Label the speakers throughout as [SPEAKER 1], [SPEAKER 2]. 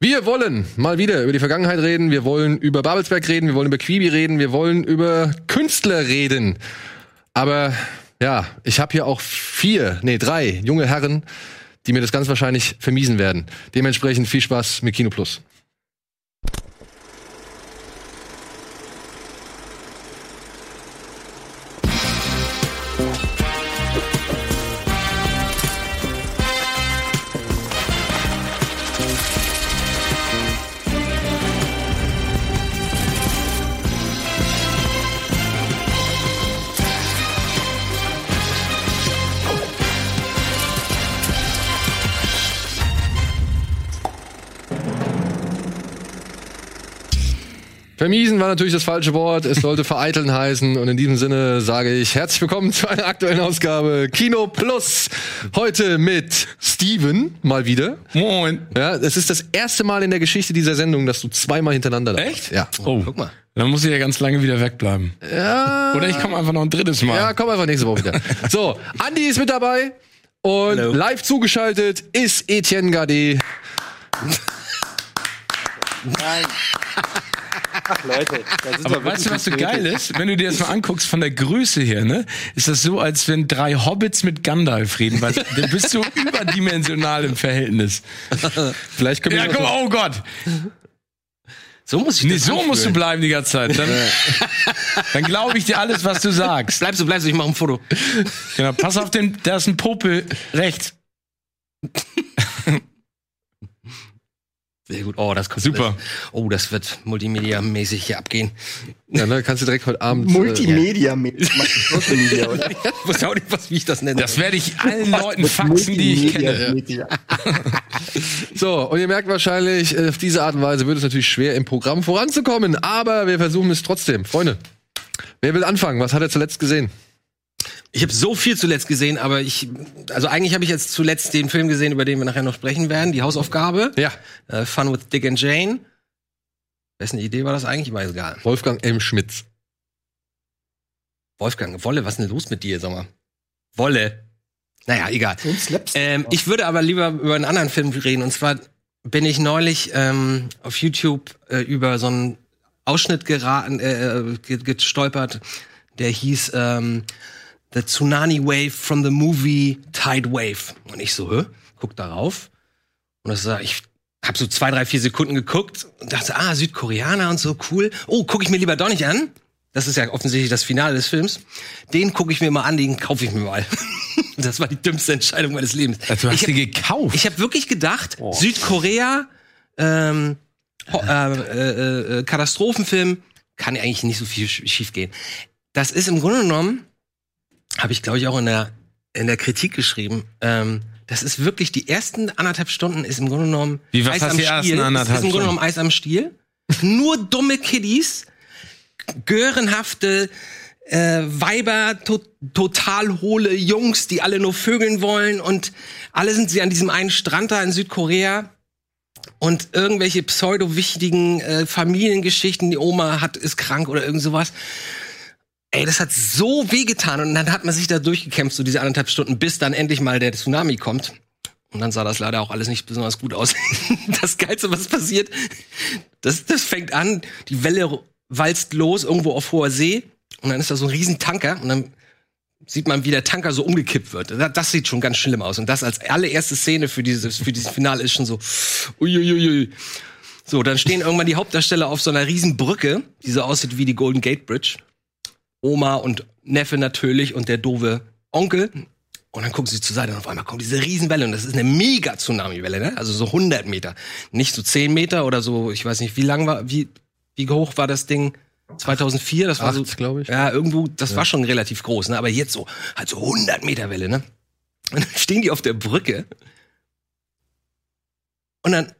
[SPEAKER 1] Wir wollen mal wieder über die Vergangenheit reden, wir wollen über Babelsberg reden, wir wollen über Quibi reden, wir wollen über Künstler reden. Aber ja, ich habe hier auch vier, nee, drei junge Herren, die mir das ganz wahrscheinlich vermiesen werden. Dementsprechend viel Spaß mit Kino Plus. Vermiesen war natürlich das falsche Wort. Es sollte vereiteln heißen. Und in diesem Sinne sage ich herzlich willkommen zu einer aktuellen Ausgabe Kino Plus. Heute mit Steven mal wieder.
[SPEAKER 2] Moin.
[SPEAKER 1] Ja, es ist das erste Mal in der Geschichte dieser Sendung, dass du zweimal hintereinander da
[SPEAKER 2] Echt?
[SPEAKER 1] Ja.
[SPEAKER 2] Oh,
[SPEAKER 3] Guck mal.
[SPEAKER 2] dann muss ich ja ganz lange wieder wegbleiben.
[SPEAKER 1] Ja,
[SPEAKER 2] Oder ich komme einfach noch ein drittes Mal.
[SPEAKER 1] ja, komm einfach nächste Woche wieder. So, Andi ist mit dabei. Und
[SPEAKER 3] Hallo.
[SPEAKER 1] live zugeschaltet ist Etienne Gade.
[SPEAKER 3] Nein. Ach Leute, da sind
[SPEAKER 2] Aber
[SPEAKER 3] wir
[SPEAKER 2] weißt du, was so
[SPEAKER 3] wirklich
[SPEAKER 2] geil
[SPEAKER 3] nötig.
[SPEAKER 2] ist? Wenn du dir das mal anguckst von der Größe her, ne? Ist das so, als wenn drei Hobbits mit Gandalf reden, weil dann bist du überdimensional im Verhältnis.
[SPEAKER 1] Vielleicht können
[SPEAKER 2] Ja, guck mal, oh Gott.
[SPEAKER 3] So muss ich
[SPEAKER 2] Nee,
[SPEAKER 3] das
[SPEAKER 2] so
[SPEAKER 3] anfühlen.
[SPEAKER 2] musst du bleiben die ganze Zeit. Dann, dann glaube ich dir alles, was du sagst.
[SPEAKER 3] Bleibst du, bleibst du, ich mache ein Foto.
[SPEAKER 2] Genau, pass auf den, da ist ein Popel rechts.
[SPEAKER 3] Sehr gut. Oh, das kommt
[SPEAKER 2] Super.
[SPEAKER 3] alles. Oh, das wird multimedia-mäßig hier abgehen.
[SPEAKER 1] Ja, ne, kannst du direkt heute Abend. äh,
[SPEAKER 4] Multimedia mit Social Media, oder?
[SPEAKER 3] Ich weiß auch nicht, was, wie ich das nenne.
[SPEAKER 2] Das werde ich allen Leuten faxen, die ich kenne.
[SPEAKER 4] Multimedia.
[SPEAKER 1] So, und ihr merkt wahrscheinlich, äh, auf diese Art und Weise wird es natürlich schwer, im Programm voranzukommen, aber wir versuchen es trotzdem. Freunde, wer will anfangen? Was hat er zuletzt gesehen?
[SPEAKER 3] ich habe so viel zuletzt gesehen, aber ich, also eigentlich habe ich jetzt zuletzt den Film gesehen, über den wir nachher noch sprechen werden, die Hausaufgabe.
[SPEAKER 1] Ja,
[SPEAKER 3] Äh, Fun with Dick and Jane. Wessen Idee war das eigentlich? Ich weiß gar nicht.
[SPEAKER 1] Wolfgang M. Schmitz.
[SPEAKER 3] Wolfgang, Wolle, was ist denn los mit dir, sag mal? Wolle. Naja, egal.
[SPEAKER 4] Und Slaps.
[SPEAKER 3] Ähm, ich würde aber lieber über einen anderen Film reden. Und zwar bin ich neulich ähm, auf YouTube äh, über so einen Ausschnitt geraten, äh, ge- gestolpert, der hieß ähm, The Tsunami Wave from the Movie Tide Wave. Und ich so, hä? Guck darauf. Und das sah ich. Hab so zwei, drei, vier Sekunden geguckt und dachte, ah, Südkoreaner und so, cool. Oh, gucke ich mir lieber doch nicht an. Das ist ja offensichtlich das Finale des Films. Den gucke ich mir mal an, den kaufe ich mir mal. das war die dümmste Entscheidung meines Lebens.
[SPEAKER 2] Also, Du hast
[SPEAKER 3] ich
[SPEAKER 2] sie
[SPEAKER 3] hab-
[SPEAKER 2] gekauft.
[SPEAKER 3] ich habe wirklich gedacht, Südkorea, ähm, ho- äh, äh, äh, Katastrophenfilm, kann eigentlich nicht so viel sch schief gehen. Das ist im Grunde genommen, habe ich glaube ich auch in der, in der Kritik geschrieben, ähm, das ist wirklich, die ersten anderthalb Stunden ist im Grunde genommen
[SPEAKER 2] Wie, was hast du die ersten
[SPEAKER 3] Stiel. Das
[SPEAKER 2] anderthalb
[SPEAKER 3] ist im Grunde
[SPEAKER 2] Stunden?
[SPEAKER 3] genommen Eis am Stiel. Nur dumme Kiddies, görenhafte äh, Weiber, to total hohle Jungs, die alle nur vögeln wollen und alle sind sie an diesem einen Strand da in Südkorea und irgendwelche pseudo-wichtigen äh, Familiengeschichten, die Oma hat, ist krank oder irgend sowas. Ey, das hat so wehgetan und dann hat man sich da durchgekämpft, so diese anderthalb Stunden, bis dann endlich mal der Tsunami kommt. Und dann sah das leider auch alles nicht besonders gut aus. das Geilste, was passiert, das, das fängt an, die Welle walzt los irgendwo auf hoher See und dann ist da so ein riesen Tanker und dann sieht man, wie der Tanker so umgekippt wird. Das, das sieht schon ganz schlimm aus und das als allererste Szene für dieses für dieses Finale ist schon so uiuiui. So, dann stehen irgendwann die Hauptdarsteller auf so einer riesen Brücke, die so aussieht wie die Golden Gate Bridge. Oma und Neffe natürlich und der doofe Onkel. Und dann gucken sie zur Seite und auf einmal kommt diese Riesenwelle und das ist eine mega Tsunami-Welle, ne? Also so 100 Meter. Nicht so 10 Meter oder so, ich weiß nicht, wie lang war, wie, wie hoch war das Ding? 2004, das war so,
[SPEAKER 1] Acht, glaub ich.
[SPEAKER 3] Ja, irgendwo, das war schon relativ groß, ne? Aber jetzt so, halt so 100 Meter Welle, ne? Und dann stehen die auf der Brücke und dann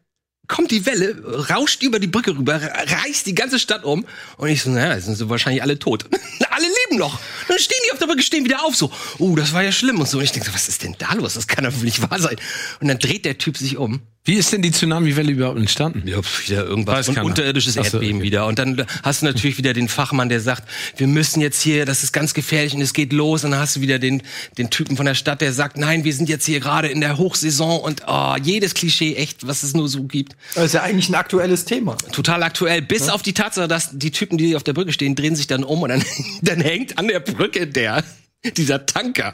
[SPEAKER 3] kommt die Welle, rauscht über die Brücke rüber, reißt die ganze Stadt um. Und ich so, naja, jetzt sind sie wahrscheinlich alle tot. alle leben noch. Dann stehen die auf der Brücke, stehen wieder auf so. uh, Oh, das war ja schlimm und so. Und ich denke so, was ist denn da los? Das kann doch wohl nicht wahr sein. Und dann dreht der Typ sich um.
[SPEAKER 2] Wie ist denn die Tsunami-Welle überhaupt entstanden?
[SPEAKER 3] Ja, pf, wieder irgendwas.
[SPEAKER 2] Weiß
[SPEAKER 3] Und
[SPEAKER 2] keiner.
[SPEAKER 3] unterirdisches
[SPEAKER 2] Ach so,
[SPEAKER 3] Erdbeben
[SPEAKER 2] okay.
[SPEAKER 3] wieder. Und dann hast du natürlich wieder den Fachmann, der sagt, wir müssen jetzt hier, das ist ganz gefährlich und es geht los. Und dann hast du wieder den, den Typen von der Stadt, der sagt, nein, wir sind jetzt hier gerade in der Hochsaison und oh, jedes Klischee echt, was es nur so gibt.
[SPEAKER 4] Das ist ja eigentlich ein aktuelles Thema.
[SPEAKER 3] Total aktuell. Bis auf die Tatsache, dass die Typen, die auf der Brücke stehen, drehen sich dann um und dann, dann hängt an der Brücke der, dieser Tanker.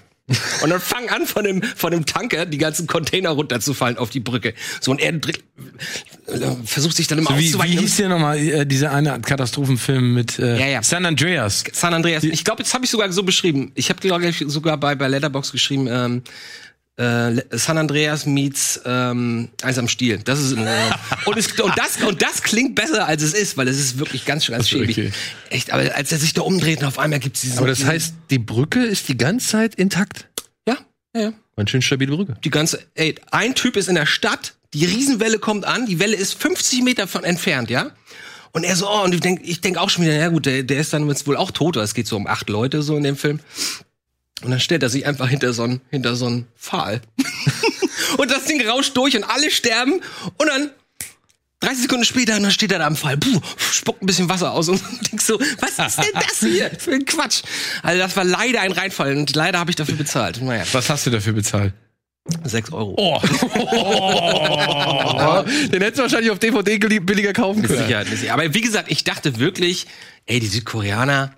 [SPEAKER 3] Und dann fangen an, von dem, von dem Tanker die ganzen Container runterzufallen auf die Brücke. So, und er dr- versucht sich dann immer
[SPEAKER 2] Wie,
[SPEAKER 3] auszuweichen.
[SPEAKER 2] wie hieß der nochmal, äh, dieser eine Katastrophenfilm mit äh,
[SPEAKER 3] Ja, ja.
[SPEAKER 2] San Andreas?
[SPEAKER 3] San Andreas. Ich glaube, jetzt habe ich sogar so beschrieben. Ich habe glaube ich sogar bei bei Letterbox geschrieben. Ähm, äh, Le- San Andreas meets ähm, Eis am Stiel. Das ist äh, und, es, und das und das klingt besser als es ist, weil es ist wirklich ganz schön ganz schäbig.
[SPEAKER 2] okay.
[SPEAKER 3] Echt, aber als er sich da umdreht und auf einmal gibt's diesen
[SPEAKER 1] Aber das heißt, die Brücke ist die ganze Zeit intakt.
[SPEAKER 3] ja, ja, ja.
[SPEAKER 1] Ganz schön stabile Brücke.
[SPEAKER 3] Die ganze ey, ein Typ ist in der Stadt, die Riesenwelle kommt an, die Welle ist 50 Meter von entfernt, ja? Und er so, oh, und ich denk, ich denk auch schon wieder, ja gut, der, der ist dann jetzt wohl auch tot, oder es geht so um acht Leute so in dem Film. Und dann stellt er sich einfach hinter so einen, hinter so einen Pfahl. und das Ding rauscht durch und alle sterben und dann 30 Sekunden später, und dann steht er da am Fall, puh, spuckt ein bisschen Wasser aus und denkst so, was ist denn das hier für ein Quatsch? Also das war leider ein Reinfall und leider habe ich dafür bezahlt. Naja,
[SPEAKER 2] Was hast du dafür bezahlt?
[SPEAKER 3] sechs Euro.
[SPEAKER 2] Oh,
[SPEAKER 1] Aber den hättest du wahrscheinlich auf DVD geli- billiger kaufen
[SPEAKER 3] Mit
[SPEAKER 1] können.
[SPEAKER 3] Sicherheit, mit Sicherheit. Aber wie gesagt, ich dachte wirklich, ey, die Südkoreaner,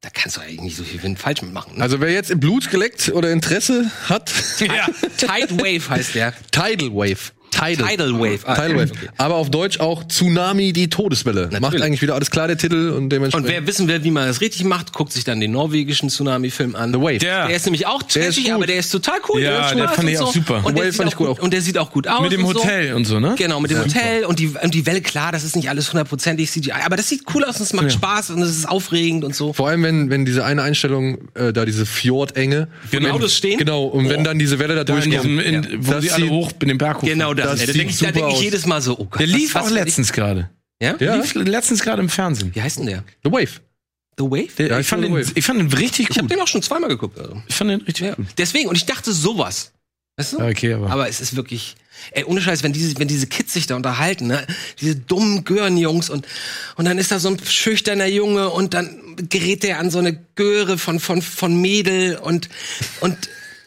[SPEAKER 3] da kannst du eigentlich nicht so viel Wind falsch mitmachen. Ne?
[SPEAKER 1] Also wer jetzt im Blut geleckt oder Interesse hat,
[SPEAKER 2] ja.
[SPEAKER 3] Tide Wave heißt der.
[SPEAKER 1] Tidal Wave. Tidal.
[SPEAKER 3] Tidal Wave. Ah,
[SPEAKER 1] Tidal Wave. Aber auf Deutsch auch Tsunami, die Todeswelle. Macht eigentlich wieder alles klar, der Titel und
[SPEAKER 3] Und
[SPEAKER 1] dementsprechend.
[SPEAKER 3] wer wissen will, wie man das richtig macht, guckt sich dann den norwegischen Tsunami-Film an.
[SPEAKER 1] The Wave.
[SPEAKER 2] Der-
[SPEAKER 3] Der ist nämlich auch
[SPEAKER 1] Der ist
[SPEAKER 3] trashig,
[SPEAKER 1] gut.
[SPEAKER 3] aber der ist total cool.
[SPEAKER 2] Ja,
[SPEAKER 3] macht
[SPEAKER 2] der
[SPEAKER 3] Spaß
[SPEAKER 2] fand
[SPEAKER 3] und
[SPEAKER 2] ich
[SPEAKER 3] so.
[SPEAKER 2] auch super.
[SPEAKER 3] Und
[SPEAKER 1] The
[SPEAKER 3] der,
[SPEAKER 1] Wave
[SPEAKER 3] sieht
[SPEAKER 1] fand ich
[SPEAKER 3] auch
[SPEAKER 1] gut
[SPEAKER 3] gut,
[SPEAKER 1] auch.
[SPEAKER 3] und der sieht auch gut aus.
[SPEAKER 2] mit dem
[SPEAKER 3] und Oh, so.
[SPEAKER 2] Hotel und so, ne?
[SPEAKER 3] Genau, mit dem Hotel und die, und die Welle, klar, das ist nicht alles hundertprozentig CGI, aber das sieht cool aus und es macht Spaß und es ist aufregend und so.
[SPEAKER 1] Vor allem, wenn, wenn diese eine Einstellung, äh, da diese Fjordenge.
[SPEAKER 3] Wenn Autos stehen?
[SPEAKER 1] Genau, und wenn dann diese Welle da
[SPEAKER 2] Da in diesem,
[SPEAKER 1] durchkommt.
[SPEAKER 2] in, wo
[SPEAKER 1] Das
[SPEAKER 2] sie alle
[SPEAKER 1] sieht-
[SPEAKER 2] hoch in den Berg hoch.
[SPEAKER 3] Genau das.
[SPEAKER 1] Das
[SPEAKER 3] Ey, da
[SPEAKER 1] sieht
[SPEAKER 3] denke ich, da
[SPEAKER 1] super
[SPEAKER 3] denk ich
[SPEAKER 1] aus.
[SPEAKER 3] jedes Mal so, oh Gott.
[SPEAKER 2] Der lief
[SPEAKER 3] was-
[SPEAKER 2] auch
[SPEAKER 3] was-
[SPEAKER 2] letztens gerade.
[SPEAKER 3] Ja?
[SPEAKER 1] Ja.
[SPEAKER 2] Lief letztens gerade im Fernsehen.
[SPEAKER 3] Wie heißt denn der?
[SPEAKER 1] The Wave.
[SPEAKER 3] The Wave?
[SPEAKER 2] Der,
[SPEAKER 1] Ja,
[SPEAKER 2] ich,
[SPEAKER 1] ich
[SPEAKER 2] fand
[SPEAKER 1] fand
[SPEAKER 2] den,
[SPEAKER 1] den-
[SPEAKER 2] ich fand den richtig
[SPEAKER 3] Ich habe
[SPEAKER 2] gut.
[SPEAKER 3] den auch schon zweimal geguckt. Also.
[SPEAKER 2] Ich fand den richtig
[SPEAKER 3] Ja.
[SPEAKER 2] gut.
[SPEAKER 3] Deswegen, und ich dachte sowas. Weißt du?
[SPEAKER 2] Ja, okay, aber-
[SPEAKER 3] aber es ist wirklich. Ey, ohne Scheiß, wenn diese, wenn diese Kids sich da unterhalten, ne? diese dummen Görenjungs und, und dann ist da so ein schüchterner Junge und dann gerät der an so eine Göre von, von, von Mädel und, und,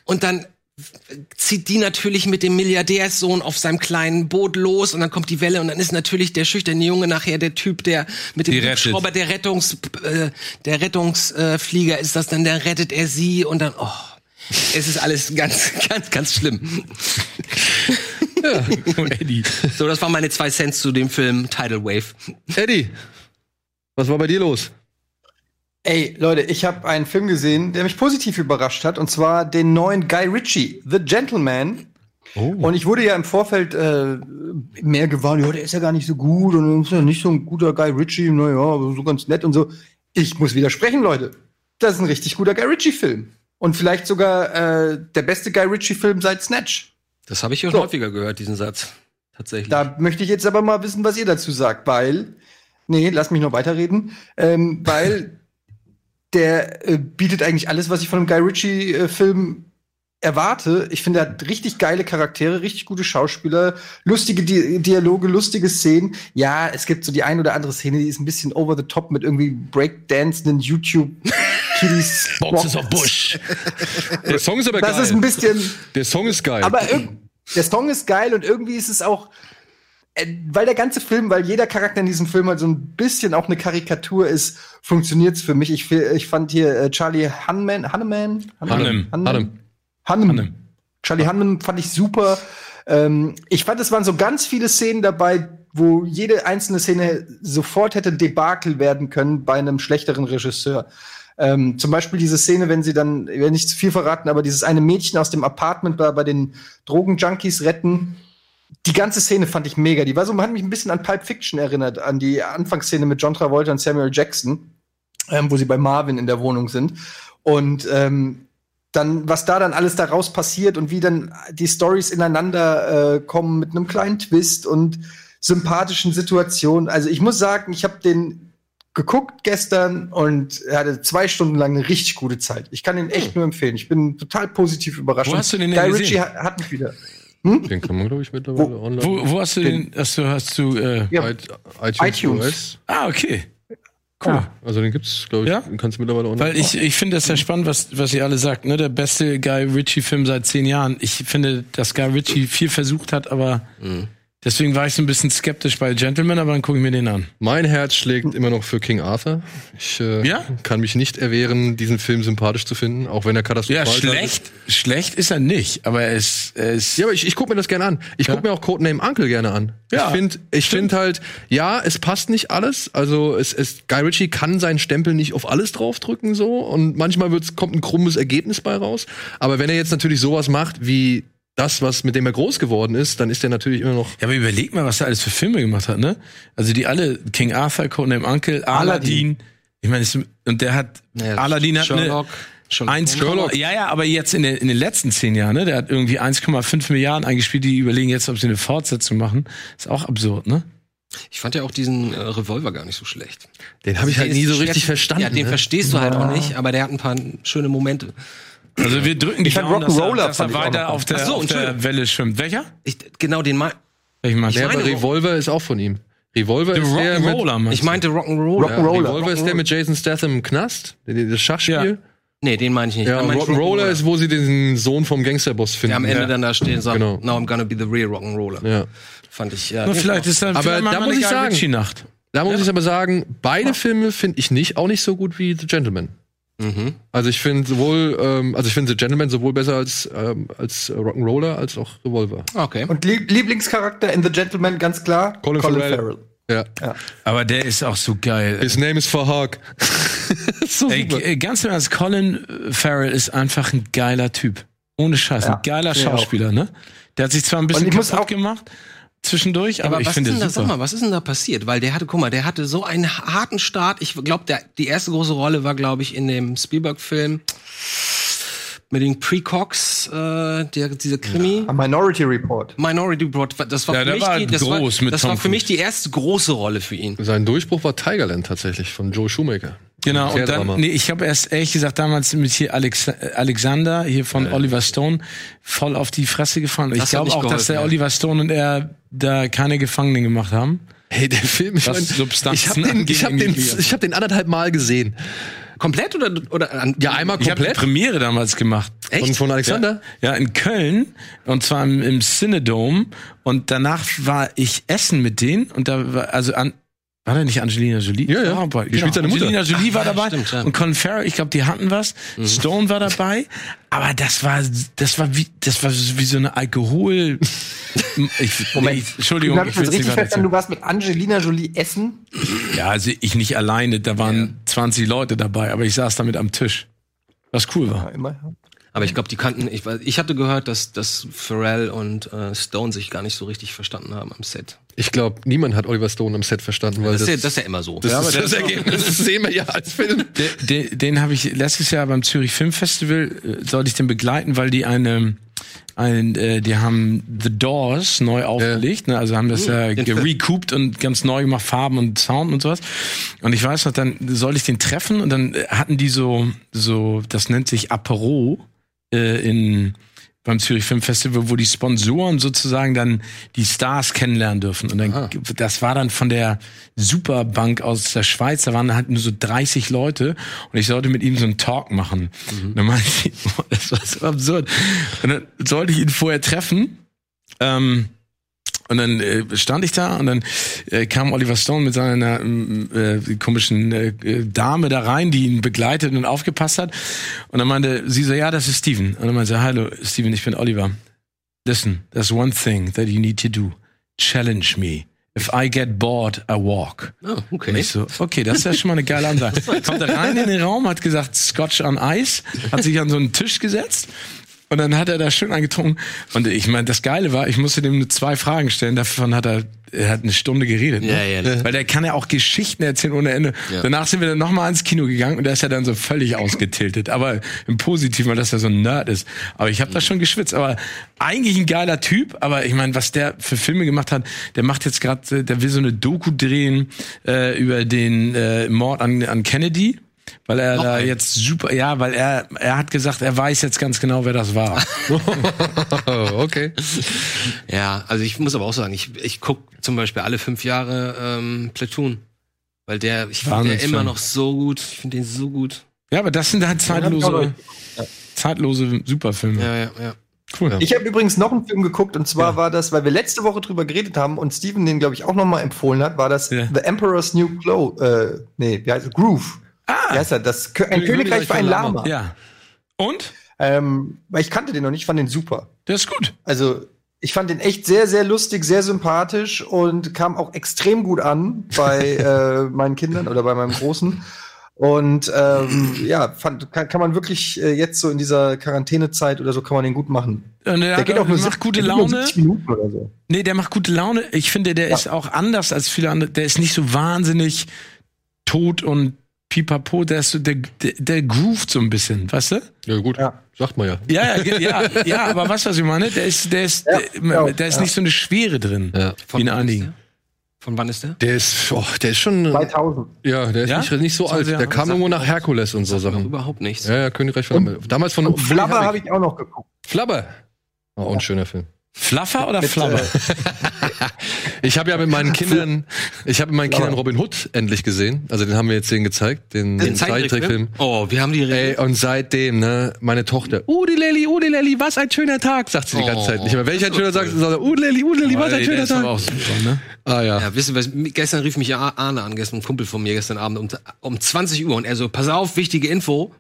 [SPEAKER 3] und dann zieht die natürlich mit dem Milliardärssohn auf seinem kleinen Boot los und dann kommt die Welle und dann ist natürlich der schüchterne Junge nachher der Typ, der mit dem
[SPEAKER 2] Die rettet.
[SPEAKER 3] Hubschrauber, der Rettungs, äh, der Rettungsflieger äh, ist das dann, der rettet er sie und dann, oh, es ist alles ganz, ganz, ganz schlimm.
[SPEAKER 2] Eddie.
[SPEAKER 3] So, das waren meine zwei Cents zu dem Film Tidal Wave.
[SPEAKER 1] Eddie, was war bei dir los?
[SPEAKER 4] Ey, Leute, ich habe einen Film gesehen, der mich positiv überrascht hat, und zwar den neuen Guy Ritchie, The Gentleman.
[SPEAKER 2] Oh.
[SPEAKER 4] Und ich wurde ja im Vorfeld äh, mehr gewarnt, ja, der ist ja gar nicht so gut und ist ja nicht so ein guter Guy Ritchie, naja, aber so ganz nett und so. Ich muss widersprechen, Leute. Das ist ein richtig guter Guy Ritchie-Film. Und vielleicht sogar äh, der beste Guy Ritchie-Film seit Snatch.
[SPEAKER 3] Das habe ich ja schon häufiger gehört, diesen Satz. Tatsächlich.
[SPEAKER 4] Da möchte ich jetzt aber mal wissen, was ihr dazu sagt, weil, nee, lass mich noch weiterreden, ähm, weil der äh, bietet eigentlich alles, was ich von einem Guy Ritchie-Film erwarte. Ich finde, er hat richtig geile Charaktere, richtig gute Schauspieler, lustige Di Dialoge, lustige Szenen. Ja, es gibt so die ein oder andere Szene, die ist ein bisschen over the top mit irgendwie breakdancenden YouTube-Kiddies.
[SPEAKER 2] Boxes of Bush.
[SPEAKER 1] Der Song ist aber
[SPEAKER 4] Das ist ein bisschen.
[SPEAKER 1] der Song ist geil.
[SPEAKER 4] Aber irg- der Song ist geil und irgendwie ist es auch, äh, weil der ganze Film, weil jeder Charakter in diesem Film halt so ein bisschen auch eine Karikatur ist, funktioniert's für mich. Ich, fi- ich fand hier äh, Charlie Hanneman, Hanneman,
[SPEAKER 2] Hunnam.
[SPEAKER 1] Hunnam.
[SPEAKER 4] Hanneman, Hanneman, Charlie Hanneman fand ich super. Ähm, ich fand, es waren so ganz viele Szenen dabei, wo jede einzelne Szene sofort hätte Debakel werden können bei einem schlechteren Regisseur. Ähm, zum Beispiel diese Szene, wenn sie dann, ich will nicht zu viel verraten, aber dieses eine Mädchen aus dem Apartment da bei den Drogenjunkies retten. Die ganze Szene fand ich mega. Die war so, hat mich ein bisschen an Pulp Fiction erinnert, an die Anfangsszene mit John Travolta und Samuel Jackson, ähm, wo sie bei Marvin in der Wohnung sind. Und ähm, dann, was da dann alles daraus passiert und wie dann die Stories ineinander äh, kommen mit einem kleinen Twist und sympathischen Situationen. Also ich muss sagen, ich habe den geguckt gestern und er hatte zwei Stunden lang eine richtig gute Zeit. Ich kann ihn echt nur empfehlen. Ich bin total positiv überrascht.
[SPEAKER 2] Hm. Wo hast du den denn
[SPEAKER 4] Guy
[SPEAKER 2] gesehen?
[SPEAKER 4] Ritchie hat, hat mich wieder.
[SPEAKER 1] Den kann man, glaube ich, mittlerweile online.
[SPEAKER 2] Wo, wo hast du den? Hast du, hast du, äh,
[SPEAKER 4] Ja.
[SPEAKER 1] I- iTunes.
[SPEAKER 4] iTunes.
[SPEAKER 1] US.
[SPEAKER 2] ah, okay.
[SPEAKER 4] Cool.
[SPEAKER 1] Also den gibt's, glaube ich,
[SPEAKER 2] Ja?
[SPEAKER 1] den kannst du mittlerweile online.
[SPEAKER 2] Weil ich, ich finde das ja spannend, was, was ihr alle sagt, ne? Der beste Guy Ritchie-Film seit zehn Jahren. Ich finde, dass Guy Ritchie viel versucht hat, aber deswegen war ich so ein bisschen skeptisch bei Gentleman, aber dann gucke ich mir den an.
[SPEAKER 1] Mein Herz schlägt immer noch für King Arthur. Ich äh,
[SPEAKER 2] Ja?
[SPEAKER 1] kann mich nicht erwehren, diesen Film sympathisch zu finden, auch wenn er katastrophal
[SPEAKER 2] Ja,
[SPEAKER 1] ist.
[SPEAKER 2] schlecht. Schlecht ist er nicht, aber er ist, er ist
[SPEAKER 1] Ja, aber ich, ich gucke mir das gerne an. Ich guck mir auch Codename Uncle gerne an.
[SPEAKER 2] Ja,
[SPEAKER 1] ich finde ich find halt, ja, es passt nicht alles. Also es, es, Guy Ritchie kann seinen Stempel nicht auf alles draufdrücken so und manchmal wird's, kommt ein krummes Ergebnis bei raus. Aber wenn er jetzt natürlich sowas macht wie das, was mit dem er groß geworden ist, dann ist er natürlich immer noch.
[SPEAKER 2] Ja, aber überleg mal, was er alles für Filme gemacht hat, ne? Also die alle, King Arthur, Conan Uncle, Aladdin. Ich meine, es- und der hat,
[SPEAKER 3] Naja,
[SPEAKER 2] Aladdin hat
[SPEAKER 3] Sherlock,
[SPEAKER 2] eine, 1, Sherlock. Ja, ja, aber jetzt in, der, in den letzten zehn Jahren, ne? Der hat irgendwie 1,5 Milliarden eingespielt, die überlegen jetzt, ob sie eine Fortsetzung machen. Ist auch absurd, ne?
[SPEAKER 3] Ich fand ja auch diesen äh, Revolver gar nicht so schlecht.
[SPEAKER 1] Den habe ich halt
[SPEAKER 3] Der
[SPEAKER 1] nie
[SPEAKER 3] ist
[SPEAKER 1] so
[SPEAKER 3] schwer
[SPEAKER 1] richtig
[SPEAKER 3] zu-
[SPEAKER 1] verstanden.
[SPEAKER 3] Ja, den
[SPEAKER 1] ne?
[SPEAKER 3] verstehst du halt auch nicht, aber der hat ein paar schöne Momente.
[SPEAKER 2] Also wir drücken die
[SPEAKER 4] fand
[SPEAKER 2] Daumen, dass er,
[SPEAKER 4] Rock'n'Roller
[SPEAKER 2] dass er
[SPEAKER 4] fand ich auch
[SPEAKER 2] weiter
[SPEAKER 4] noch.
[SPEAKER 2] auf der,
[SPEAKER 3] Ach so,
[SPEAKER 2] auf der
[SPEAKER 3] Entschuldigung.
[SPEAKER 2] Welle schwimmt. Welcher?
[SPEAKER 3] Ich, genau, den mein,
[SPEAKER 2] Welchen meinst
[SPEAKER 1] Ja,
[SPEAKER 2] du?
[SPEAKER 1] aber
[SPEAKER 3] meine
[SPEAKER 1] Revolver ist auch von ihm. Revolver
[SPEAKER 2] The
[SPEAKER 1] ist der mit,
[SPEAKER 2] Rock'n'Roller, meinst
[SPEAKER 3] ich
[SPEAKER 2] du?
[SPEAKER 3] meinte Rock'n'Roll.
[SPEAKER 1] Ja,
[SPEAKER 3] Ja.
[SPEAKER 4] Rock'n'Roller.
[SPEAKER 1] Revolver ist der mit Jason Statham im Knast, das Schachspiel.
[SPEAKER 3] Nee, den meine ich nicht.
[SPEAKER 1] Ja,
[SPEAKER 3] Dann
[SPEAKER 1] und
[SPEAKER 3] meine ich
[SPEAKER 1] Rock'n'Roller ist, wo sie den Sohn vom Gangsterboss finden.
[SPEAKER 3] der am Ende
[SPEAKER 1] ja.
[SPEAKER 3] dann da steht und sagt,
[SPEAKER 1] Genau.
[SPEAKER 3] now I'm gonna be the real Rock'n'Roller.
[SPEAKER 1] Ja.
[SPEAKER 3] Fand ich, ja.
[SPEAKER 2] Na, vielleicht ist dann
[SPEAKER 1] Aber
[SPEAKER 2] vielleicht
[SPEAKER 1] da
[SPEAKER 2] machen wir
[SPEAKER 1] muss
[SPEAKER 2] eine
[SPEAKER 1] ich
[SPEAKER 2] Guy
[SPEAKER 1] sagen-
[SPEAKER 2] Ritchie-Nacht.
[SPEAKER 1] Da muss ich aber sagen, beide Filme finde ich nicht, auch nicht so gut wie The Gentleman.
[SPEAKER 3] Mhm.
[SPEAKER 1] Also ich finde sowohl, ähm, also ich finde The Gentleman sowohl besser als, ähm, als äh, Rock'n'Roller als auch Revolver.
[SPEAKER 3] Okay.
[SPEAKER 4] Und Lieb Lieblingscharakter in The Gentleman, ganz klar,
[SPEAKER 1] Colin Farrell. Ja.
[SPEAKER 2] Aber der ist auch so geil.
[SPEAKER 1] His name is Fahak. so
[SPEAKER 2] Ey,
[SPEAKER 1] super.
[SPEAKER 2] g- ganz im Ernst, Colin äh, Farrell ist einfach ein geiler Typ. Ohne Scheiß,
[SPEAKER 4] Ja,
[SPEAKER 2] ein geiler
[SPEAKER 4] ich auch.
[SPEAKER 2] Schauspieler, ne? Der hat sich zwar ein bisschen
[SPEAKER 4] ich muss
[SPEAKER 2] kaputt
[SPEAKER 4] auch-
[SPEAKER 2] gemacht zwischendurch, aber, ich
[SPEAKER 3] was
[SPEAKER 2] finde
[SPEAKER 3] ist denn da,
[SPEAKER 2] es
[SPEAKER 3] sag
[SPEAKER 2] super.
[SPEAKER 3] mal, was ist denn da passiert? Weil der hatte, guck mal, der hatte so einen harten Start. Ich glaube, die erste große Rolle war, glaube ich, in dem Spielberg-Film mit den Precox, äh, der, diese Krimi.
[SPEAKER 4] A Minority Report.
[SPEAKER 3] Minority Report, das war
[SPEAKER 2] Ja,
[SPEAKER 3] für
[SPEAKER 2] der
[SPEAKER 3] mich
[SPEAKER 2] war
[SPEAKER 3] die, das
[SPEAKER 2] groß
[SPEAKER 3] war,
[SPEAKER 2] mit
[SPEAKER 3] das
[SPEAKER 2] Tom
[SPEAKER 3] war für mich
[SPEAKER 2] Cruise.
[SPEAKER 3] die erste große Rolle für ihn.
[SPEAKER 1] Sein Durchbruch war Tigerland tatsächlich von Joe Shoemaker.
[SPEAKER 2] Genau, und
[SPEAKER 1] Drama.
[SPEAKER 2] dann, nee, ich habe erst ehrlich gesagt damals mit hier Alex, äh, Alexander, hier von Oliver Stone, voll auf die Fresse gefahren. Und Ich
[SPEAKER 3] Das hat
[SPEAKER 2] glaube
[SPEAKER 3] nicht
[SPEAKER 2] auch, dass
[SPEAKER 3] geholfen,
[SPEAKER 2] der
[SPEAKER 3] ja.
[SPEAKER 2] Oliver Stone und er da keine Gefangenen gemacht haben.
[SPEAKER 1] Hey, der Film, ich,
[SPEAKER 2] Was
[SPEAKER 1] mein,
[SPEAKER 2] Substanzen
[SPEAKER 1] ich habe den, ich hab
[SPEAKER 2] angeht,
[SPEAKER 1] den,
[SPEAKER 2] irgendwie.
[SPEAKER 1] ich hab den anderthalb Mal gesehen.
[SPEAKER 3] Komplett oder, oder an,
[SPEAKER 1] Ja, einmal
[SPEAKER 2] Ich habe die
[SPEAKER 1] komplett
[SPEAKER 2] Premiere damals gemacht.
[SPEAKER 1] von, von Alexander.
[SPEAKER 2] Ja, in Köln und zwar im, im Cinedome und danach war ich essen mit denen und da war also an war da nicht Angelina Jolie?
[SPEAKER 1] Ja, ja.
[SPEAKER 2] Ah, bei-
[SPEAKER 1] Die
[SPEAKER 2] genau.
[SPEAKER 1] spielt seine Mutter.
[SPEAKER 2] Angelina Jolie war dabei
[SPEAKER 3] stimmt, ja.
[SPEAKER 2] und Colin Farrell, ich glaube, die hatten was.
[SPEAKER 1] Mhm.
[SPEAKER 2] Stone war dabei, aber das war das war wie das war wie so eine Alkohol ich, Moment, ich, Entschuldigung,
[SPEAKER 4] Hab ich
[SPEAKER 2] will's
[SPEAKER 4] jetzt richtig
[SPEAKER 2] nicht weiter
[SPEAKER 4] verstanden, du warst mit Angelina Jolie essen?
[SPEAKER 2] erzählen. Ja, also ich nicht alleine, da waren 20 Leute dabei, aber ich saß damit am Tisch. Was cool war.
[SPEAKER 4] Immer.
[SPEAKER 3] Aber ich glaube, die kannten, ich, weiß- ich hatte gehört, dass, dass Pharrell und äh, Stone sich gar nicht so richtig verstanden haben am Set.
[SPEAKER 1] Ich glaube, niemand hat Oliver Stone am Set verstanden, weil
[SPEAKER 3] Das,
[SPEAKER 1] das,
[SPEAKER 3] ist, ja, das ist ja immer so.
[SPEAKER 1] das,
[SPEAKER 2] aber
[SPEAKER 1] ist
[SPEAKER 2] Also das
[SPEAKER 1] das
[SPEAKER 2] ist auch-
[SPEAKER 1] Ergebnis das sehen wir ja als Film.
[SPEAKER 2] Den, den, den habe ich letztes Jahr beim Zürich Film Festival äh, sollte ich den begleiten, weil die eine ein, äh, die haben The Doors neu aufgelegt, ne? also haben das ja
[SPEAKER 3] den Film.
[SPEAKER 2] gerecouped und ganz neu gemacht, Farben und Sound und sowas. Und ich weiß noch, dann sollte ich den treffen und dann äh, hatten die so, so, das nennt sich Apero äh, in beim Zürich Film Festival, wo die Sponsoren sozusagen dann die Stars kennenlernen dürfen. Und dann, das war dann von der Superbank aus der Schweiz, da waren halt nur so 30 Leute und ich sollte mit ihm so einen Talk machen. Und dann meinte ich, boah, das war so absurd. Und dann sollte ich ihn vorher treffen. Ähm, und dann äh, stand ich da und dann äh, kam Oliver Stone mit seiner ähm, äh, komischen äh, äh, Dame da rein, die ihn begleitet und aufgepasst hat. Und dann meinte sie so, ja, das ist Steven. Und dann meinte sie, hallo Steven, ich bin Oliver. Listen, there's one thing that you need to do. Challenge me. If I get bored, I walk.
[SPEAKER 3] Ah, okay.
[SPEAKER 2] Und ich so, okay, das ist ja schon mal eine geile Ansage. Kommt da rein in den Raum, hat gesagt, Scotch on Eis, hat sich an so einen Tisch gesetzt und dann hat er da schön angetrunken. Und ich meine, das Geile war, ich musste dem nur zwei Fragen stellen, davon hat er, er hat eine Stunde geredet.
[SPEAKER 3] Ja,
[SPEAKER 2] ne?
[SPEAKER 3] ja.
[SPEAKER 2] Weil der kann ja auch Geschichten erzählen ohne Ende.
[SPEAKER 3] Ja.
[SPEAKER 2] Danach sind wir dann nochmal ins Kino gegangen und da ist er dann so völlig ausgetiltet. Aber im Positiven, weil das ja so ein Nerd ist. Aber ich habe da schon geschwitzt. Aber eigentlich ein geiler Typ. Aber ich meine, was der für Filme gemacht hat, der macht jetzt gerade, der will so eine Doku drehen äh, über den äh, Mord äh, an, an Kennedy. Weil er da jetzt super, ja, weil er, er hat gesagt, er weiß jetzt ganz genau, wer das war.
[SPEAKER 1] Oh, okay.
[SPEAKER 3] Ja, also ich muss aber auch sagen, ich, ich guck zum Beispiel alle fünf Jahre ähm, Platoon. Weil der, ich finde den
[SPEAKER 2] Wahnsinnsfilm.
[SPEAKER 3] immer noch so gut. Ich finde den so gut.
[SPEAKER 2] Ja, aber das sind halt zeitlose, zeitlose Superfilme.
[SPEAKER 3] Ja, ja, ja.
[SPEAKER 1] Cool.
[SPEAKER 4] Ich habe übrigens noch einen Film geguckt und zwar war das, weil wir letzte Woche drüber geredet haben und Steven den, glaube ich, auch nochmal empfohlen hat, war das
[SPEAKER 2] Ja.
[SPEAKER 4] The Emperor's New Glow, äh, nee, wie heißt es? Groove. Ah. Wie heißt er? Das, Kö- ein
[SPEAKER 1] Königreich
[SPEAKER 4] Königreich für ein
[SPEAKER 1] von Lama.
[SPEAKER 4] Lama.
[SPEAKER 2] Ja. Und?
[SPEAKER 4] Ähm, weil ich kannte den noch nicht, fand den super.
[SPEAKER 2] Der ist gut.
[SPEAKER 4] Also ich fand den echt sehr, sehr lustig, sehr sympathisch und kam auch extrem gut an bei äh, meinen Kindern oder bei meinem Großen. Und ähm, ja, fand, kann, kann man wirklich äh, jetzt so in dieser Quarantänezeit oder so, kann man den gut machen.
[SPEAKER 2] Und er
[SPEAKER 4] Der
[SPEAKER 2] hat,
[SPEAKER 4] geht auch nur
[SPEAKER 2] macht
[SPEAKER 4] 70
[SPEAKER 2] gute
[SPEAKER 4] geht nur
[SPEAKER 2] Laune.
[SPEAKER 4] 70 Minuten oder so.
[SPEAKER 2] Nee, der macht gute Laune. Ich finde, der ist auch anders als viele andere. Der ist nicht so wahnsinnig tot und pipapo. Der, ist so, der, der, der groovt so ein bisschen, weißt du?
[SPEAKER 1] Ja, gut.
[SPEAKER 4] Ja.
[SPEAKER 1] Sagt man ja.
[SPEAKER 2] Ja, ja, ge- ja, ja aber weißt du, was ich meine? Der ist, der ist,
[SPEAKER 4] ja,
[SPEAKER 2] der, der ist
[SPEAKER 4] ja.
[SPEAKER 2] nicht so eine Schwere drin.
[SPEAKER 1] Ja.
[SPEAKER 2] Wie in
[SPEAKER 3] wann ist
[SPEAKER 2] einigen.
[SPEAKER 3] der? Von wann ist der?
[SPEAKER 1] Der ist, oh, der ist schon,
[SPEAKER 4] 2000.
[SPEAKER 2] Oh,
[SPEAKER 1] ja, der ist
[SPEAKER 2] Ja?
[SPEAKER 1] nicht, nicht so
[SPEAKER 2] Sollte
[SPEAKER 1] alt.
[SPEAKER 2] ja-
[SPEAKER 1] Der kam
[SPEAKER 3] sagt-
[SPEAKER 1] irgendwo nach Herkules und so
[SPEAKER 3] Noch
[SPEAKER 1] Sachen.
[SPEAKER 3] Überhaupt nichts.
[SPEAKER 1] Ja, ja, Königreich von Himmel. Damals von Woody
[SPEAKER 4] Flabber
[SPEAKER 1] Herrick.
[SPEAKER 4] habe ich auch noch geguckt.
[SPEAKER 1] Flabber. Oh, ein schöner Film.
[SPEAKER 2] Flaffer oder Flabber?
[SPEAKER 4] äh,
[SPEAKER 1] Ich habe ja mit meinen Kindern, ich habe mit meinen Kindern Robin Hood endlich gesehen. Also den haben wir jetzt denen gezeigt, den, den Zeichentrickfilm.
[SPEAKER 3] Oh, wir haben die
[SPEAKER 1] Ey, und seitdem, ne, meine Tochter, Udeleli, Udeleli, was ein schöner Tag, sagt sie die ganze
[SPEAKER 3] Oh,
[SPEAKER 1] Zeit nicht mehr. Wenn ich ein
[SPEAKER 3] das ist
[SPEAKER 1] schöner
[SPEAKER 3] aber
[SPEAKER 1] Tag, sagt sie, Udeleli, Udeleli, was ein
[SPEAKER 2] Ey, der
[SPEAKER 1] schöner
[SPEAKER 2] ist aber
[SPEAKER 1] Tag.
[SPEAKER 2] auch super, ne?
[SPEAKER 1] Ah ja.
[SPEAKER 3] Ja, wissen wir, gestern rief mich Ar- Arne an, gestern ein Kumpel von mir gestern Abend um, um 20 Uhr und er so, pass auf, wichtige Info,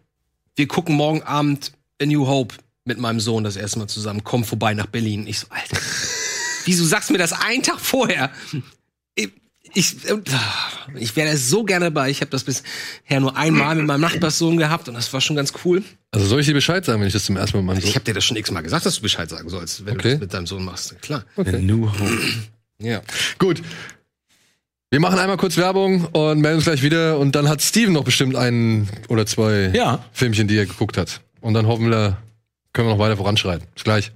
[SPEAKER 3] wir gucken morgen Abend A New Hope mit meinem Sohn das erste Mal zusammen, komm vorbei nach Berlin. Ich so, Alter, wieso sagst du mir das einen Tag vorher? Ich, ich, ich wäre da so gerne bei, ich habe das bisher nur einmal mit meinem Nachbarssohn gehabt und das war schon ganz cool.
[SPEAKER 1] Also soll ich dir Bescheid sagen, wenn ich das zum ersten Mal mache?
[SPEAKER 3] Also Ich habe dir das schon x-mal gesagt, dass du Bescheid sagen sollst, wenn
[SPEAKER 1] Okay.
[SPEAKER 3] du das mit deinem Sohn machst, klar.
[SPEAKER 2] Okay. New Hope.
[SPEAKER 3] Ja.
[SPEAKER 1] Gut. Wir machen einmal kurz Werbung und melden uns gleich wieder und dann hat Steven noch bestimmt einen oder zwei
[SPEAKER 2] Ja.
[SPEAKER 1] Filmchen, die er geguckt hat. Und dann hoffen wir, können wir noch weiter voranschreiten. Bis gleich.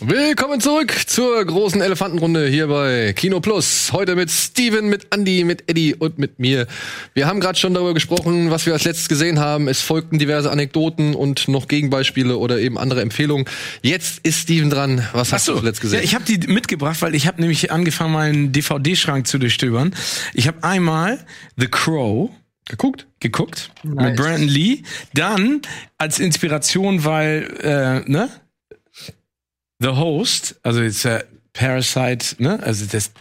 [SPEAKER 1] Willkommen zurück zur großen Elefantenrunde hier bei Kino Plus. Heute mit Steven, mit Andy, mit Eddie und mit mir. Wir haben gerade schon darüber gesprochen, was wir als letztes gesehen haben. Es folgten diverse Anekdoten und noch Gegenbeispiele oder eben andere Empfehlungen. Jetzt ist Steven dran. Was hast du
[SPEAKER 2] Achso,
[SPEAKER 1] zuletzt gesehen?
[SPEAKER 2] Ja, ich habe die mitgebracht, weil ich habe nämlich angefangen, meinen DVD-Schrank zu durchstöbern. Ich habe einmal The Crow geguckt, geguckt mit Brandon Lee. Dann als Inspiration, weil äh, ne The Host, also jetzt äh, Parasite, ne, also das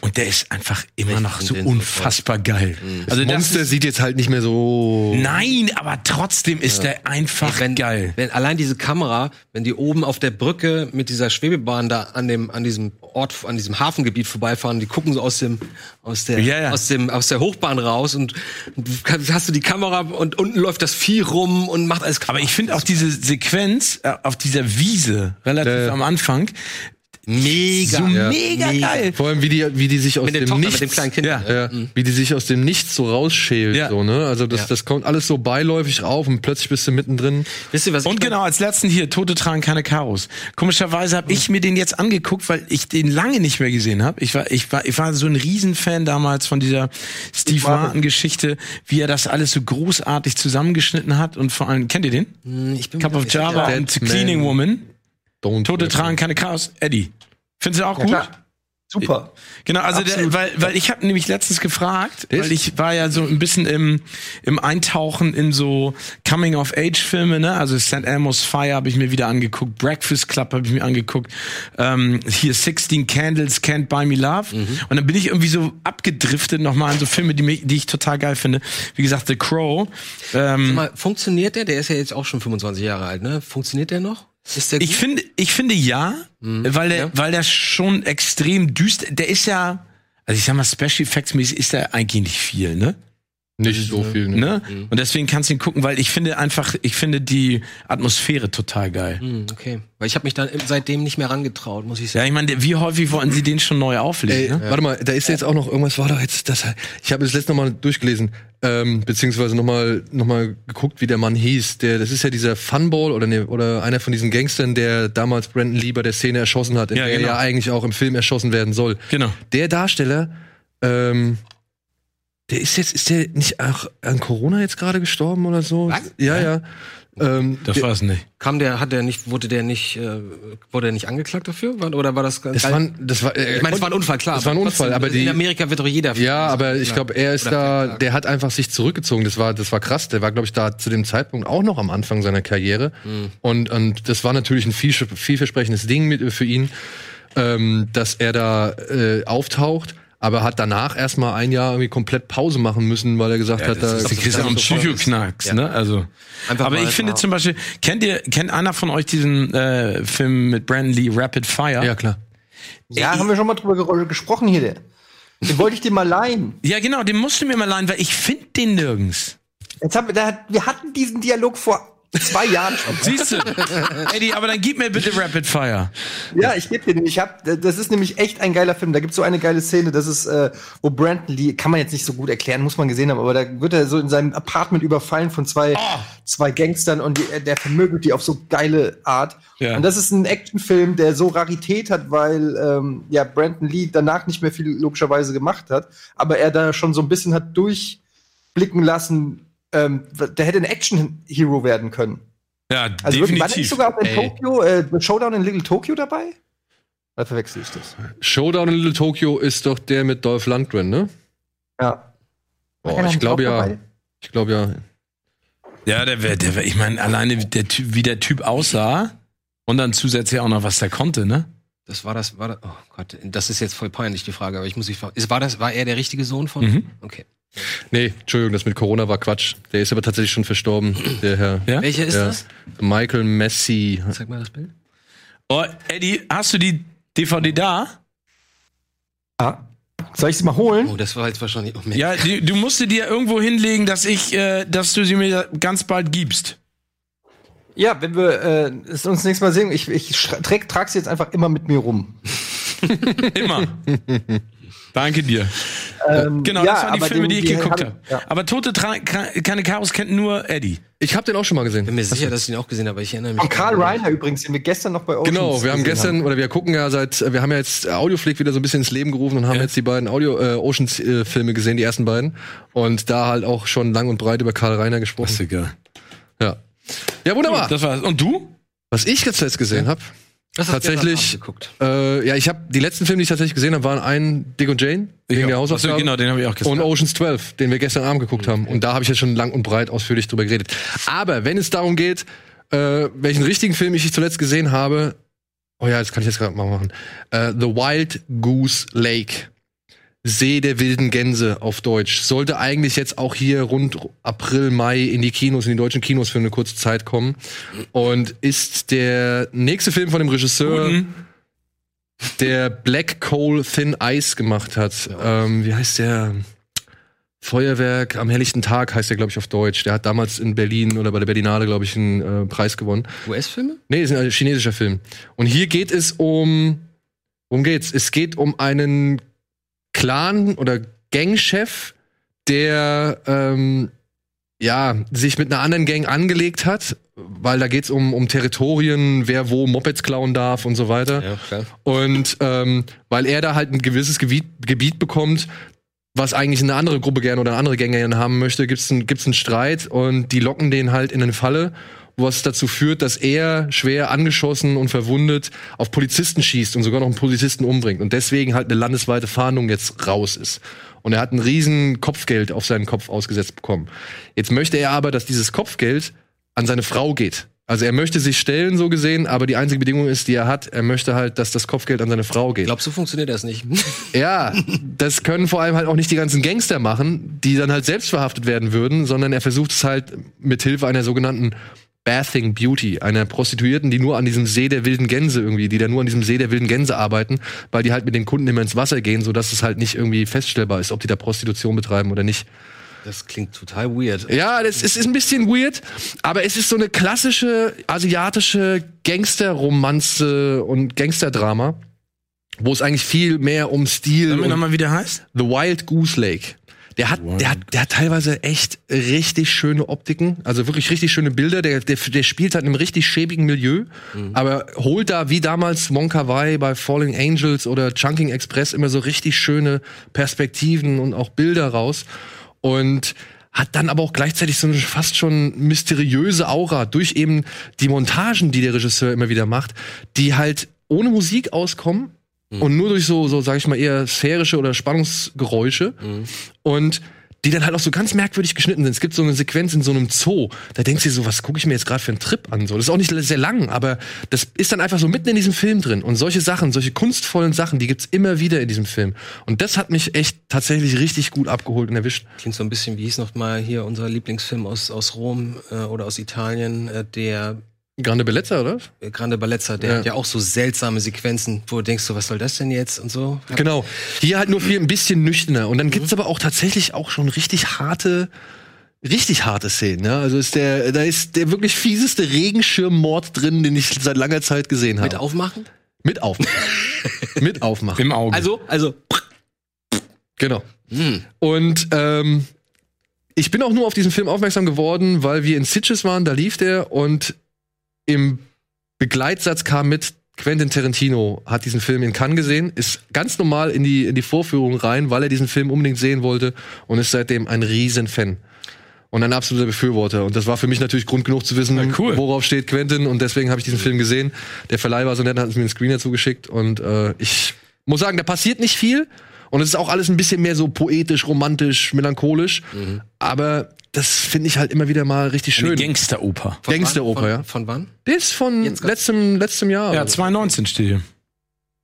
[SPEAKER 2] und der ist einfach immer
[SPEAKER 3] Ich
[SPEAKER 2] noch
[SPEAKER 3] find
[SPEAKER 2] so
[SPEAKER 3] den Mhm. so
[SPEAKER 2] unfassbar geil. Also
[SPEAKER 1] das
[SPEAKER 2] das
[SPEAKER 1] Monster
[SPEAKER 2] ist,
[SPEAKER 1] sieht jetzt halt nicht mehr so.
[SPEAKER 2] nein, aber trotzdem ist der einfach
[SPEAKER 3] wenn,
[SPEAKER 2] geil.
[SPEAKER 3] Wenn allein diese Kamera, wenn die oben auf der Brücke mit dieser Schwebebahn da an dem an diesem Ort, an diesem Hafengebiet vorbeifahren, die gucken so aus dem aus der
[SPEAKER 2] Ja, ja.
[SPEAKER 3] aus dem aus der Hochbahn raus und du kannst- hast du die Kamera und unten läuft das Vieh rum und macht alles.
[SPEAKER 2] Aber ich finde auch diese Sequenz äh, auf dieser Wiese relativ
[SPEAKER 1] Äh.
[SPEAKER 2] am Anfang
[SPEAKER 3] mega.
[SPEAKER 2] so
[SPEAKER 1] Ja.
[SPEAKER 2] mega
[SPEAKER 3] Mega.
[SPEAKER 2] geil.
[SPEAKER 1] Vor allem, wie die, wie die sich aus
[SPEAKER 3] Mit der
[SPEAKER 1] dem Äh.
[SPEAKER 3] Tochter,
[SPEAKER 1] Nichts,
[SPEAKER 3] mit dem kleinen Kind.
[SPEAKER 2] Ja.
[SPEAKER 1] ja, wie die sich aus dem Nichts so rausschält,
[SPEAKER 2] Ja.
[SPEAKER 1] so ne. Also das,
[SPEAKER 3] Ja.
[SPEAKER 1] das kommt alles so beiläufig auf und plötzlich bist du mittendrin.
[SPEAKER 3] Wisst ihr was?
[SPEAKER 2] Und
[SPEAKER 3] ich mein?
[SPEAKER 2] genau, als letzten hier, Tote tragen keine Karos. Komischerweise habe ich mir den jetzt angeguckt, weil ich den lange nicht mehr gesehen habe. Ich war, ich war, ich war so ein Riesenfan damals von dieser Steve
[SPEAKER 4] Martin.
[SPEAKER 2] Martin-Geschichte, wie er das alles so großartig zusammengeschnitten hat und vor allem, kennt ihr den?
[SPEAKER 3] Hm, Ich bin
[SPEAKER 2] Cup of Java
[SPEAKER 1] Dead
[SPEAKER 2] und
[SPEAKER 1] Man.
[SPEAKER 2] Cleaning Woman.
[SPEAKER 1] Don't
[SPEAKER 2] Tote
[SPEAKER 1] Don't-
[SPEAKER 2] tragen keine Karos. Eddie. Findest du auch
[SPEAKER 4] Ja,
[SPEAKER 2] gut?
[SPEAKER 4] klar. Super.
[SPEAKER 2] Genau, also der,
[SPEAKER 4] Absolut.
[SPEAKER 2] weil, weil ich habe nämlich letztens gefragt,
[SPEAKER 1] Der
[SPEAKER 2] weil
[SPEAKER 1] ist-
[SPEAKER 2] ich war ja so ein bisschen im, im Eintauchen in so Coming-of-Age-Filme, ne? Also St. Elmo's Fire habe ich mir wieder angeguckt, Breakfast Club habe ich mir angeguckt, ähm, hier 16 Candles Can't Buy Me Love. Und dann bin ich irgendwie so abgedriftet nochmal an so Filme, die, mich, die ich total geil finde. Wie gesagt, The Crow. Ähm,
[SPEAKER 3] Mal, funktioniert der? Der ist ja jetzt auch schon 25 Jahre alt, ne? Funktioniert der noch? Ist der
[SPEAKER 2] ich finde, ich finde ja, weil der, weil der schon extrem düster, der ist ja, also ich sag mal, Special Effects mäßig ist der eigentlich nicht viel, ne?
[SPEAKER 1] Nicht so viel, ne?
[SPEAKER 2] Ne? Und deswegen kannst du ihn gucken, weil ich finde einfach, ich finde die Atmosphäre total geil.
[SPEAKER 3] Hm, okay. Weil ich habe mich dann seitdem nicht mehr rangetraut, muss ich sagen.
[SPEAKER 2] Ja, ich meine, wie häufig wollten sie den schon neu
[SPEAKER 1] Ey,
[SPEAKER 2] auflegen? ne?
[SPEAKER 1] warte mal, da ist jetzt auch noch irgendwas, war doch jetzt, das, ich habe das letzte Mal durchgelesen, ähm, beziehungsweise nochmal noch mal geguckt, wie der Mann hieß. Der, das ist ja dieser Funball oder, ne, oder einer von diesen Gangstern, der damals Brandon Lee bei der Szene erschossen hat, in
[SPEAKER 2] Ja,
[SPEAKER 1] der
[SPEAKER 2] genau.
[SPEAKER 1] er ja eigentlich auch im Film erschossen werden soll.
[SPEAKER 2] Genau.
[SPEAKER 1] Der Darsteller, ähm, der ist jetzt, ist der nicht auch an Corona jetzt gerade gestorben oder so?
[SPEAKER 3] Was?
[SPEAKER 1] Ja, ja. Ähm,
[SPEAKER 2] Das war es nicht.
[SPEAKER 3] Kam der, hat der nicht, wurde der nicht, äh, wurde er nicht angeklagt dafür? War- Oder war das
[SPEAKER 1] das, war, ein- das war, äh,
[SPEAKER 3] Ich meine, es war ein Unfall, klar.
[SPEAKER 1] Es war ein
[SPEAKER 3] aber
[SPEAKER 1] Unfall,
[SPEAKER 3] trotzdem,
[SPEAKER 1] aber die,
[SPEAKER 3] in Amerika wird doch jeder.
[SPEAKER 1] Ja, aber ich
[SPEAKER 3] Klar.
[SPEAKER 1] glaube, er ist
[SPEAKER 3] Oder
[SPEAKER 1] da,
[SPEAKER 3] verklagt.
[SPEAKER 1] der hat einfach sich zurückgezogen. Das war, das war krass. Der war, glaube ich, da zu dem Zeitpunkt auch noch am Anfang seiner Karriere. Und, und das war natürlich ein viel, vielversprechendes Ding mit, für ihn, ähm, dass er da äh, auftaucht. Aber hat danach erstmal ein Jahr irgendwie komplett Pause machen müssen, weil er gesagt hat, äh, da,
[SPEAKER 2] Das ist, kriegst du auch einen Psychoknacks, ne? Also.
[SPEAKER 3] Einfach
[SPEAKER 2] aber
[SPEAKER 3] mal
[SPEAKER 2] ich finde
[SPEAKER 3] mal-
[SPEAKER 2] zum Beispiel, kennt ihr, kennt einer von euch diesen äh, Film mit Brandon Lee Rapid Fire?
[SPEAKER 1] ja klar.
[SPEAKER 4] Ja, haben wir schon mal drüber ge- gesprochen hier. Den wollte ich dir mal leihen.
[SPEAKER 2] Ja, genau, den musst du mir mal leihen, weil ich finde den nirgends.
[SPEAKER 4] Jetzt haben wir, da, hat- wir hatten diesen Dialog vor zwei Jahren schon.
[SPEAKER 2] Siehst du? Eddie, aber dann gib mir bitte Rapid Fire.
[SPEAKER 4] Ja, ich gebe dir den. Ich hab, das ist nämlich echt ein geiler Film. Da gibt's so eine geile Szene, das ist, äh, wo Brandon Lee, kann man jetzt nicht so gut erklären, muss man gesehen haben, aber da wird er so in seinem Apartment überfallen von zwei, zwei Gangstern und die, der vermögelt die auf so geile Art.
[SPEAKER 2] Ja.
[SPEAKER 4] Und das ist ein Actionfilm, der so Rarität hat, weil ähm, ja Brandon Lee danach nicht mehr viel logischerweise gemacht hat, aber er da schon so ein bisschen hat durchblicken lassen, ähm, der hätte ein Action-Hero werden können.
[SPEAKER 2] Ja,
[SPEAKER 4] Also wirklich, war der
[SPEAKER 2] definitiv.
[SPEAKER 4] nicht sogar auch in
[SPEAKER 1] Ey.
[SPEAKER 4] Tokyo, äh, Showdown in Little Tokyo dabei? Oder verwechsel ich das?
[SPEAKER 1] Showdown in Little Tokyo ist doch der mit Dolph Lundgren, ne?
[SPEAKER 4] Ja.
[SPEAKER 1] Boah, ich glaube ja. Ich glaube ja.
[SPEAKER 2] Ja, der wär, der wär, ich meine, alleine wie der Typ, wie der Typ aussah und dann zusätzlich auch noch, was der konnte, ne?
[SPEAKER 3] Das war das, war das, oh Gott, das ist jetzt voll peinlich, die Frage, aber ich muss mich fragen. Ist, war das, war er der richtige Sohn von?
[SPEAKER 2] Mhm.
[SPEAKER 3] Okay.
[SPEAKER 1] Nee, Entschuldigung, das mit Corona war Quatsch. Der ist aber tatsächlich schon verstorben, der Herr.
[SPEAKER 2] Ja?
[SPEAKER 3] Welcher ist
[SPEAKER 1] Ja.
[SPEAKER 3] das?
[SPEAKER 1] Michael Messi
[SPEAKER 3] Zeig mal das Bild.
[SPEAKER 2] Oh, Eddie, hast du die DVD da?
[SPEAKER 4] Soll ich sie mal holen?
[SPEAKER 3] Oh, das war jetzt wahrscheinlich, oh Mensch.
[SPEAKER 2] Ja, die, du musst sie dir irgendwo hinlegen, dass ich, äh, dass du sie mir ganz bald gibst.
[SPEAKER 4] Ja, wenn wir äh, es uns nächstes Mal sehen, ich, ich schra- trag, trag sie jetzt einfach immer mit mir rum.
[SPEAKER 2] Immer. Danke dir.
[SPEAKER 4] Ähm,
[SPEAKER 2] Genau, das waren die
[SPEAKER 4] aber
[SPEAKER 2] Filme, die ich
[SPEAKER 4] den
[SPEAKER 2] geguckt
[SPEAKER 4] hab
[SPEAKER 2] habe.
[SPEAKER 4] ich- Ja.
[SPEAKER 2] Aber Tote Tra Ka- keine Chaos kennt nur Eddie.
[SPEAKER 1] Ich habe den auch schon mal gesehen.
[SPEAKER 3] bin mir sicher, dass ich ihn auch gesehen habe, aber ich erinnere mich.
[SPEAKER 4] Und Karl
[SPEAKER 3] gar nicht.
[SPEAKER 4] Reiner übrigens, den wir gestern noch bei Oceans
[SPEAKER 1] Genau, wir haben
[SPEAKER 4] gesehen
[SPEAKER 1] gestern oder wir gucken ja seit, äh, wir haben ja jetzt Audioflick wieder so ein bisschen ins Leben gerufen und haben jetzt die beiden Audio äh, Oceans äh, Filme gesehen, die ersten beiden und da halt auch schon lang und breit über Karl Reiner gesprochen.
[SPEAKER 2] egal.
[SPEAKER 1] Ja, ja wunderbar.
[SPEAKER 2] Das war's. Und du?
[SPEAKER 1] Was ich jetzt zuletzt gesehen habe,
[SPEAKER 3] Das hast du gestern
[SPEAKER 1] Tatsächlich-
[SPEAKER 3] Abend geguckt.
[SPEAKER 1] äh, ja, ich habe die letzten Filme, die ich tatsächlich gesehen habe, waren ein Dick und Jane wegen der Hausaufgaben.
[SPEAKER 2] Achso, genau, den habe ich auch gestern.
[SPEAKER 1] Und Oceans 12, den wir gestern Abend geguckt haben. Und da habe ich jetzt schon lang und breit ausführlich drüber geredet. Aber wenn es darum geht, äh, welchen richtigen Film ich zuletzt gesehen habe, oh ja, das kann ich jetzt gerade mal machen. Äh, The Wild Goose Lake. See der wilden Gänse auf Deutsch. Sollte eigentlich jetzt auch hier rund April, Mai in die Kinos, in die deutschen Kinos für eine kurze Zeit kommen. Und ist der nächste Film von dem Regisseur
[SPEAKER 2] Guten.
[SPEAKER 1] der Black Coal Thin Ice gemacht hat. Ähm, wie heißt der? Feuerwerk am helllichten Tag heißt der, glaube ich, auf Deutsch. Der hat damals in Berlin oder bei der Berlinale, glaube ich, einen äh, Preis gewonnen.
[SPEAKER 3] US-Filme?
[SPEAKER 1] Nee, ist ein äh, chinesischer Film. Und hier geht es um. Worum geht's? Es geht um einen Clan- oder Gangchef, der ähm, ja, sich mit einer anderen Gang angelegt hat, weil da geht's um, um Territorien, wer wo Mopeds klauen darf und so weiter.
[SPEAKER 3] Ja, klar.
[SPEAKER 1] Und ähm, weil er da halt ein gewisses Gebiet, Gebiet bekommt, was eigentlich eine andere Gruppe gerne oder eine andere Gänge gerne haben möchte, gibt's einen gibt's einen Streit und die locken den halt in eine Falle, was dazu führt, dass er schwer angeschossen und verwundet auf Polizisten schießt und sogar noch einen Polizisten umbringt und deswegen halt eine landesweite Fahndung jetzt raus ist. Und er hat ein riesen Kopfgeld auf seinen Kopf ausgesetzt bekommen. Jetzt möchte er aber, dass dieses Kopfgeld an seine Frau geht. Also er möchte sich stellen, so gesehen, aber die einzige Bedingung ist, die er hat, er möchte halt, dass das Kopfgeld an seine Frau geht.
[SPEAKER 3] Glaubst du, funktioniert das nicht?
[SPEAKER 1] Ja, das können vor allem halt auch nicht die ganzen Gangster machen, die dann halt selbst verhaftet werden würden, sondern er versucht es halt mit Hilfe einer sogenannten Bathing Beauty, einer Prostituierten, die nur an diesem See der wilden Gänse irgendwie, die da nur an diesem See der wilden Gänse arbeiten, weil die halt mit den Kunden immer ins Wasser gehen, sodass es halt nicht irgendwie feststellbar ist, ob die da Prostitution betreiben oder nicht.
[SPEAKER 3] Das klingt total weird.
[SPEAKER 1] Ja, das ist, ist ein bisschen weird, aber es ist so eine klassische asiatische Gangster-Romanze und Gangster-Drama, wo es eigentlich viel mehr um Stil
[SPEAKER 2] Sagen wir
[SPEAKER 1] und
[SPEAKER 2] nochmal, wie der heißt?
[SPEAKER 1] The Wild Goose Lake. Der hat, der, hat, der hat teilweise echt richtig schöne Optiken, also wirklich richtig schöne Bilder. Der, der, der spielt halt in einem richtig schäbigen Milieu, aber holt da wie damals Wonka Wai bei Falling Angels oder Chunking Express immer so richtig schöne Perspektiven und auch Bilder raus. Und hat dann aber auch gleichzeitig so eine fast schon mysteriöse Aura durch eben die Montagen, die der Regisseur immer wieder macht, die halt ohne Musik auskommen und nur durch so, so sag ich mal, eher sphärische oder Spannungsgeräusche und die dann halt auch so ganz merkwürdig geschnitten sind. Es gibt so eine Sequenz in so einem Zoo, da denkst du dir so, was gucke ich mir jetzt gerade für einen Trip an? So, das ist auch nicht sehr lang, aber das ist dann einfach so mitten in diesem Film drin. Und solche Sachen, solche kunstvollen Sachen, die gibt's immer wieder in diesem Film. Und das hat mich echt tatsächlich richtig gut abgeholt und erwischt.
[SPEAKER 3] Klingt so ein bisschen, wie hieß noch mal hier unser Lieblingsfilm aus, aus Rom äh, oder aus Italien, äh, der
[SPEAKER 1] Grande Bellezza, oder?
[SPEAKER 3] äh, Grande Ballezza, der
[SPEAKER 1] Ja.
[SPEAKER 3] hat ja auch so seltsame Sequenzen, wo du denkst du, was soll das denn jetzt und so.
[SPEAKER 1] Genau. Hier halt nur viel ein bisschen nüchterner. Und dann gibt's aber auch tatsächlich auch schon richtig harte, richtig harte Szenen. Ne? Also ist der, da ist der wirklich fieseste Regenschirmmord drin, den ich seit langer Zeit gesehen habe.
[SPEAKER 3] Mit aufmachen?
[SPEAKER 1] Mit auf. Mit aufmachen.
[SPEAKER 2] Im Auge.
[SPEAKER 3] Also, also,
[SPEAKER 1] Genau.
[SPEAKER 3] hm.
[SPEAKER 1] Und ähm, ich bin auch nur auf diesen Film aufmerksam geworden, weil wir in Sitges waren, da lief der und im Begleitsatz kam mit Quentin Tarantino hat diesen Film in Cannes gesehen, ist ganz normal in die, in die Vorführung rein, weil er diesen Film unbedingt sehen wollte und ist seitdem ein Riesenfan. Und ein absoluter Befürworter. Und das war für mich natürlich Grund genug zu wissen,
[SPEAKER 2] Ja, cool.
[SPEAKER 1] worauf steht Quentin. Und deswegen habe ich diesen Film gesehen. Der Verleih war so nett, hat uns mir einen Screener zugeschickt. Und äh, ich muss sagen, da passiert nicht viel. Und es ist auch alles ein bisschen mehr so poetisch, romantisch, melancholisch.
[SPEAKER 3] Mhm.
[SPEAKER 1] Aber das finde ich halt immer wieder mal richtig
[SPEAKER 2] Eine
[SPEAKER 1] schön.
[SPEAKER 2] Gangsteroper.
[SPEAKER 3] Von
[SPEAKER 1] Gangsteroper,
[SPEAKER 3] wann?
[SPEAKER 1] ja.
[SPEAKER 3] Von, von wann?
[SPEAKER 1] Der ist von
[SPEAKER 3] Jetzt grad-
[SPEAKER 1] letztem, letztem Jahr.
[SPEAKER 2] Ja, 2019 steht hier.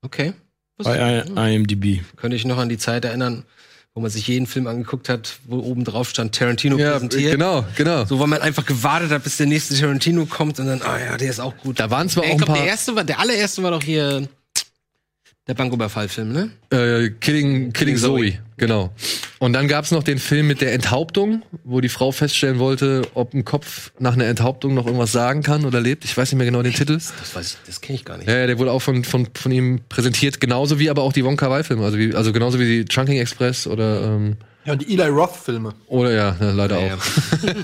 [SPEAKER 3] Okay. Was-
[SPEAKER 2] Bei
[SPEAKER 3] Hm.
[SPEAKER 2] I- IMDb.
[SPEAKER 3] Könnte ich noch an die Zeit erinnern, wo man sich jeden Film angeguckt hat, wo oben drauf stand Tarantino
[SPEAKER 1] ja
[SPEAKER 3] präsentiert.
[SPEAKER 1] genau, genau.
[SPEAKER 3] So, weil man einfach gewartet hat, bis der nächste Tarantino kommt und dann, ah ja, der ist auch gut.
[SPEAKER 1] Da waren zwar
[SPEAKER 3] ich
[SPEAKER 1] auch ein
[SPEAKER 3] glaube,
[SPEAKER 1] paar
[SPEAKER 3] der erste war, der allererste war doch hier der Banküberfallfilm, ne?
[SPEAKER 1] äh, Killing, Killing
[SPEAKER 3] Killing Zoe.
[SPEAKER 1] Zoe, genau. Und dann gab's noch den Film mit der Enthauptung, wo die Frau feststellen wollte, ob ein Kopf nach einer Enthauptung noch irgendwas sagen kann oder lebt. Ich weiß nicht mehr genau den Titel.
[SPEAKER 3] Das weiß ich, das kenne ich gar nicht.
[SPEAKER 1] Ja, ja, der wurde auch von, von, von ihm präsentiert, genauso wie aber auch die Wonka Wai-Filme, also, wie, also genauso wie die Chunking Express oder ähm,
[SPEAKER 4] Ja, und die Eli Roth-Filme.
[SPEAKER 1] oder ja, ja, leider auch.
[SPEAKER 3] Ja, Ähm,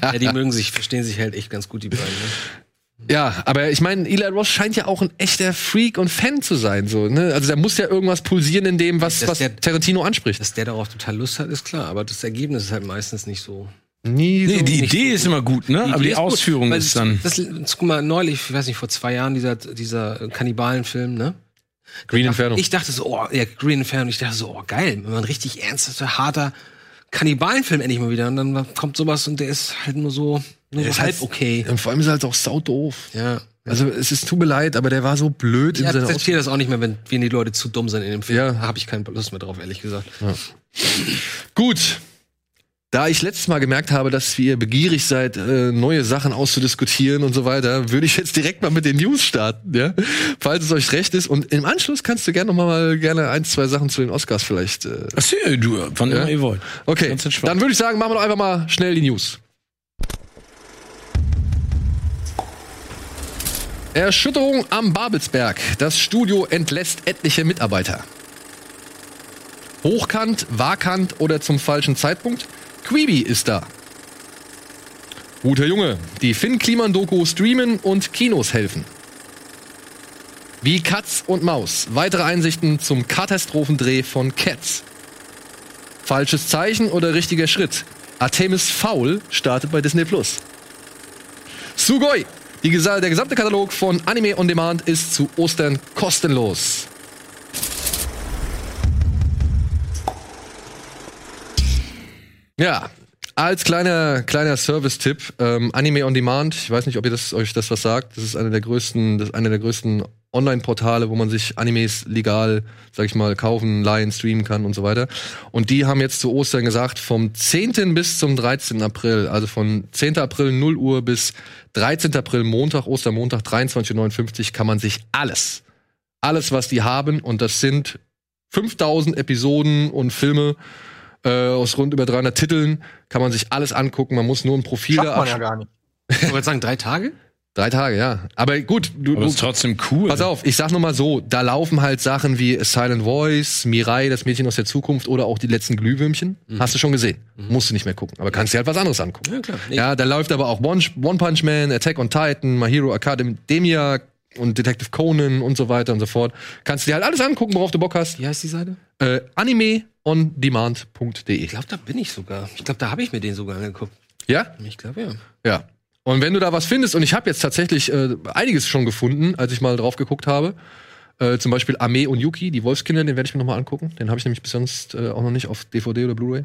[SPEAKER 3] ja. ja, die mögen sich, verstehen sich halt echt ganz gut, die beiden. Ne?
[SPEAKER 1] Ja, aber ich meine, Eli Ross scheint ja auch ein echter Freak und Fan zu sein. So, ne? Also da muss ja irgendwas pulsieren in dem, was,
[SPEAKER 3] Das-
[SPEAKER 1] was
[SPEAKER 3] der-
[SPEAKER 1] Tarantino anspricht.
[SPEAKER 3] Dass der darauf total Lust hat, ist klar, aber das Ergebnis ist halt meistens nicht so.
[SPEAKER 1] Nie
[SPEAKER 2] Nee,
[SPEAKER 1] so
[SPEAKER 2] die
[SPEAKER 1] nicht-
[SPEAKER 2] Idee ist immer gut, ne? Aber
[SPEAKER 3] Idee
[SPEAKER 2] die
[SPEAKER 3] ist gut,
[SPEAKER 2] Ausführung
[SPEAKER 3] weil
[SPEAKER 2] ist dann.
[SPEAKER 3] Das, das, guck mal, neulich, ich weiß nicht, vor zwei Jahren, dieser, dieser Kannibalenfilm, ne?
[SPEAKER 1] Green Inferno.
[SPEAKER 3] Ich dachte so, oh, ja, Green Inferno, ich dachte so, oh, geil, wenn man richtig ernsthafter, harter Kannibalenfilm endlich mal wieder. Und dann kommt sowas und der ist halt nur so, nur
[SPEAKER 1] Der
[SPEAKER 3] so
[SPEAKER 1] ist
[SPEAKER 3] halb
[SPEAKER 1] halt-
[SPEAKER 3] okay.
[SPEAKER 1] Und vor allem ist er halt auch saudoof.
[SPEAKER 3] Ja.
[SPEAKER 1] Also es ist tut mir leid, aber der war so blöd
[SPEAKER 3] Ich
[SPEAKER 1] in seiner Aus
[SPEAKER 3] akzeptiere das auch nicht mehr, wenn, wenn die Leute zu dumm sind in dem Film.
[SPEAKER 1] Ja.
[SPEAKER 3] Da habe ich keine Lust mehr drauf, ehrlich gesagt.
[SPEAKER 1] Gut. Da ich letztes Mal gemerkt habe, dass ihr begierig seid, äh, neue Sachen auszudiskutieren und so weiter, würde ich jetzt direkt mal mit den News starten, ja? Falls es euch recht ist. Und im Anschluss kannst du gerne noch mal gerne ein, zwei Sachen zu den Oscars vielleicht. Äh.
[SPEAKER 2] Ach so, du, wann
[SPEAKER 1] Ja.
[SPEAKER 2] immer ihr wollt.
[SPEAKER 1] Okay,
[SPEAKER 2] Ganz entspannt.
[SPEAKER 1] dann würde ich sagen, machen wir doch einfach mal schnell die News. Erschütterung am Babelsberg. Das Studio entlässt etliche Mitarbeiter. Hochkant, Wahrkant oder zum falschen Zeitpunkt? Quibi ist da. Guter Junge, die Finn-Kliman-Doku streamen und Kinos helfen. Wie Katz und Maus. Weitere Einsichten zum Katastrophendreh von Cats. Falsches Zeichen oder richtiger Schritt? Artemis Foul startet bei Disney Plus. Sugoi! Die, gesa- der gesamte Katalog von Anime on Demand ist zu Ostern kostenlos. Ja, als kleiner, kleiner Service-Tipp, ähm, Anime on Demand, ich weiß nicht, ob ihr das, euch das was sagt, das ist einer der größten, das ist einer der größten Online-Portale, wo man sich Animes legal, sag ich mal, kaufen, leihen, streamen kann und so weiter. Und die haben jetzt zu Ostern gesagt, vom 10. bis zum 13. April, also von 10. April 0 Uhr bis 13. April Montag, Ostermontag 23.59 Uhr kann man sich alles, alles, was die haben, und das sind 5000 Episoden und Filme äh, aus rund über 300 Titeln. Kann man sich alles angucken. Man muss nur ein Profil
[SPEAKER 4] Schafft man ja
[SPEAKER 1] absch-
[SPEAKER 4] gar nicht.
[SPEAKER 3] Ich wollte sagen, drei Tage?
[SPEAKER 1] Drei Tage, ja. Aber gut, du,
[SPEAKER 2] Aber
[SPEAKER 1] du
[SPEAKER 2] ist trotzdem cool.
[SPEAKER 1] Pass auf, ich sag noch mal so, da laufen halt Sachen wie Silent Voice, Mirai, das Mädchen aus der Zukunft oder auch die letzten Glühwürmchen.
[SPEAKER 4] Mhm.
[SPEAKER 1] Hast du schon gesehen. Musst du nicht mehr gucken. Aber kannst dir halt was anderes angucken.
[SPEAKER 3] Ja, klar. Nee.
[SPEAKER 1] Ja, da läuft aber auch One, One Punch Man, Attack on Titan, My Hero Academia und Detective Conan und so weiter und so fort. Kannst du dir halt alles angucken, worauf du Bock hast.
[SPEAKER 3] Wie heißt die Seite?
[SPEAKER 1] Äh, animeondemand.de.
[SPEAKER 3] Ich glaube, da bin ich sogar. Ich glaube, da habe ich mir den sogar angeguckt.
[SPEAKER 1] Ja?
[SPEAKER 3] Ich glaube, ja.
[SPEAKER 1] Ja. Und wenn du da was findest, und ich habe jetzt tatsächlich äh, einiges schon gefunden, als ich mal drauf geguckt habe. Äh, zum Beispiel Ame und Yuki, die Wolfskinder, den werde ich mir nochmal angucken. Den habe ich nämlich bis sonst äh, auch noch nicht auf DVD oder Blu-ray.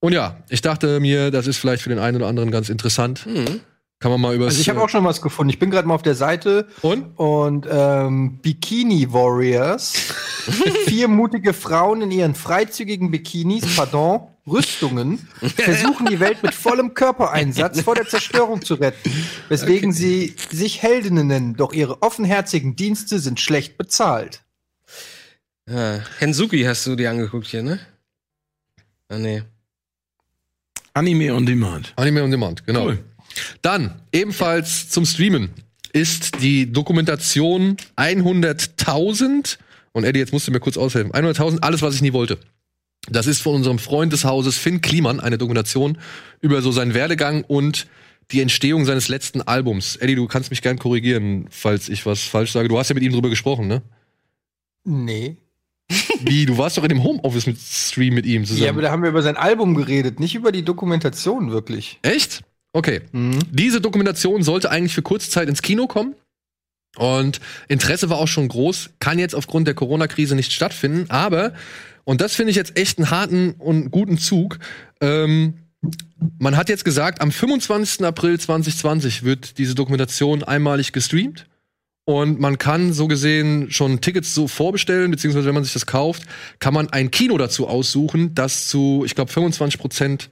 [SPEAKER 1] Und ja, ich dachte mir, das ist vielleicht für den einen oder anderen ganz interessant.
[SPEAKER 3] Mhm.
[SPEAKER 1] Kann man mal über
[SPEAKER 4] Also ich habe auch schon was gefunden. Ich bin gerade mal auf der Seite
[SPEAKER 1] Und?
[SPEAKER 4] und ähm, Bikini Warriors. Vier mutige Frauen in ihren freizügigen Bikinis, pardon, Rüstungen, versuchen die Welt mit vollem Körpereinsatz vor der Zerstörung zu retten, weswegen sie sich Heldinnen nennen. Doch ihre offenherzigen Dienste sind schlecht bezahlt.
[SPEAKER 3] Ja. Hensuki hast du dir angeguckt hier, ne? Ah, nee.
[SPEAKER 2] Anime on Demand.
[SPEAKER 1] Anime on Demand, genau.
[SPEAKER 2] Cool.
[SPEAKER 1] Dann, ebenfalls zum Streamen, ist die Dokumentation 100.000. Und Eddie, jetzt musst du mir kurz aushelfen. 100.000, alles, was ich nie wollte. Das ist von unserem Freund des Hauses Finn Kliman eine Dokumentation über so seinen Werdegang und die Entstehung seines letzten Albums. Eddie, du kannst mich gern korrigieren, falls ich was falsch sage. Du hast ja mit ihm drüber gesprochen, ne?
[SPEAKER 4] Nee.
[SPEAKER 1] Wie, du warst doch in dem Homeoffice mit Stream mit ihm
[SPEAKER 4] Ja, aber
[SPEAKER 1] zusammen.
[SPEAKER 4] da haben wir über sein Album geredet, nicht über die Dokumentation wirklich.
[SPEAKER 1] Echt? Okay.
[SPEAKER 4] Mhm.
[SPEAKER 1] Diese Dokumentation sollte eigentlich für kurze Zeit ins Kino kommen. Und Interesse war auch schon groß, kann jetzt aufgrund der Corona-Krise nicht stattfinden. Aber, und das finde ich jetzt echt einen harten und guten Zug, ähm, man hat jetzt gesagt, am 25. April 2020 wird diese Dokumentation einmalig gestreamt. Und man kann so gesehen schon Tickets so vorbestellen, beziehungsweise wenn man sich das kauft, kann man ein Kino dazu aussuchen, das zu, ich glaube, 25 Prozent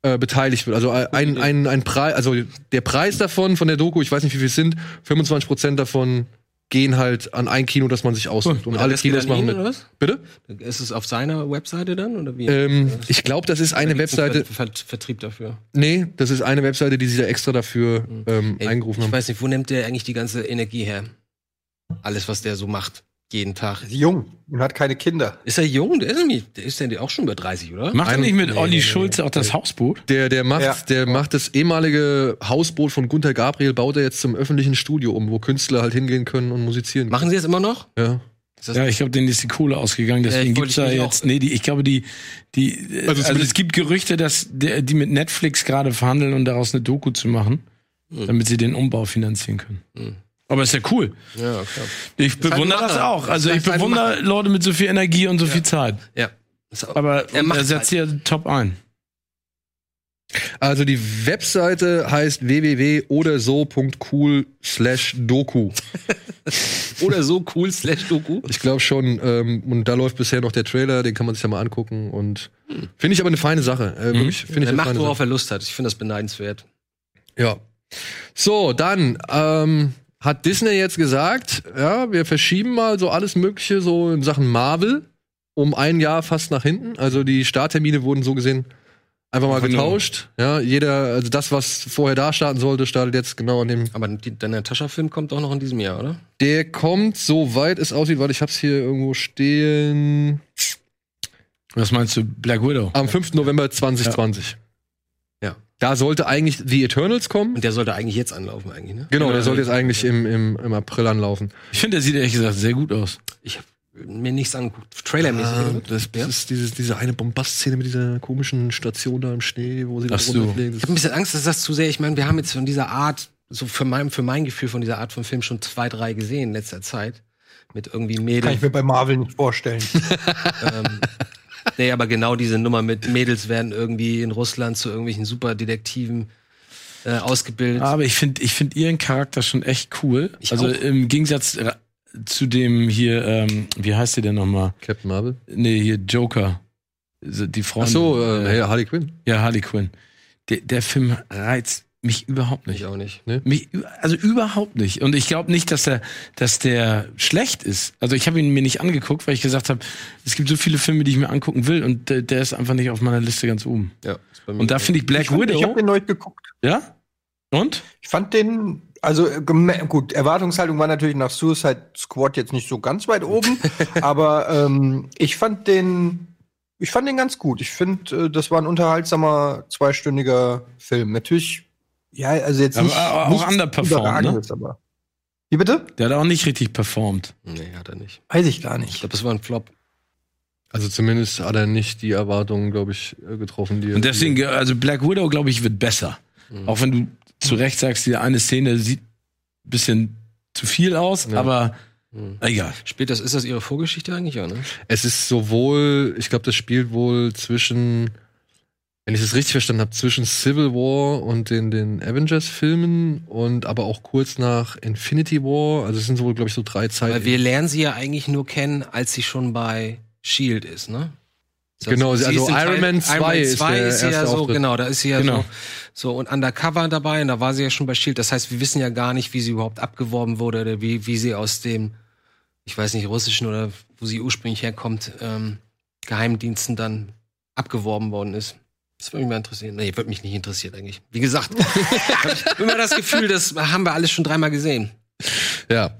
[SPEAKER 1] äh, beteiligt wird. Also äh, ein, ein, ein Preis, also der Preis davon, von der Doku, ich weiß nicht, wie viel es sind, 25 Prozent davon gehen halt an ein Kino, das man sich aussucht. Und,
[SPEAKER 3] da
[SPEAKER 1] alle
[SPEAKER 3] lässt ihr
[SPEAKER 1] Kinos
[SPEAKER 3] dann
[SPEAKER 1] machen
[SPEAKER 3] ihn,
[SPEAKER 1] mit.
[SPEAKER 3] oder was?
[SPEAKER 1] Bitte?
[SPEAKER 3] Ist es auf seiner Webseite dann? Oder wie?
[SPEAKER 1] Ähm, ich glaube, das ist eine
[SPEAKER 3] Da gibt's
[SPEAKER 1] Webseite.
[SPEAKER 3] einen Ver Ver Vertrieb dafür.
[SPEAKER 1] Nee, das ist eine Webseite, die sie da extra dafür ähm,
[SPEAKER 3] Mhm. Ey,
[SPEAKER 1] eingerufen
[SPEAKER 3] Ich
[SPEAKER 1] haben.
[SPEAKER 3] weiß nicht, wo nimmt der eigentlich die ganze Energie her? Alles, was der so macht. Jeden Tag.
[SPEAKER 4] Jung und hat keine Kinder.
[SPEAKER 3] Ist er jung? Der ist, nämlich, der ist denn auch schon über 30, oder?
[SPEAKER 2] Macht er nicht mit
[SPEAKER 3] Nee,
[SPEAKER 2] Olli
[SPEAKER 3] nee,
[SPEAKER 2] Schulze auch das Hausboot?
[SPEAKER 1] Der, der, macht,
[SPEAKER 4] Ja.
[SPEAKER 1] der macht das ehemalige Hausboot von Gunther Gabriel, baut er jetzt zum öffentlichen Studio um, wo Künstler halt hingehen können und musizieren.
[SPEAKER 3] Machen sie das immer noch?
[SPEAKER 1] ja.
[SPEAKER 3] Ist das
[SPEAKER 2] Ja, ich glaube, denen ist die Kohle ausgegangen.
[SPEAKER 3] Ja,
[SPEAKER 2] Deswegen
[SPEAKER 3] ich-
[SPEAKER 2] gibt's da
[SPEAKER 3] ich- ich
[SPEAKER 2] jetzt.
[SPEAKER 3] auch.
[SPEAKER 2] Nee, die, ich glaube, die, die. äh,
[SPEAKER 1] Also
[SPEAKER 2] Also,
[SPEAKER 1] es-
[SPEAKER 2] es gibt Gerüchte, dass der, die mit Netflix gerade verhandeln, um daraus eine Doku zu machen, damit sie den Umbau finanzieren können. Hm. Aber ist ja cool.
[SPEAKER 3] ja, klar.
[SPEAKER 2] Ich bewundere
[SPEAKER 3] halt ein
[SPEAKER 2] das
[SPEAKER 3] Macher.
[SPEAKER 2] auch. Also
[SPEAKER 3] Das
[SPEAKER 2] ich
[SPEAKER 3] ist halt ein
[SPEAKER 2] bewundere Leute mit so viel Energie und so viel Zeit.
[SPEAKER 3] Ja. Ist auch-
[SPEAKER 2] Aber
[SPEAKER 3] Er
[SPEAKER 2] er, halt
[SPEAKER 3] macht's
[SPEAKER 2] setzt hier top ein.
[SPEAKER 1] Also die Webseite heißt www.oderso.cool slash Doku.
[SPEAKER 3] oder so cool slash Doku.
[SPEAKER 1] Ich glaube schon, ähm, und da läuft bisher noch der Trailer, den kann man sich ja mal angucken und
[SPEAKER 3] Hm.
[SPEAKER 1] finde ich aber eine feine Sache. Äh, wirklich, finde ich
[SPEAKER 3] Er
[SPEAKER 1] eine
[SPEAKER 3] macht,
[SPEAKER 1] feine
[SPEAKER 3] worauf er Lust hat. Ich finde das beneidenswert.
[SPEAKER 1] Ja. So, dann ähm, hat Disney jetzt gesagt, ja, wir verschieben mal so alles Mögliche so in Sachen Marvel um ein Jahr fast nach hinten. Also die Starttermine wurden so gesehen einfach mal
[SPEAKER 2] Einfach nur-
[SPEAKER 1] getauscht. Ja, jeder, also das, was vorher da starten sollte, startet jetzt genau an dem.
[SPEAKER 3] Aber die, der Natascha-Film kommt auch noch in diesem Jahr, oder?
[SPEAKER 1] Der kommt, soweit es aussieht, weil ich hab's hier irgendwo stehen.
[SPEAKER 2] Was meinst du, Black Widow?
[SPEAKER 1] Am 5. November 2020.
[SPEAKER 3] Ja.
[SPEAKER 1] Da sollte eigentlich The Eternals kommen.
[SPEAKER 3] Und der sollte eigentlich jetzt anlaufen, eigentlich, ne?
[SPEAKER 1] Genau, der
[SPEAKER 2] Genau,
[SPEAKER 1] sollte
[SPEAKER 2] ja.
[SPEAKER 1] jetzt eigentlich im, im, im April anlaufen.
[SPEAKER 2] Ich finde, der sieht ehrlich gesagt sehr gut aus.
[SPEAKER 3] Ich habe mir nichts angeguckt. Trailermäßig.
[SPEAKER 1] Ah,
[SPEAKER 3] oder?
[SPEAKER 1] das, das
[SPEAKER 3] ja?
[SPEAKER 1] ist diese, diese eine Bombastszene mit dieser komischen Station da im Schnee, wo sie da
[SPEAKER 2] Ach so.
[SPEAKER 1] runterfliegen.
[SPEAKER 3] Ich habe ein bisschen Angst, dass das zu sehr. Ich meine, wir haben jetzt von dieser Art, so für mein, für mein Gefühl von dieser Art von Film schon zwei, drei gesehen in letzter Zeit. Mit irgendwie
[SPEAKER 4] Kann
[SPEAKER 3] Mädels.
[SPEAKER 4] ich mir bei Marvel nicht vorstellen.
[SPEAKER 3] Ähm, nee, aber genau diese Nummer mit Mädels werden irgendwie in Russland zu irgendwelchen Superdetektiven äh, ausgebildet.
[SPEAKER 2] Aber ich finde ich find ihren Charakter schon echt cool.
[SPEAKER 3] Ich
[SPEAKER 2] also
[SPEAKER 3] auch.
[SPEAKER 2] im Gegensatz äh, zu dem hier, ähm, wie heißt die denn nochmal?
[SPEAKER 1] Captain Marvel.
[SPEAKER 2] Nee, hier Joker. Die Freundin.
[SPEAKER 1] Ach so, äh,
[SPEAKER 2] äh,
[SPEAKER 1] ja, Harley Quinn.
[SPEAKER 2] ja, Harley Quinn. Der, der Film reizt Mich überhaupt nicht.
[SPEAKER 1] Ich auch nicht. Ne?
[SPEAKER 2] Mich, ü- also überhaupt nicht. Und ich glaube nicht, dass der, dass der schlecht ist. Also ich habe ihn mir nicht angeguckt, weil ich gesagt habe, es gibt so viele Filme, die ich mir angucken will und der, der ist einfach nicht auf meiner Liste ganz oben.
[SPEAKER 1] Ja, ist bei mir
[SPEAKER 2] Und da finde ich Black
[SPEAKER 4] ich fand- ich habe
[SPEAKER 2] Widow.
[SPEAKER 4] den neu geguckt.
[SPEAKER 2] ja? Und?
[SPEAKER 4] Ich fand den, also geme- gut, Erwartungshaltung war natürlich nach Suicide Squad jetzt nicht so ganz weit oben, aber ähm, ich fand den, ich fand den ganz gut. Ich finde, äh, das war ein unterhaltsamer zweistündiger Film. Natürlich, ja, also jetzt
[SPEAKER 2] Aber
[SPEAKER 4] nicht,
[SPEAKER 2] auch
[SPEAKER 4] nichts
[SPEAKER 2] underperformed,
[SPEAKER 4] Überragendes, aber. Wie bitte?
[SPEAKER 2] Der hat auch nicht richtig performt.
[SPEAKER 1] nee, hat er nicht.
[SPEAKER 4] Weiß ich gar
[SPEAKER 1] Ich
[SPEAKER 4] nicht.
[SPEAKER 1] glaube, das war ein Flop. Also zumindest hat er nicht die Erwartungen, glaube ich, äh, getroffen, die
[SPEAKER 2] Und deswegen, ge- also Black Widow, glaube ich, wird besser.
[SPEAKER 1] Mhm.
[SPEAKER 2] Auch wenn du zu Recht sagst, die eine Szene sieht ein bisschen zu viel aus,
[SPEAKER 1] Ja.
[SPEAKER 2] aber
[SPEAKER 1] Mhm.
[SPEAKER 2] egal.
[SPEAKER 3] Spielt das, ist das ihre Vorgeschichte eigentlich, ja, ne?
[SPEAKER 1] Es ist sowohl, ich glaube, das spielt wohl zwischen, wenn ich es richtig verstanden habe, zwischen Civil War und den, den Avengers-Filmen und aber auch kurz nach Infinity War. Also es sind sowohl, glaube ich, so drei
[SPEAKER 3] Weil
[SPEAKER 1] Zeiten.
[SPEAKER 3] wir lernen sie ja eigentlich nur kennen, als sie schon bei Shield ist, ne? Ist das-
[SPEAKER 1] Genau, also
[SPEAKER 3] ist in
[SPEAKER 1] Iron Man 2 ist der
[SPEAKER 3] sie ja
[SPEAKER 1] erste
[SPEAKER 3] so,
[SPEAKER 1] Auftritt.
[SPEAKER 3] genau, da ist sie ja
[SPEAKER 2] Genau.
[SPEAKER 3] so, so und undercover dabei und da war sie ja schon bei Shield. E Das heißt, wir wissen ja gar nicht, wie sie überhaupt abgeworben wurde oder wie, wie sie aus dem, ich weiß nicht, russischen oder wo sie ursprünglich herkommt, ähm, Geheimdiensten dann abgeworben worden ist. Das würde mich mal interessieren. Nee, würde mich nicht interessieren eigentlich. Wie gesagt, hab ich immer das Gefühl, das haben wir alles schon dreimal gesehen.
[SPEAKER 1] Ja.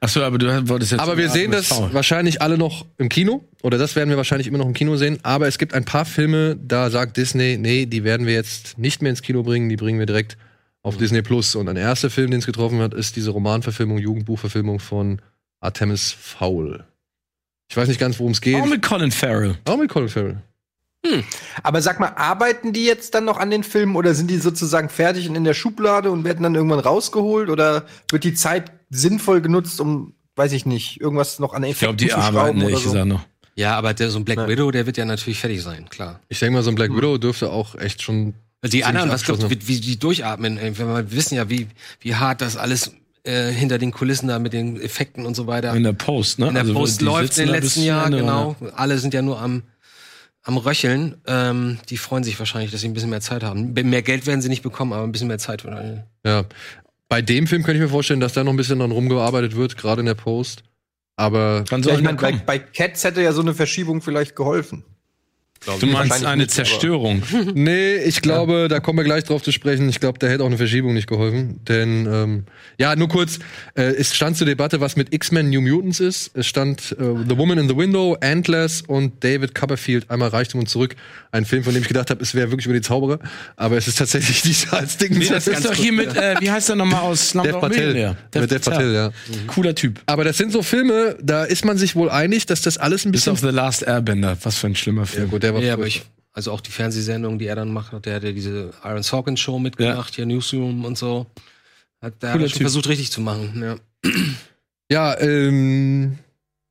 [SPEAKER 2] Achso, aber du wolltest jetzt.
[SPEAKER 1] Aber wir sehen das
[SPEAKER 2] Faul.
[SPEAKER 1] wahrscheinlich alle noch im Kino. Oder das werden wir wahrscheinlich immer noch im Kino sehen. Aber es gibt ein paar Filme, da sagt Disney, nee, die werden wir jetzt nicht mehr ins Kino bringen, die bringen wir direkt auf Disney Plus. Und ein erster Film, den es getroffen hat, ist diese Romanverfilmung, Jugendbuchverfilmung von Artemis Fowl. Ich weiß nicht ganz, worum es geht.
[SPEAKER 2] Auch mit Colin Farrell.
[SPEAKER 1] Auch mit Colin Farrell.
[SPEAKER 4] Aber sag mal, arbeiten die jetzt dann noch an den Filmen oder sind die sozusagen fertig und in der Schublade und werden dann irgendwann rausgeholt oder wird die Zeit sinnvoll genutzt, um, weiß ich nicht, irgendwas noch an
[SPEAKER 2] Ich glaube,
[SPEAKER 4] Effekten
[SPEAKER 2] die
[SPEAKER 4] zu schrauben
[SPEAKER 2] arbeiten,
[SPEAKER 4] oder
[SPEAKER 2] ehrlich
[SPEAKER 4] so?
[SPEAKER 2] gesagt, noch.
[SPEAKER 3] Ja, aber der, so ein Black
[SPEAKER 4] Ja.
[SPEAKER 3] Widow, der wird ja natürlich fertig sein, klar.
[SPEAKER 1] Ich denke mal, so ein Black Widow dürfte auch echt schon.
[SPEAKER 3] Also Die anderen, was glaubst du,
[SPEAKER 1] abgeschlossen.
[SPEAKER 3] wie, wie die durchatmen? ey? Wenn Wir wissen ja, wie, wie hart das alles äh, hinter den Kulissen da mit den Effekten und so weiter.
[SPEAKER 2] In der Post, ne?
[SPEAKER 3] In der
[SPEAKER 2] Also,
[SPEAKER 3] Post
[SPEAKER 2] die
[SPEAKER 3] läuft
[SPEAKER 2] sitzen
[SPEAKER 3] in den
[SPEAKER 2] da bis
[SPEAKER 3] letzten
[SPEAKER 2] zum
[SPEAKER 3] Jahren,
[SPEAKER 2] Ende, ne?
[SPEAKER 3] genau. Alle sind ja nur am, am Röcheln. Ähm, die freuen sich wahrscheinlich, dass sie ein bisschen mehr Zeit haben. Be- Mehr Geld werden sie nicht bekommen, aber ein bisschen mehr Zeit. wahrscheinlich.
[SPEAKER 1] Ja. Bei dem Film könnte ich mir vorstellen, dass da noch ein bisschen dran rumgearbeitet wird, gerade in der Post. Aber
[SPEAKER 2] Wann soll
[SPEAKER 4] Ja, ich
[SPEAKER 2] denn
[SPEAKER 4] meine, bei,
[SPEAKER 2] kommen?
[SPEAKER 4] bei Cats hätte ja so eine Verschiebung vielleicht geholfen.
[SPEAKER 2] Du meinst
[SPEAKER 4] wahrscheinlich
[SPEAKER 2] eine
[SPEAKER 4] nicht, aber-
[SPEAKER 2] Zerstörung.
[SPEAKER 1] Nee, ich glaube, da kommen wir gleich drauf zu sprechen. Ich glaube, da hätte auch eine Verschiebung nicht geholfen. Denn, ähm, ja, nur kurz, äh, es stand zur Debatte, was mit X-Men New Mutants ist. Es stand äh, The Woman in the Window, Antlers und David Copperfield, einmal Reichtum und zurück. Ein Film, von dem ich gedacht habe, es wäre wirklich über die Zauberer. Aber es ist tatsächlich nicht als Ding.
[SPEAKER 2] Nee, das ist doch hier mit, äh, wie heißt der nochmal aus
[SPEAKER 1] Dev
[SPEAKER 2] Slumdog
[SPEAKER 1] Patel.
[SPEAKER 2] Millionaire?
[SPEAKER 1] Mit Dev Patel, ja.
[SPEAKER 2] Cooler Typ.
[SPEAKER 1] Aber das sind so Filme, da ist man sich wohl einig, dass das alles ein
[SPEAKER 2] Bis
[SPEAKER 1] bisschen.
[SPEAKER 2] auf The Last Airbender. Was für ein schlimmer Film.
[SPEAKER 1] gut, der
[SPEAKER 3] Ja, aber
[SPEAKER 1] früher.
[SPEAKER 3] ich, also auch die Fernsehsendung, die er dann macht, hat, der hat ja diese Iron Sorkin Show mitgemacht, hier Newsroom und so. Hat da
[SPEAKER 2] Cooler
[SPEAKER 3] schon
[SPEAKER 2] Typ.
[SPEAKER 3] versucht, richtig zu machen. Ja.
[SPEAKER 1] Ja, ähm,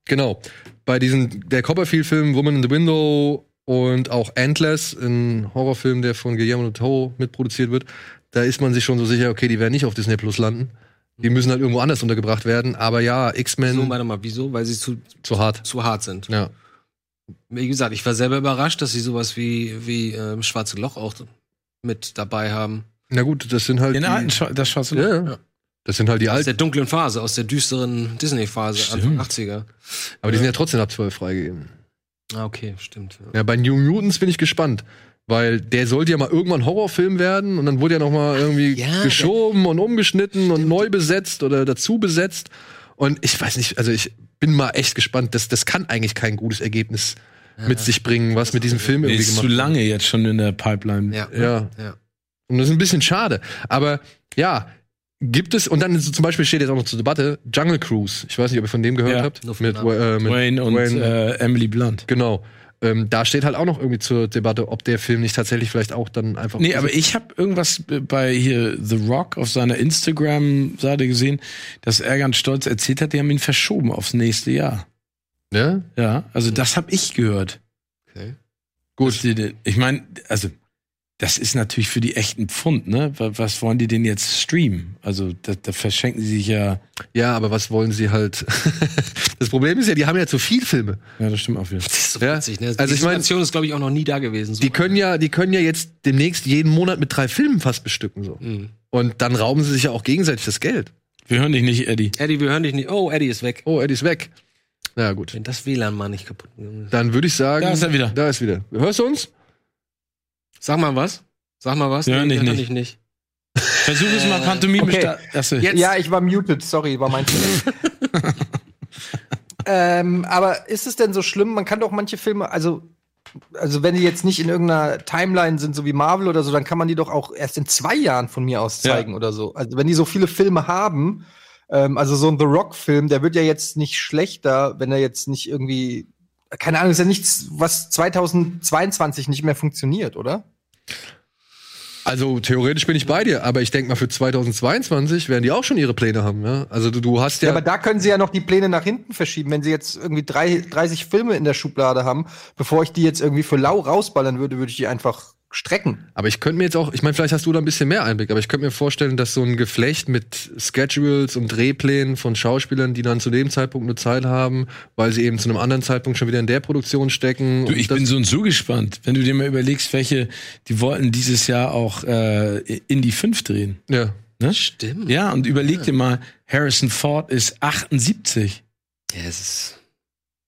[SPEAKER 1] genau. Bei diesen, der Copperfield-Film Woman in the Window und auch Antlers, ein Horrorfilm, der von Guillermo del Toro mitproduziert wird, da ist man sich schon so sicher, okay, die werden nicht auf Disney Plus landen. Die müssen halt irgendwo anders untergebracht werden. Aber ja,
[SPEAKER 3] Wieso,
[SPEAKER 1] X-Men
[SPEAKER 3] warte mal, wieso? Weil sie zu,
[SPEAKER 1] zu hart.
[SPEAKER 3] zu hart sind.
[SPEAKER 1] Ja.
[SPEAKER 3] Wie gesagt, ich war selber überrascht, dass sie sowas wie, wie ähm, Schwarze Loch auch mit dabei haben.
[SPEAKER 1] Na gut, das sind halt.
[SPEAKER 2] Den
[SPEAKER 1] die,
[SPEAKER 2] alten, Scha das schaust du
[SPEAKER 1] ja, ja. Das sind halt die
[SPEAKER 3] Aus
[SPEAKER 1] alten.
[SPEAKER 3] der dunklen Phase, aus der düsteren Disney-Phase, Anfang
[SPEAKER 2] Stimmt.
[SPEAKER 3] 80er.
[SPEAKER 1] Aber die sind ja trotzdem ab 12 freigegeben.
[SPEAKER 3] Ah, okay, stimmt. Ja.
[SPEAKER 1] Ja, bei New Mutants bin ich gespannt. Weil der sollte ja mal irgendwann Horrorfilm werden und dann wurde ja noch mal irgendwie
[SPEAKER 3] ja, der-
[SPEAKER 1] geschoben und umgeschnitten und neu besetzt oder dazu besetzt. Und ich weiß nicht, also ich bin mal echt gespannt. Das, das kann eigentlich kein gutes Ergebnis mit sich bringen, was mit diesem Film
[SPEAKER 2] Nee,
[SPEAKER 1] irgendwie
[SPEAKER 2] ist
[SPEAKER 1] gemacht
[SPEAKER 2] zu
[SPEAKER 1] wird.
[SPEAKER 2] lange jetzt schon in der Pipeline.
[SPEAKER 3] Ja.
[SPEAKER 1] Ja.
[SPEAKER 3] Ja.
[SPEAKER 1] Und das ist ein bisschen schade. Aber ja, gibt es, und dann so zum Beispiel steht jetzt auch noch zur Debatte Jungle Cruise. Ich weiß nicht, ob ihr von dem gehört
[SPEAKER 2] Ja,
[SPEAKER 1] habt.
[SPEAKER 3] nur vom
[SPEAKER 1] Mit,
[SPEAKER 3] Namen.
[SPEAKER 1] äh, mit
[SPEAKER 2] Wayne und
[SPEAKER 1] Wayne.
[SPEAKER 2] Äh, Emily Blunt.
[SPEAKER 1] Genau. Ähm, da steht halt auch noch irgendwie zur Debatte, ob der Film nicht tatsächlich vielleicht auch dann einfach.
[SPEAKER 2] Nee, aber ich habe irgendwas bei hier The Rock auf seiner Instagram-Seite gesehen, dass er ganz stolz erzählt hat, die haben ihn verschoben aufs nächste Jahr.
[SPEAKER 1] Ja?
[SPEAKER 2] Ja, also das habe ich gehört.
[SPEAKER 1] Okay.
[SPEAKER 2] Gut. Ich meine, also das ist natürlich für die echten Pfund, ne? Wa- Was wollen die denn jetzt streamen? Also da, da verschenken sie sich ja.
[SPEAKER 1] Ja, aber was wollen sie halt? das Problem ist ja, die haben ja zu viel Filme.
[SPEAKER 2] Ja, das stimmt auch wieder.
[SPEAKER 3] Das ist so
[SPEAKER 1] Ja.
[SPEAKER 3] witzig, ne?
[SPEAKER 1] Also
[SPEAKER 3] Die
[SPEAKER 1] ich mein-
[SPEAKER 3] Situation ist, glaube ich, auch noch nie da gewesen. So.
[SPEAKER 1] Die können ja, die können ja jetzt demnächst jeden Monat mit drei Filmen fast bestücken so.
[SPEAKER 3] Mhm.
[SPEAKER 1] Und dann rauben sie sich ja auch gegenseitig das Geld.
[SPEAKER 2] Wir hören dich nicht, Eddie.
[SPEAKER 3] Eddie, wir hören dich nicht. Oh, Eddie ist weg.
[SPEAKER 1] Oh, Eddie ist weg. Na ja, gut.
[SPEAKER 3] Wenn das WLAN mal nicht kaputt gegangen ist.
[SPEAKER 1] Dann würde ich sagen,
[SPEAKER 2] Da ist er wieder.
[SPEAKER 1] Da ist wieder. Hörst du uns?
[SPEAKER 3] Sag mal was. Sag mal was.
[SPEAKER 2] Wir hören dich
[SPEAKER 3] wir
[SPEAKER 2] nicht.
[SPEAKER 3] nicht.
[SPEAKER 2] Versuch es mal pantomimisch.
[SPEAKER 4] okay.
[SPEAKER 2] da- Achso.
[SPEAKER 3] Jetzt.
[SPEAKER 4] Ja, ich war muted, sorry, war mein Fehler. ähm, aber ist es denn so schlimm? Man kann doch manche Filme, also, also wenn die jetzt nicht in irgendeiner Timeline sind, so wie Marvel oder so, dann kann man die doch auch erst in zwei Jahren von mir aus
[SPEAKER 2] Ja.
[SPEAKER 4] zeigen oder so. Also wenn die so viele Filme haben, ähm, also so ein The Rock-Film, der wird ja jetzt nicht schlechter, wenn er jetzt nicht irgendwie, keine Ahnung, ist ja nichts, was 2022 nicht mehr funktioniert, oder?
[SPEAKER 1] Also theoretisch bin ich bei dir, aber ich denke mal für 2022 werden die auch schon ihre Pläne haben. Ja? Also du, du hast
[SPEAKER 4] Ja,
[SPEAKER 1] ja,
[SPEAKER 4] aber da können sie ja noch die Pläne nach hinten verschieben, wenn sie jetzt irgendwie drei, 30 Filme in der Schublade haben. Bevor ich die jetzt irgendwie für lau rausballern würde, würde ich die einfach strecken.
[SPEAKER 1] Aber ich könnte mir jetzt auch, ich meine, vielleicht hast du da ein bisschen mehr Einblick, aber ich könnte mir vorstellen, dass so ein Geflecht mit Schedules und Drehplänen von Schauspielern, die dann zu dem Zeitpunkt eine Zeit haben, weil sie eben zu einem anderen Zeitpunkt schon wieder in der Produktion stecken.
[SPEAKER 2] Du,
[SPEAKER 1] und
[SPEAKER 2] ich
[SPEAKER 1] das-
[SPEAKER 2] bin so und so gespannt, wenn du dir mal überlegst, welche, die wollten dieses Jahr auch äh, Indie 5 drehen.
[SPEAKER 1] ja.
[SPEAKER 2] Ne?
[SPEAKER 3] Stimmt.
[SPEAKER 2] Ja, und überleg dir mal, Harrison Ford ist 78
[SPEAKER 3] Ja, es ist.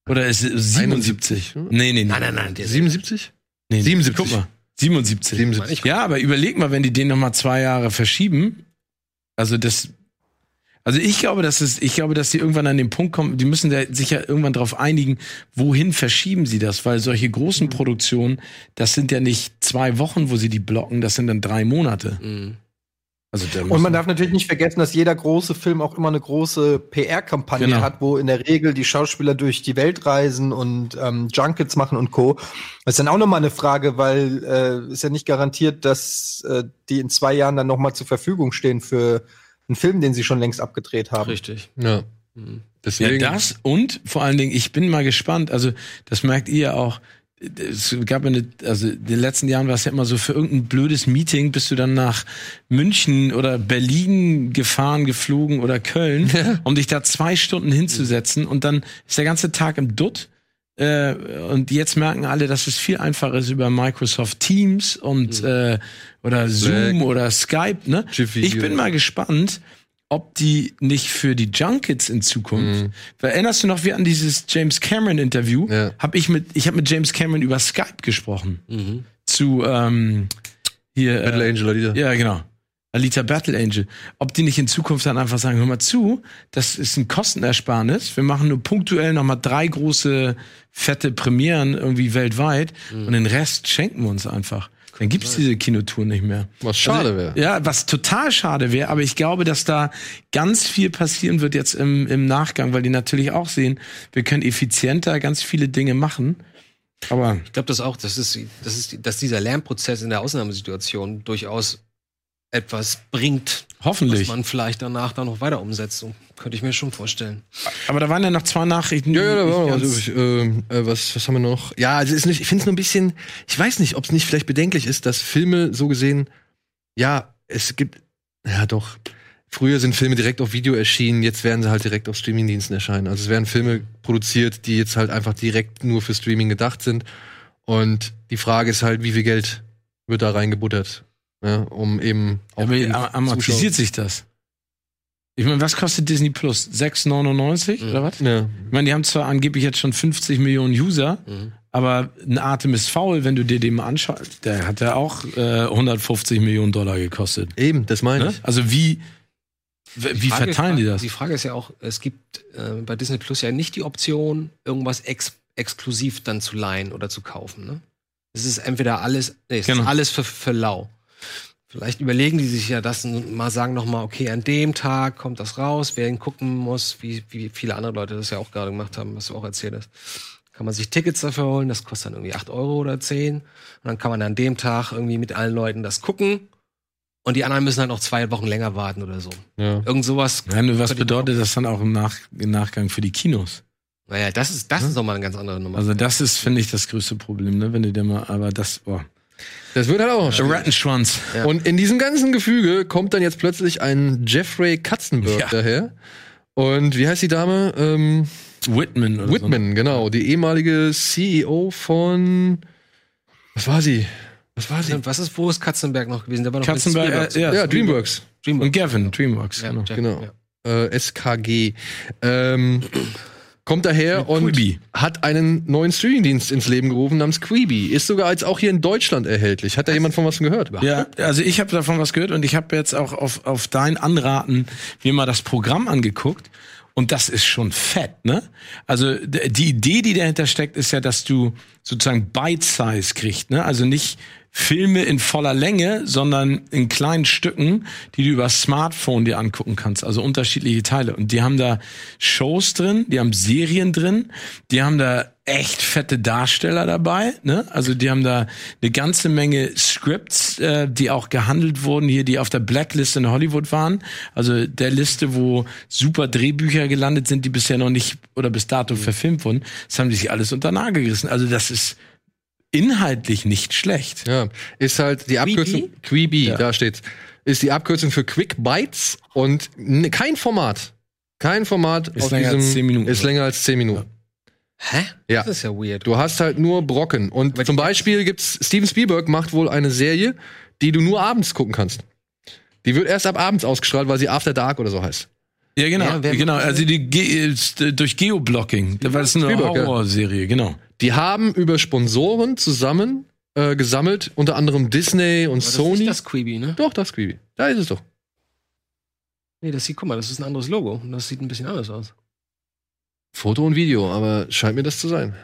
[SPEAKER 2] oder ist 77.
[SPEAKER 1] 71, ne?
[SPEAKER 2] Nee, nee, nee.
[SPEAKER 3] Nein, nein, nein. Der
[SPEAKER 1] 77?
[SPEAKER 2] nee, nee.
[SPEAKER 1] 77.
[SPEAKER 2] Guck mal. 77.
[SPEAKER 1] 77.
[SPEAKER 2] Ja, aber überleg mal, wenn die den noch mal zwei Jahre verschieben, also das also ich glaube, dass es, ich glaube, dass die irgendwann an den Punkt kommen, die müssen da sich ja irgendwann darauf einigen, wohin verschieben sie das, weil solche
[SPEAKER 4] Mhm.
[SPEAKER 2] großen Produktionen, das sind ja nicht zwei Wochen, wo sie die blocken, das sind dann drei Monate.
[SPEAKER 3] Mhm.
[SPEAKER 2] Also da
[SPEAKER 4] Und
[SPEAKER 2] müssen-
[SPEAKER 4] man darf natürlich nicht vergessen, dass jeder große Film auch immer eine große PR-Kampagne
[SPEAKER 2] Genau.
[SPEAKER 4] hat, wo in der Regel die Schauspieler durch die Welt reisen und ähm, Junkets machen und Co. Das ist dann auch nochmal eine Frage, weil äh, ist ja nicht garantiert, dass äh, die in zwei Jahren dann nochmal zur Verfügung stehen für einen Film, den sie schon längst abgedreht haben.
[SPEAKER 3] Richtig.
[SPEAKER 1] Ja.
[SPEAKER 3] Mhm.
[SPEAKER 1] Deswegen.
[SPEAKER 2] Ja, das und vor allen Dingen, ich bin mal gespannt. Also, das merkt ihr auch. Es gab eine, also in den letzten Jahren war es ja immer so, für irgendein blödes Meeting bist du dann nach München oder Berlin gefahren, geflogen oder Köln, um dich da zwei Stunden hinzusetzen und dann ist der ganze Tag im Dutt. Äh, und jetzt merken alle, dass es viel einfacher ist über Microsoft Teams und äh, oder Zoom oder Skype. Ne?
[SPEAKER 1] Jiffy
[SPEAKER 2] Ich bin
[SPEAKER 1] Video.
[SPEAKER 2] mal gespannt, ob die nicht für die Junkets in Zukunft. Weil erinnerst du noch, wir an dieses James Cameron Interview?
[SPEAKER 1] Mhm. Ja.
[SPEAKER 2] Hab ich mit, ich habe mit James Cameron über Skype gesprochen
[SPEAKER 3] Mhm.
[SPEAKER 2] zu ähm, hier.
[SPEAKER 1] Battle
[SPEAKER 2] äh,
[SPEAKER 1] Angel, Alida.
[SPEAKER 2] ja, genau. Alita Battle Angel. Ob die nicht in Zukunft dann einfach sagen, hör mal zu, das ist ein Kostenersparnis. Wir machen nur punktuell nochmal drei große, fette Premieren irgendwie weltweit
[SPEAKER 1] Mhm.
[SPEAKER 2] und den Rest schenken wir uns einfach. Dann gibt's diese Kinotour nicht mehr.
[SPEAKER 1] Was schade
[SPEAKER 2] Also,
[SPEAKER 1] wäre.
[SPEAKER 2] Ja, was total schade wäre, aber ich glaube, dass da ganz viel passieren wird jetzt im, im Nachgang, weil die natürlich auch sehen, wir können effizienter ganz viele Dinge machen. Aber
[SPEAKER 3] Ich glaube das auch, das ist, das ist, dass dieser Lernprozess in der Ausnahmesituation durchaus etwas bringt, was
[SPEAKER 2] hoffentlich.
[SPEAKER 3] man vielleicht danach dann noch weiter umsetzt. So könnte ich mir schon vorstellen.
[SPEAKER 2] Aber da waren ja noch zwei Nachrichten.
[SPEAKER 1] Ja, ja,
[SPEAKER 2] die
[SPEAKER 1] da
[SPEAKER 2] ich
[SPEAKER 1] war noch
[SPEAKER 2] ganz-
[SPEAKER 1] was übrig. Ähm, äh, was, was haben wir noch? Ja, also ist nicht, ich finde es nur ein bisschen, ich weiß nicht, ob es nicht vielleicht bedenklich ist, dass Filme so gesehen, ja, es gibt, ja doch, früher sind Filme direkt auf Video erschienen, jetzt werden sie halt direkt auf Streamingdiensten erscheinen. Also es werden Filme produziert, die jetzt halt einfach direkt nur für Streaming gedacht sind. Und die Frage ist halt, wie viel Geld wird da reingebuttert, ne, um eben
[SPEAKER 2] Ja, aber
[SPEAKER 1] den
[SPEAKER 2] am- amortisiert sich das? Ich meine, was kostet Disney Plus? 6,99
[SPEAKER 3] Mhm.
[SPEAKER 2] oder was?
[SPEAKER 1] Zuschauer- Ja.
[SPEAKER 2] Ich meine, die haben zwar angeblich jetzt schon 50 Millionen User,
[SPEAKER 3] Mhm.
[SPEAKER 2] aber ein Atem ist faul, wenn du dir den mal anschaust. Der hat ja auch äh, 150 Millionen Dollar gekostet.
[SPEAKER 1] Eben, das meine
[SPEAKER 2] Ne?
[SPEAKER 1] ich.
[SPEAKER 2] Also wie, w- wie
[SPEAKER 3] Frage-
[SPEAKER 2] verteilen die das?
[SPEAKER 3] Die Frage ist ja auch, es gibt äh, bei Disney Plus ja nicht die Option, irgendwas ex exklusiv dann zu leihen oder zu kaufen. Ne? Es ist entweder alles, nee, es
[SPEAKER 2] Genau.
[SPEAKER 3] ist alles für, für lau. Vielleicht überlegen die sich ja das und mal sagen nochmal, okay, an dem Tag kommt das raus, wer ihn gucken muss, wie, wie viele andere Leute das ja auch gerade gemacht haben, was du auch erzählt hast. Kann man sich Tickets dafür holen, das kostet dann irgendwie 8 Euro oder 10. Und dann kann man an dem Tag irgendwie mit allen Leuten das gucken. Und die anderen müssen halt noch zwei Wochen länger warten oder so.
[SPEAKER 1] Ja.
[SPEAKER 3] Irgend sowas.
[SPEAKER 2] Nein, was
[SPEAKER 3] Könnte ich
[SPEAKER 2] bedeutet das dann auch im, Nach im Nachgang für die Kinos?
[SPEAKER 3] Naja, das ist, das ist nochmal eine ganz andere Nummer.
[SPEAKER 2] Also das ist, finde ich, das größte Problem, ne? Wenn du dir mal, aber das, boah.
[SPEAKER 1] Das wird halt auch noch
[SPEAKER 2] Der
[SPEAKER 1] schwierig.
[SPEAKER 2] Rattenschwanz.
[SPEAKER 1] Und in diesem ganzen Gefüge kommt dann jetzt plötzlich ein Jeffrey Katzenberg
[SPEAKER 2] Ja.
[SPEAKER 1] daher. Und wie heißt die Dame? Ähm,
[SPEAKER 2] Whitman oder
[SPEAKER 1] Whitman, genau. Die ehemalige CEO von. Was war sie? Was war sie?
[SPEAKER 3] Stimmt, was ist, wo ist Katzenberg noch gewesen? Der war
[SPEAKER 2] so.
[SPEAKER 3] noch
[SPEAKER 2] Katzenberg.
[SPEAKER 3] Äh,
[SPEAKER 2] Äh, ja,
[SPEAKER 1] Also- Ja, Dreamworks.
[SPEAKER 2] Und Gavin, Dreamworks. genau.
[SPEAKER 1] Genau. Äh, SKG. Ähm, kommt daher und
[SPEAKER 2] Quibi.
[SPEAKER 1] hat einen neuen Streamingdienst ins Leben gerufen namens Quibi. Ist sogar jetzt auch hier in Deutschland erhältlich. Hat da jemand von was von gehört?
[SPEAKER 2] Ja, also ich habe davon was gehört und ich habe jetzt auch auf, auf dein Anraten mir mal das Programm angeguckt. Und das ist schon fett, ne? Also d- die Idee, die dahinter steckt, ist ja, dass du sozusagen Bite-Size kriegst, ne? Also nicht Filme in voller Länge, sondern in kleinen Stücken, die du über das Smartphone dir angucken kannst. Also unterschiedliche Teile. Und die haben da Shows drin, die haben Serien drin, die haben da echt fette Darsteller dabei. Ne? Also die haben da eine ganze Menge Scripts, äh, die auch gehandelt wurden hier, die auf der Blacklist in Hollywood waren. Also der Liste, wo super Drehbücher gelandet sind, die bisher noch nicht oder bis
[SPEAKER 1] Mhm.
[SPEAKER 2] dato verfilmt wurden. Das haben die sich alles unter den Nagel gerissen. Also das ist inhaltlich nicht schlecht.
[SPEAKER 1] Ja, ist halt die Abkürzung Quibi, da steht's. Ist die Abkürzung für Quick Bites und n- kein Format. Kein Format
[SPEAKER 2] Ist länger als 10 Minuten.
[SPEAKER 1] Ist länger als 10 Minuten.
[SPEAKER 3] Hä?
[SPEAKER 1] Ja.
[SPEAKER 3] Das ist ja weird.
[SPEAKER 1] Du hast halt nur Brocken und zum Beispiel gibt's Steven Spielberg macht wohl eine Serie, die du nur abends gucken kannst. Die wird erst ab abends ausgestrahlt, weil sie After Dark oder so heißt.
[SPEAKER 2] Ja, genau.
[SPEAKER 3] Ja, wer-
[SPEAKER 2] genau. Also die Ge ist, äh, durch Geoblocking. Das war das eine
[SPEAKER 1] Spielberg, ja.
[SPEAKER 2] Horrorserie, genau.
[SPEAKER 1] Die haben über Sponsoren zusammen äh, gesammelt, unter anderem Disney und
[SPEAKER 3] Aber das ist
[SPEAKER 1] Sony.
[SPEAKER 3] nicht das Quibi, ne?
[SPEAKER 1] doch, das ist Quibi. Da ist es doch.
[SPEAKER 3] Nee, das sieht, guck mal, das ist ein anderes Logo. Das sieht ein bisschen anders aus.
[SPEAKER 1] Foto und Video, aber scheint mir das zu sein.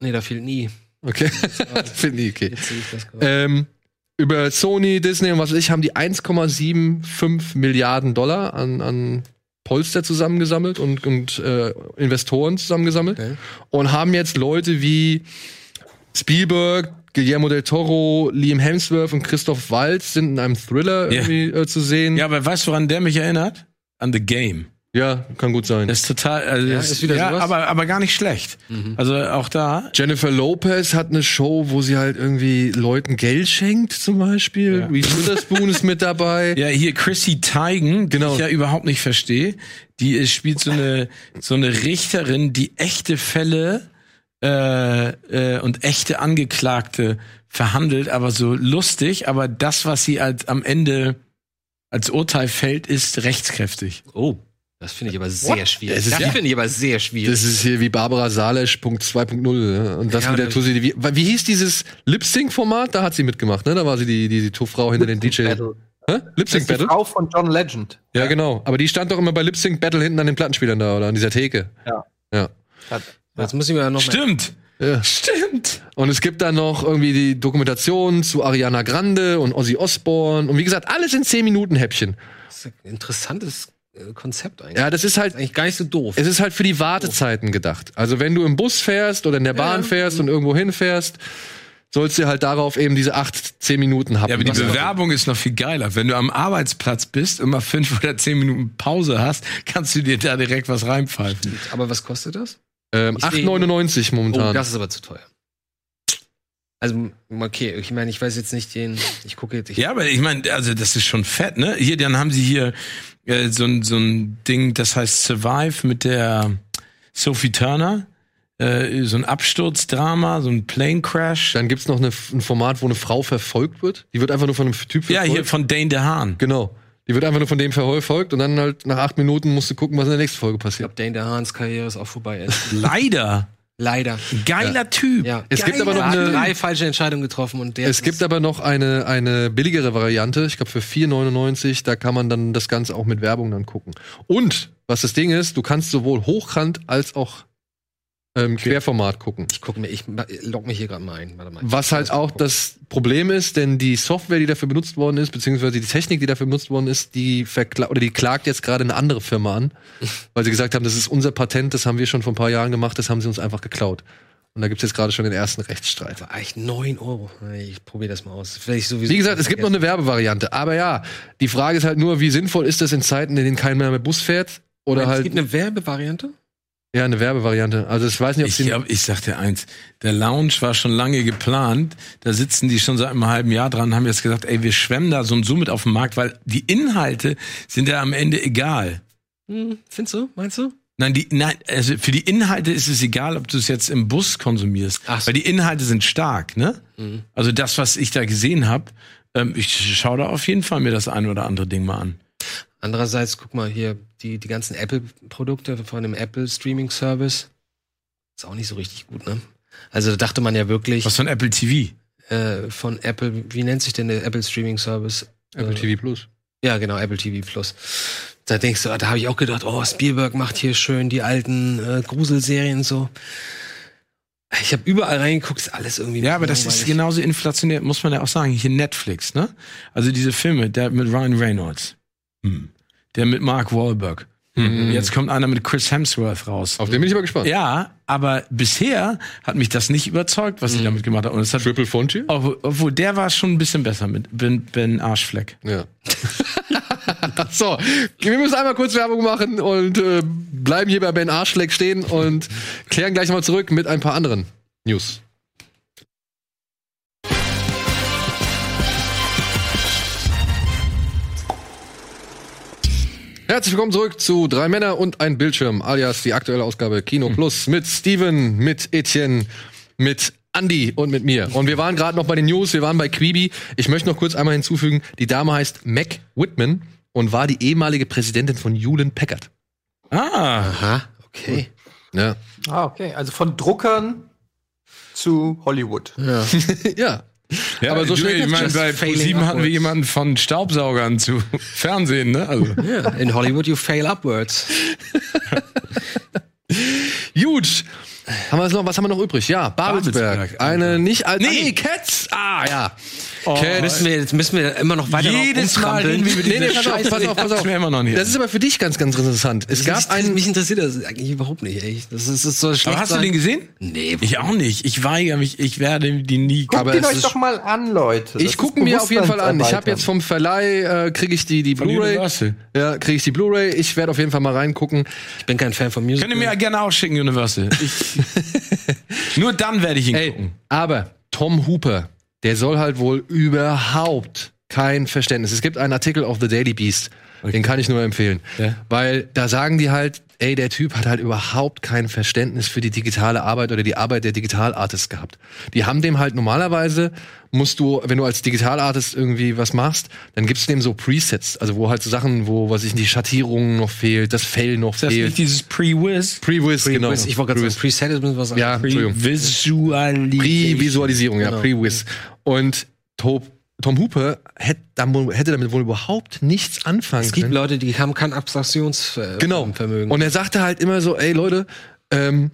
[SPEAKER 3] Nee, da fehlt nie.
[SPEAKER 1] Okay, das finde ich okay.
[SPEAKER 3] Jetzt sehe ich das gerade.
[SPEAKER 1] Ähm, über Sony, Disney und was weiß ich haben die 1,75 Milliarden Dollar an, an Polster zusammengesammelt und, und äh, Investoren zusammengesammelt
[SPEAKER 3] Okay.
[SPEAKER 1] und haben jetzt Leute wie Spielberg, Guillermo del Toro, Liam Hemsworth und Christoph Waltz sind in einem Thriller
[SPEAKER 2] Ja.
[SPEAKER 1] irgendwie äh, zu sehen.
[SPEAKER 2] Ja, aber weißt du, woran der mich erinnert? An The Game.
[SPEAKER 1] Ja, kann gut sein.
[SPEAKER 2] Das ist total, also
[SPEAKER 3] Ja,
[SPEAKER 2] das-
[SPEAKER 3] ist wieder
[SPEAKER 2] ja,
[SPEAKER 3] sowas. Mhm.
[SPEAKER 2] aber aber gar nicht schlecht. Also auch da.
[SPEAKER 1] Jennifer Lopez hat eine Show, wo sie halt irgendwie Leuten Geld schenkt, zum Beispiel.
[SPEAKER 2] Ja.
[SPEAKER 1] Reese Witherspoon ist mit dabei.
[SPEAKER 2] Ja, hier Chrissy Teigen, die
[SPEAKER 1] Genau.
[SPEAKER 2] ich ja überhaupt nicht verstehe. Die äh, spielt so eine so eine Richterin, die echte Fälle äh, äh, und echte Angeklagte verhandelt, aber so lustig. Aber das, was sie als am Ende als Urteil fällt, ist rechtskräftig.
[SPEAKER 3] Oh, das finde ich aber sehr schwierig.
[SPEAKER 1] Es ist
[SPEAKER 3] das
[SPEAKER 1] ja-
[SPEAKER 3] finde ich aber sehr schwierig.
[SPEAKER 1] Das ist hier wie Barbara Salesch Punkt 2.0. ja. Und das
[SPEAKER 3] Ja,
[SPEAKER 1] mit der
[SPEAKER 3] das-
[SPEAKER 1] Tussi, die, wie, wie hieß dieses Lip-Sync-Format? Da hat sie mitgemacht, ne? Da war sie die, die, die Tuffrau hinter den DJ.
[SPEAKER 4] Battle.
[SPEAKER 1] Hä?
[SPEAKER 4] Also, Das ist die
[SPEAKER 1] Lip-Sync-Battle?
[SPEAKER 4] Frau von John Legend.
[SPEAKER 1] Ja, genau. Aber die stand doch immer bei Lip-Sync-Battle hinten an den Plattenspielern da oder an dieser Theke.
[SPEAKER 4] Ja.
[SPEAKER 1] Ja.
[SPEAKER 4] Hat,
[SPEAKER 3] Jetzt muss ich mir noch mal
[SPEAKER 2] Stimmt,
[SPEAKER 1] ja.
[SPEAKER 2] stimmt.
[SPEAKER 1] Und es gibt dann noch irgendwie die Dokumentation zu Ariana Grande und Ozzy Osbourne. Und wie gesagt, alles in 10 Minuten Häppchen.
[SPEAKER 3] Das ist ein interessantes äh, Konzept eigentlich.
[SPEAKER 1] Ja, das ist halt
[SPEAKER 3] Ist eigentlich gar nicht so doof.
[SPEAKER 1] Es ist halt für die Wartezeiten gedacht. Also wenn du im Bus fährst oder in der Bahn fährst und irgendwo hinfährst, sollst du halt darauf eben diese acht, zehn Minuten haben. Also,
[SPEAKER 2] Ja, aber die Bewerbung ist noch viel geiler. Wenn du am Arbeitsplatz bist und mal fünf oder zehn Minuten Pause hast, kannst du dir da direkt was reinpfeifen.
[SPEAKER 3] aber was kostet das?
[SPEAKER 1] ähm,
[SPEAKER 3] Ich seh-
[SPEAKER 1] 8,99
[SPEAKER 3] Oh,
[SPEAKER 1] momentan.
[SPEAKER 3] das ist aber zu teuer. Also, okay, ich meine, ich weiß jetzt nicht den. Ich gucke jetzt. Ich,
[SPEAKER 2] Ja, aber ich meine, also das ist schon fett, ne? Hier, dann haben sie hier äh, so, ein- so ein Ding, das heißt Survive mit der Sophie Turner. Äh, so ein Absturzdrama, so ein Plane Crash.
[SPEAKER 1] Dann gibt's noch eine, ein Format, wo eine Frau verfolgt wird. Die wird einfach nur von einem Typ
[SPEAKER 2] Ja,
[SPEAKER 1] verfolgt.
[SPEAKER 2] hier von Dane DeHaan.
[SPEAKER 1] genau. Die wird einfach nur von dem verfolgt und dann halt nach acht Minuten musst du gucken, was in der nächsten Folge
[SPEAKER 3] ich
[SPEAKER 1] passiert.
[SPEAKER 3] glaube, Dane DeHaans Karriere ist auch vorbei. Ist.
[SPEAKER 2] Leider.
[SPEAKER 3] Leider.
[SPEAKER 2] Geiler Typ.
[SPEAKER 3] Ja.
[SPEAKER 1] Es gibt aber noch
[SPEAKER 3] Er hat
[SPEAKER 1] eine-
[SPEAKER 3] drei falsche Entscheidungen getroffen und der
[SPEAKER 1] Es gibt aber noch eine, eine billigere Variante, ich glaube für 4,99, da kann man dann das Ganze auch mit Werbung dann gucken. Und, was das Ding ist, du kannst sowohl Hochkant als auch ähm, Querformat gucken.
[SPEAKER 3] Ich gucke mir, ich ma- log mich hier gerade mal ein. Warte mal.
[SPEAKER 1] Was halt auch das Problem ist, denn die Software, die dafür benutzt worden ist, beziehungsweise die Technik, die dafür benutzt worden ist, die, verkla oder die klagt jetzt gerade eine andere Firma an, weil sie gesagt haben, das ist unser Patent, das haben wir schon vor ein paar Jahren gemacht, das haben sie uns einfach geklaut. Und da gibt es jetzt gerade schon den ersten Rechtsstreit.
[SPEAKER 3] War Also eigentlich 9 Euro. Nee, Ich probiere das mal aus. Vielleicht sowieso
[SPEAKER 1] Wie gesagt, es gibt noch eine Werbevariante. Aber ja, die Frage ist halt nur, wie sinnvoll ist das in Zeiten, in denen keiner mehr mit Bus fährt? Oder
[SPEAKER 3] Es
[SPEAKER 1] halt.
[SPEAKER 3] gibt eine Werbevariante?
[SPEAKER 1] Ja, eine Werbevariante. Also ich weiß nicht, ob
[SPEAKER 2] Ich,
[SPEAKER 1] sie.
[SPEAKER 2] glaub, ich sag dir eins, der Lounge war schon lange geplant. Da sitzen die schon seit einem halben Jahr dran, haben jetzt gesagt, ey, wir schwemmen da so und so mit auf den Markt, weil die Inhalte sind ja am Ende egal.
[SPEAKER 3] Hm, findest du? Meinst du?
[SPEAKER 2] Nein, die, nein, also für die Inhalte ist es egal, ob du es jetzt im Bus konsumierst,
[SPEAKER 3] Ach so.
[SPEAKER 2] weil die Inhalte sind stark, ne?
[SPEAKER 3] Mhm.
[SPEAKER 2] Also das, was ich da gesehen habe, ähm, ich schaue da auf jeden Fall mir das ein oder andere Ding mal an.
[SPEAKER 3] Andererseits, guck mal hier, die, die ganzen Apple-Produkte von dem Apple-Streaming-Service ist auch nicht so richtig gut, ne? Also da dachte man ja wirklich
[SPEAKER 2] Was von Apple TV?
[SPEAKER 3] äh, von Apple, Ähm, wie nennt sich denn der Apple-Streaming-Service?
[SPEAKER 1] Apple TV Plus.
[SPEAKER 3] Ja, genau, Apple TV Plus. Da denkst du, da habe ich auch gedacht, oh, Spielberg macht hier schön die alten äh, Gruselserien und so. Ich habe überall reingeguckt, ist alles irgendwie.
[SPEAKER 2] Ja, aber das ist genau-
[SPEAKER 3] langweilig.
[SPEAKER 2] genauso inflationär, muss man ja auch sagen. Hier Netflix, ne? Also diese Filme, der mit Ryan Reynolds, hm. der mit Mark Wahlberg. Hm. Jetzt kommt einer mit Chris Hemsworth raus.
[SPEAKER 1] Auf den bin ich aber gespannt.
[SPEAKER 2] Ja, aber bisher hat mich das nicht überzeugt, was sie damit gemacht haben. Und es hat,
[SPEAKER 1] Triple Fonty?
[SPEAKER 2] obwohl, obwohl der war schon ein bisschen besser mit Ben, ben Arschfleck.
[SPEAKER 1] Ja. so, wir müssen einmal kurz Werbung machen und äh, bleiben hier bei Ben Arschleck stehen und klären gleich mal zurück mit ein paar anderen News. Herzlich willkommen zurück zu Drei Männer und ein Bildschirm, alias die aktuelle Ausgabe Kino Plus mit Steven, mit Etienne, mit Andy und mit mir. Und wir waren gerade noch bei den News, wir waren bei Quibi. Ich möchte noch kurz einmal hinzufügen, die Dame heißt Mac Whitman und war die ehemalige Präsidentin von Hewlett Packard.
[SPEAKER 2] Ah,
[SPEAKER 3] Aha, okay.
[SPEAKER 1] Ja.
[SPEAKER 4] Ah, okay. Also von Druckern zu Hollywood.
[SPEAKER 1] ja.
[SPEAKER 2] ja,
[SPEAKER 1] aber so
[SPEAKER 2] du,
[SPEAKER 1] schnell
[SPEAKER 2] ich meine,
[SPEAKER 1] kannst du
[SPEAKER 2] bei
[SPEAKER 3] das failing
[SPEAKER 2] ProSieben hatten wir
[SPEAKER 3] upwards.
[SPEAKER 2] jemanden von Staubsaugern zu Fernsehen, ne? Also.
[SPEAKER 3] Ja, in Hollywood you fail upwards.
[SPEAKER 2] Oh.
[SPEAKER 1] Gut. Haben wir noch, was haben wir noch übrig? Ja, Babelsberg.
[SPEAKER 2] Babelsberg,
[SPEAKER 1] Eine nicht alte.
[SPEAKER 2] Nee.
[SPEAKER 1] Cats! Ah, ja.
[SPEAKER 2] Oh,
[SPEAKER 1] Cats.
[SPEAKER 3] Müssen wir, jetzt müssen wir immer noch weiter
[SPEAKER 2] Jedes Mal reden wir über diese
[SPEAKER 1] Nee, nee, pass auf,
[SPEAKER 2] Scheiße,
[SPEAKER 1] pass auf, pass
[SPEAKER 2] das
[SPEAKER 1] auf.
[SPEAKER 2] ist mir immer noch nicht.
[SPEAKER 1] Das ist aber für dich ganz, ganz interessant. Es gab
[SPEAKER 3] Gab
[SPEAKER 1] einen.
[SPEAKER 3] mich interessiert das eigentlich überhaupt nicht, ey. Das ist, ist so schlecht.
[SPEAKER 2] aber hast du den gesehen?
[SPEAKER 3] Nee,
[SPEAKER 2] Ich auch nicht. Ich weigere mich. Ich werde die nie.
[SPEAKER 4] Guckt
[SPEAKER 1] Aber
[SPEAKER 4] ihn
[SPEAKER 1] es
[SPEAKER 4] euch
[SPEAKER 1] ist-
[SPEAKER 4] doch mal an, Leute. Das
[SPEAKER 1] Ich
[SPEAKER 4] ist
[SPEAKER 1] gucke mir auf jeden Fall an. Ich habe
[SPEAKER 4] Bewusstseinserweitern.
[SPEAKER 1] jetzt vom Verleih äh, kriege ich die die Blu-ray.
[SPEAKER 2] Universal.
[SPEAKER 1] Ja, kriege ich die Blu-ray. Ich werde auf jeden Fall mal reingucken.
[SPEAKER 3] ich bin kein Fan von Music.
[SPEAKER 2] Könnt ihr mir ja gerne ausschicken, Universal. Ich, nur dann werde ich ihn
[SPEAKER 1] Ey,
[SPEAKER 2] gucken.
[SPEAKER 1] aber Tom Hooper, der soll halt wohl überhaupt kein Verständnis. Es gibt einen Artikel auf The Daily Beast, den kann ich nur empfehlen,
[SPEAKER 2] Ja.
[SPEAKER 1] weil da sagen die halt, ey, der Typ hat halt überhaupt kein Verständnis für die digitale Arbeit oder die Arbeit der Digitalartists gehabt. Die haben dem halt normalerweise musst du, wenn du als Digitalartist irgendwie was machst, dann gibst du dem so Presets, also wo halt so Sachen, wo was weiß ich die Schattierung noch fehlt, das Fell noch
[SPEAKER 2] Das ist
[SPEAKER 1] fehlt.
[SPEAKER 2] nicht dieses Pre-Wiz.
[SPEAKER 1] Pre-Wiz, genau.
[SPEAKER 3] Ich wollte gerade
[SPEAKER 1] Pre-Wiz.
[SPEAKER 3] sagen, Preset ist müssen wir sagen.
[SPEAKER 1] Ja, Entschuldigung.
[SPEAKER 2] Pre-Visualisierung.
[SPEAKER 1] Pre-Visualisierung, ja,
[SPEAKER 3] Genau.
[SPEAKER 1] Pre-Wiz. Und Tom, Tom Hooper hätte, dam- hätte damit wohl überhaupt nichts anfangen
[SPEAKER 3] Es gibt
[SPEAKER 1] können.
[SPEAKER 3] Leute, die haben kein Abstraktionsvermögen.
[SPEAKER 1] Genau. Und er sagte halt immer so, ey Leute, ähm,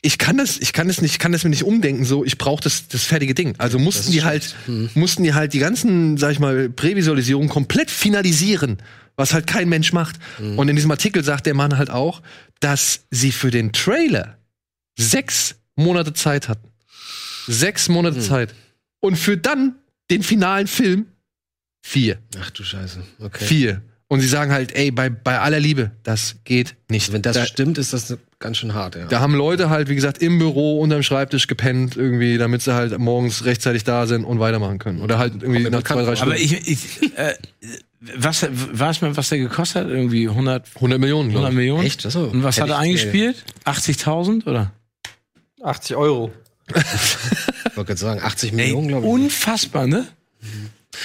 [SPEAKER 1] ich kann das, ich kann das nicht, ich kann das mir nicht umdenken, so, ich brauche das, das fertige Ding. Also mussten die halt,
[SPEAKER 3] Hm.
[SPEAKER 1] mussten die halt die ganzen, sag ich mal, Prävisualisierungen komplett finalisieren, was halt kein Mensch macht.
[SPEAKER 3] Hm.
[SPEAKER 1] Und in diesem Artikel sagt der Mann halt auch, dass sie für den Trailer sechs Monate Zeit hatten. Sechs Monate
[SPEAKER 3] Hm.
[SPEAKER 1] Zeit. Und für dann den finalen Film vier.
[SPEAKER 3] Ach du Scheiße. Okay.
[SPEAKER 1] Vier. Und sie sagen halt, ey, bei, bei aller Liebe, das geht nicht.
[SPEAKER 3] Wenn das
[SPEAKER 1] da,
[SPEAKER 3] stimmt, ist das ganz schön hart, ja.
[SPEAKER 1] da haben Leute halt, wie gesagt, im Büro unterm Schreibtisch gepennt, irgendwie, damit sie halt morgens rechtzeitig da sind und weitermachen können. Oder halt irgendwie nach zwei, drei Stunden.
[SPEAKER 2] Aber ich, ich äh, was, weiß man, was der gekostet hat? Irgendwie 100,
[SPEAKER 1] 100 Millionen,
[SPEAKER 2] 100
[SPEAKER 1] glaube ich.
[SPEAKER 2] Millionen?
[SPEAKER 3] Echt? Achso.
[SPEAKER 2] Und was
[SPEAKER 3] Hätte
[SPEAKER 2] hat er
[SPEAKER 3] ich-
[SPEAKER 2] eingespielt? 80.000 oder?
[SPEAKER 4] 80 Euro.
[SPEAKER 3] Ich wollte gerade sagen, 80
[SPEAKER 2] Ey,
[SPEAKER 3] Millionen, glaube ich.
[SPEAKER 2] unfassbar, ne?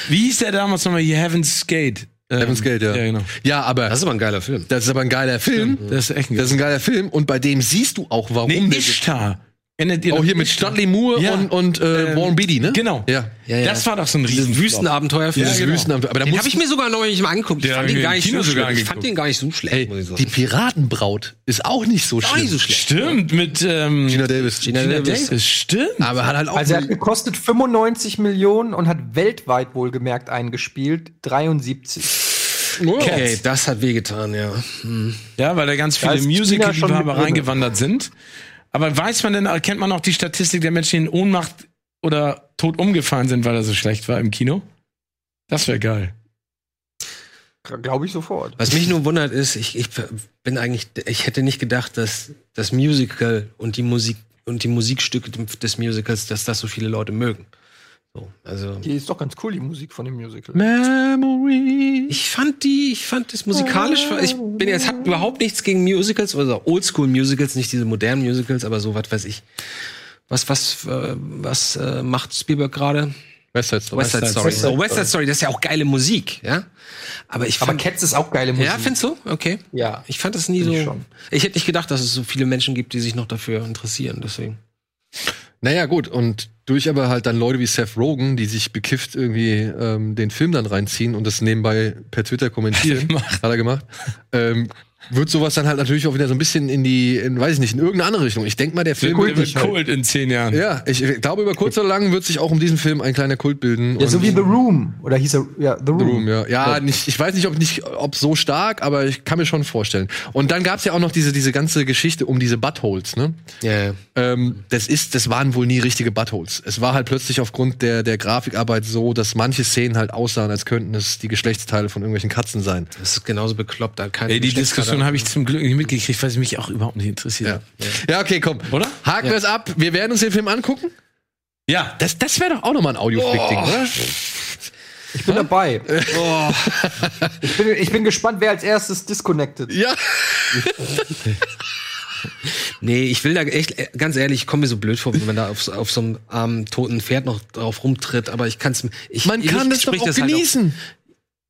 [SPEAKER 2] Wie hieß der damals nochmal hier? Heaven's Gate. Ähm,
[SPEAKER 1] Heaven's Gate, ja.
[SPEAKER 2] Ja, genau.
[SPEAKER 1] Ja, aber
[SPEAKER 3] Das
[SPEAKER 1] das,
[SPEAKER 3] ist aber ein geiler Film.
[SPEAKER 1] ist aber ein geiler Film.
[SPEAKER 2] Das ist echt ein
[SPEAKER 1] Das ist ein geiler Film und bei dem siehst du auch, warum.
[SPEAKER 2] Nee,
[SPEAKER 1] der-
[SPEAKER 2] Ishtar. Erinnert ihr
[SPEAKER 1] auch
[SPEAKER 2] noch
[SPEAKER 1] hier mit
[SPEAKER 2] Ishtar?
[SPEAKER 1] Stanley Moore
[SPEAKER 2] Ja.
[SPEAKER 1] und, und äh,
[SPEAKER 2] Ähm,
[SPEAKER 1] Warren Beatty, ne?
[SPEAKER 2] Genau.
[SPEAKER 1] Ja.
[SPEAKER 3] Ja, ja.
[SPEAKER 2] Das war doch so ein riesen
[SPEAKER 3] Wüstenabenteuerfilm.
[SPEAKER 2] Ja,
[SPEAKER 1] Diese
[SPEAKER 2] genau.
[SPEAKER 1] Wüsten- aber da
[SPEAKER 3] Den
[SPEAKER 1] muss
[SPEAKER 3] habe ich mir sogar neulich mal angeguckt. Ich
[SPEAKER 2] Ja,
[SPEAKER 3] fand
[SPEAKER 2] hab
[SPEAKER 3] den
[SPEAKER 2] ich
[SPEAKER 3] gar
[SPEAKER 2] mir im
[SPEAKER 3] nicht
[SPEAKER 2] Kino
[SPEAKER 3] so
[SPEAKER 2] sogar
[SPEAKER 3] schlecht. Ich
[SPEAKER 2] angeguckt.
[SPEAKER 3] fand den gar nicht so schlecht, muss ich
[SPEAKER 1] die
[SPEAKER 3] sagen.
[SPEAKER 1] Piratenbraut ist auch nicht so
[SPEAKER 3] Auch
[SPEAKER 1] schlimm.
[SPEAKER 3] nicht so schlecht.
[SPEAKER 2] Stimmt, mit ähm,
[SPEAKER 1] Gina Davis.
[SPEAKER 2] Gina
[SPEAKER 3] Davis.
[SPEAKER 2] Davis. Stimmt.
[SPEAKER 1] Aber hat halt auch
[SPEAKER 4] Also er hat gekostet 95 Millionen und hat weltweit wohlgemerkt eingespielt 73.
[SPEAKER 3] Okay, das hat wehgetan, ja.
[SPEAKER 2] Ja, weil da ganz viele
[SPEAKER 4] ist China schon mit
[SPEAKER 2] Musical-Liebhaber
[SPEAKER 4] drin.
[SPEAKER 2] reingewandert sind. Aber weiß man denn, erkennt man auch die Statistik der Menschen, die in Ohnmacht oder tot umgefallen sind, weil er so schlecht war im Kino? Das wäre geil.
[SPEAKER 4] Glaube ich sofort.
[SPEAKER 3] Was mich nur wundert ist, ich, ich bin eigentlich, ich hätte nicht gedacht, dass das Musical und die Musik und die Musikstücke des Musicals, dass das so viele Leute mögen. So, also
[SPEAKER 4] Die ist doch ganz cool, die Musik von dem Musical.
[SPEAKER 1] Memory.
[SPEAKER 3] ich fand die, ich fand das musikalisch, ich bin jetzt hat überhaupt nichts gegen Musicals oder also Oldschool Musicals, nicht diese modernen Musicals, aber so was weiß ich. Was was äh, was äh, macht Spielberg gerade?
[SPEAKER 1] West Side Story.
[SPEAKER 3] West Side Story.
[SPEAKER 4] West Side
[SPEAKER 3] So, West Side Story, das ist ja auch geile Musik, ja? Aber ich
[SPEAKER 4] Aber
[SPEAKER 3] fand
[SPEAKER 4] Cats ist auch geile Musik.
[SPEAKER 3] Ja, findest du? Okay.
[SPEAKER 4] Ja.
[SPEAKER 3] Ich fand das nie
[SPEAKER 4] Find ich
[SPEAKER 3] so.
[SPEAKER 4] schon.
[SPEAKER 3] Ich, hätte nicht gedacht, dass es so viele Menschen gibt, die sich noch dafür interessieren, deswegen.
[SPEAKER 1] Naja, gut, und durch aber halt dann Leute wie Seth Rogen, die sich bekifft irgendwie ähm, den Film dann reinziehen und das nebenbei per Twitter kommentieren, hat er gemacht, ähm, wird sowas dann halt natürlich auch wieder so ein bisschen in die, in, weiß ich nicht, in irgendeine andere Richtung. Ich denk mal, der Film.
[SPEAKER 2] Der
[SPEAKER 1] Wird,
[SPEAKER 2] wird cold in zehn Jahren.
[SPEAKER 1] ja, ich glaube, über kurz oder lang wird sich auch um diesen Film ein kleiner Kult bilden.
[SPEAKER 4] Ja, so
[SPEAKER 1] und-
[SPEAKER 4] wie The Room. Oder hieß er, ja, The Room.
[SPEAKER 1] The Room, ja. Ja, nicht, ich weiß nicht, ob nicht, ob so stark, aber ich kann mir schon vorstellen. Und dann gab's ja auch noch diese, diese ganze Geschichte um diese Buttholes, ne?
[SPEAKER 3] Ja, ja.
[SPEAKER 1] Ähm, das ist, das waren wohl nie richtige Buttholes. Es war halt plötzlich aufgrund der, der Grafikarbeit so, dass manche Szenen halt aussahen, als könnten es die Geschlechtsteile von irgendwelchen Katzen sein.
[SPEAKER 3] Das ist genauso bekloppt. Da kann
[SPEAKER 2] Ey, die Diskussion habe ich zum Glück nicht mitgekriegt, weil sie mich auch überhaupt nicht interessiert.
[SPEAKER 1] Ja, ja okay, komm.
[SPEAKER 2] Oder?
[SPEAKER 1] Haken wir es ab. Wir werden uns den Film angucken. Oh,
[SPEAKER 2] Ja.
[SPEAKER 1] Das, das wäre doch auch nochmal ein Audio-Flick-Ding, oder?
[SPEAKER 4] Ich bin dabei.
[SPEAKER 1] Oh.
[SPEAKER 4] Ich, bin, ich bin gespannt, wer als erstes disconnected.
[SPEAKER 1] Ja.
[SPEAKER 3] Nee, ich will da echt, äh, ganz ehrlich, ich komme mir so blöd vor, wenn man da auf, so- auf so einem armen, toten Pferd noch drauf rumtritt, aber ich kann es ich,
[SPEAKER 1] Man
[SPEAKER 3] ich
[SPEAKER 1] kann das doch
[SPEAKER 3] sprich
[SPEAKER 1] auch
[SPEAKER 3] halt
[SPEAKER 1] genießen.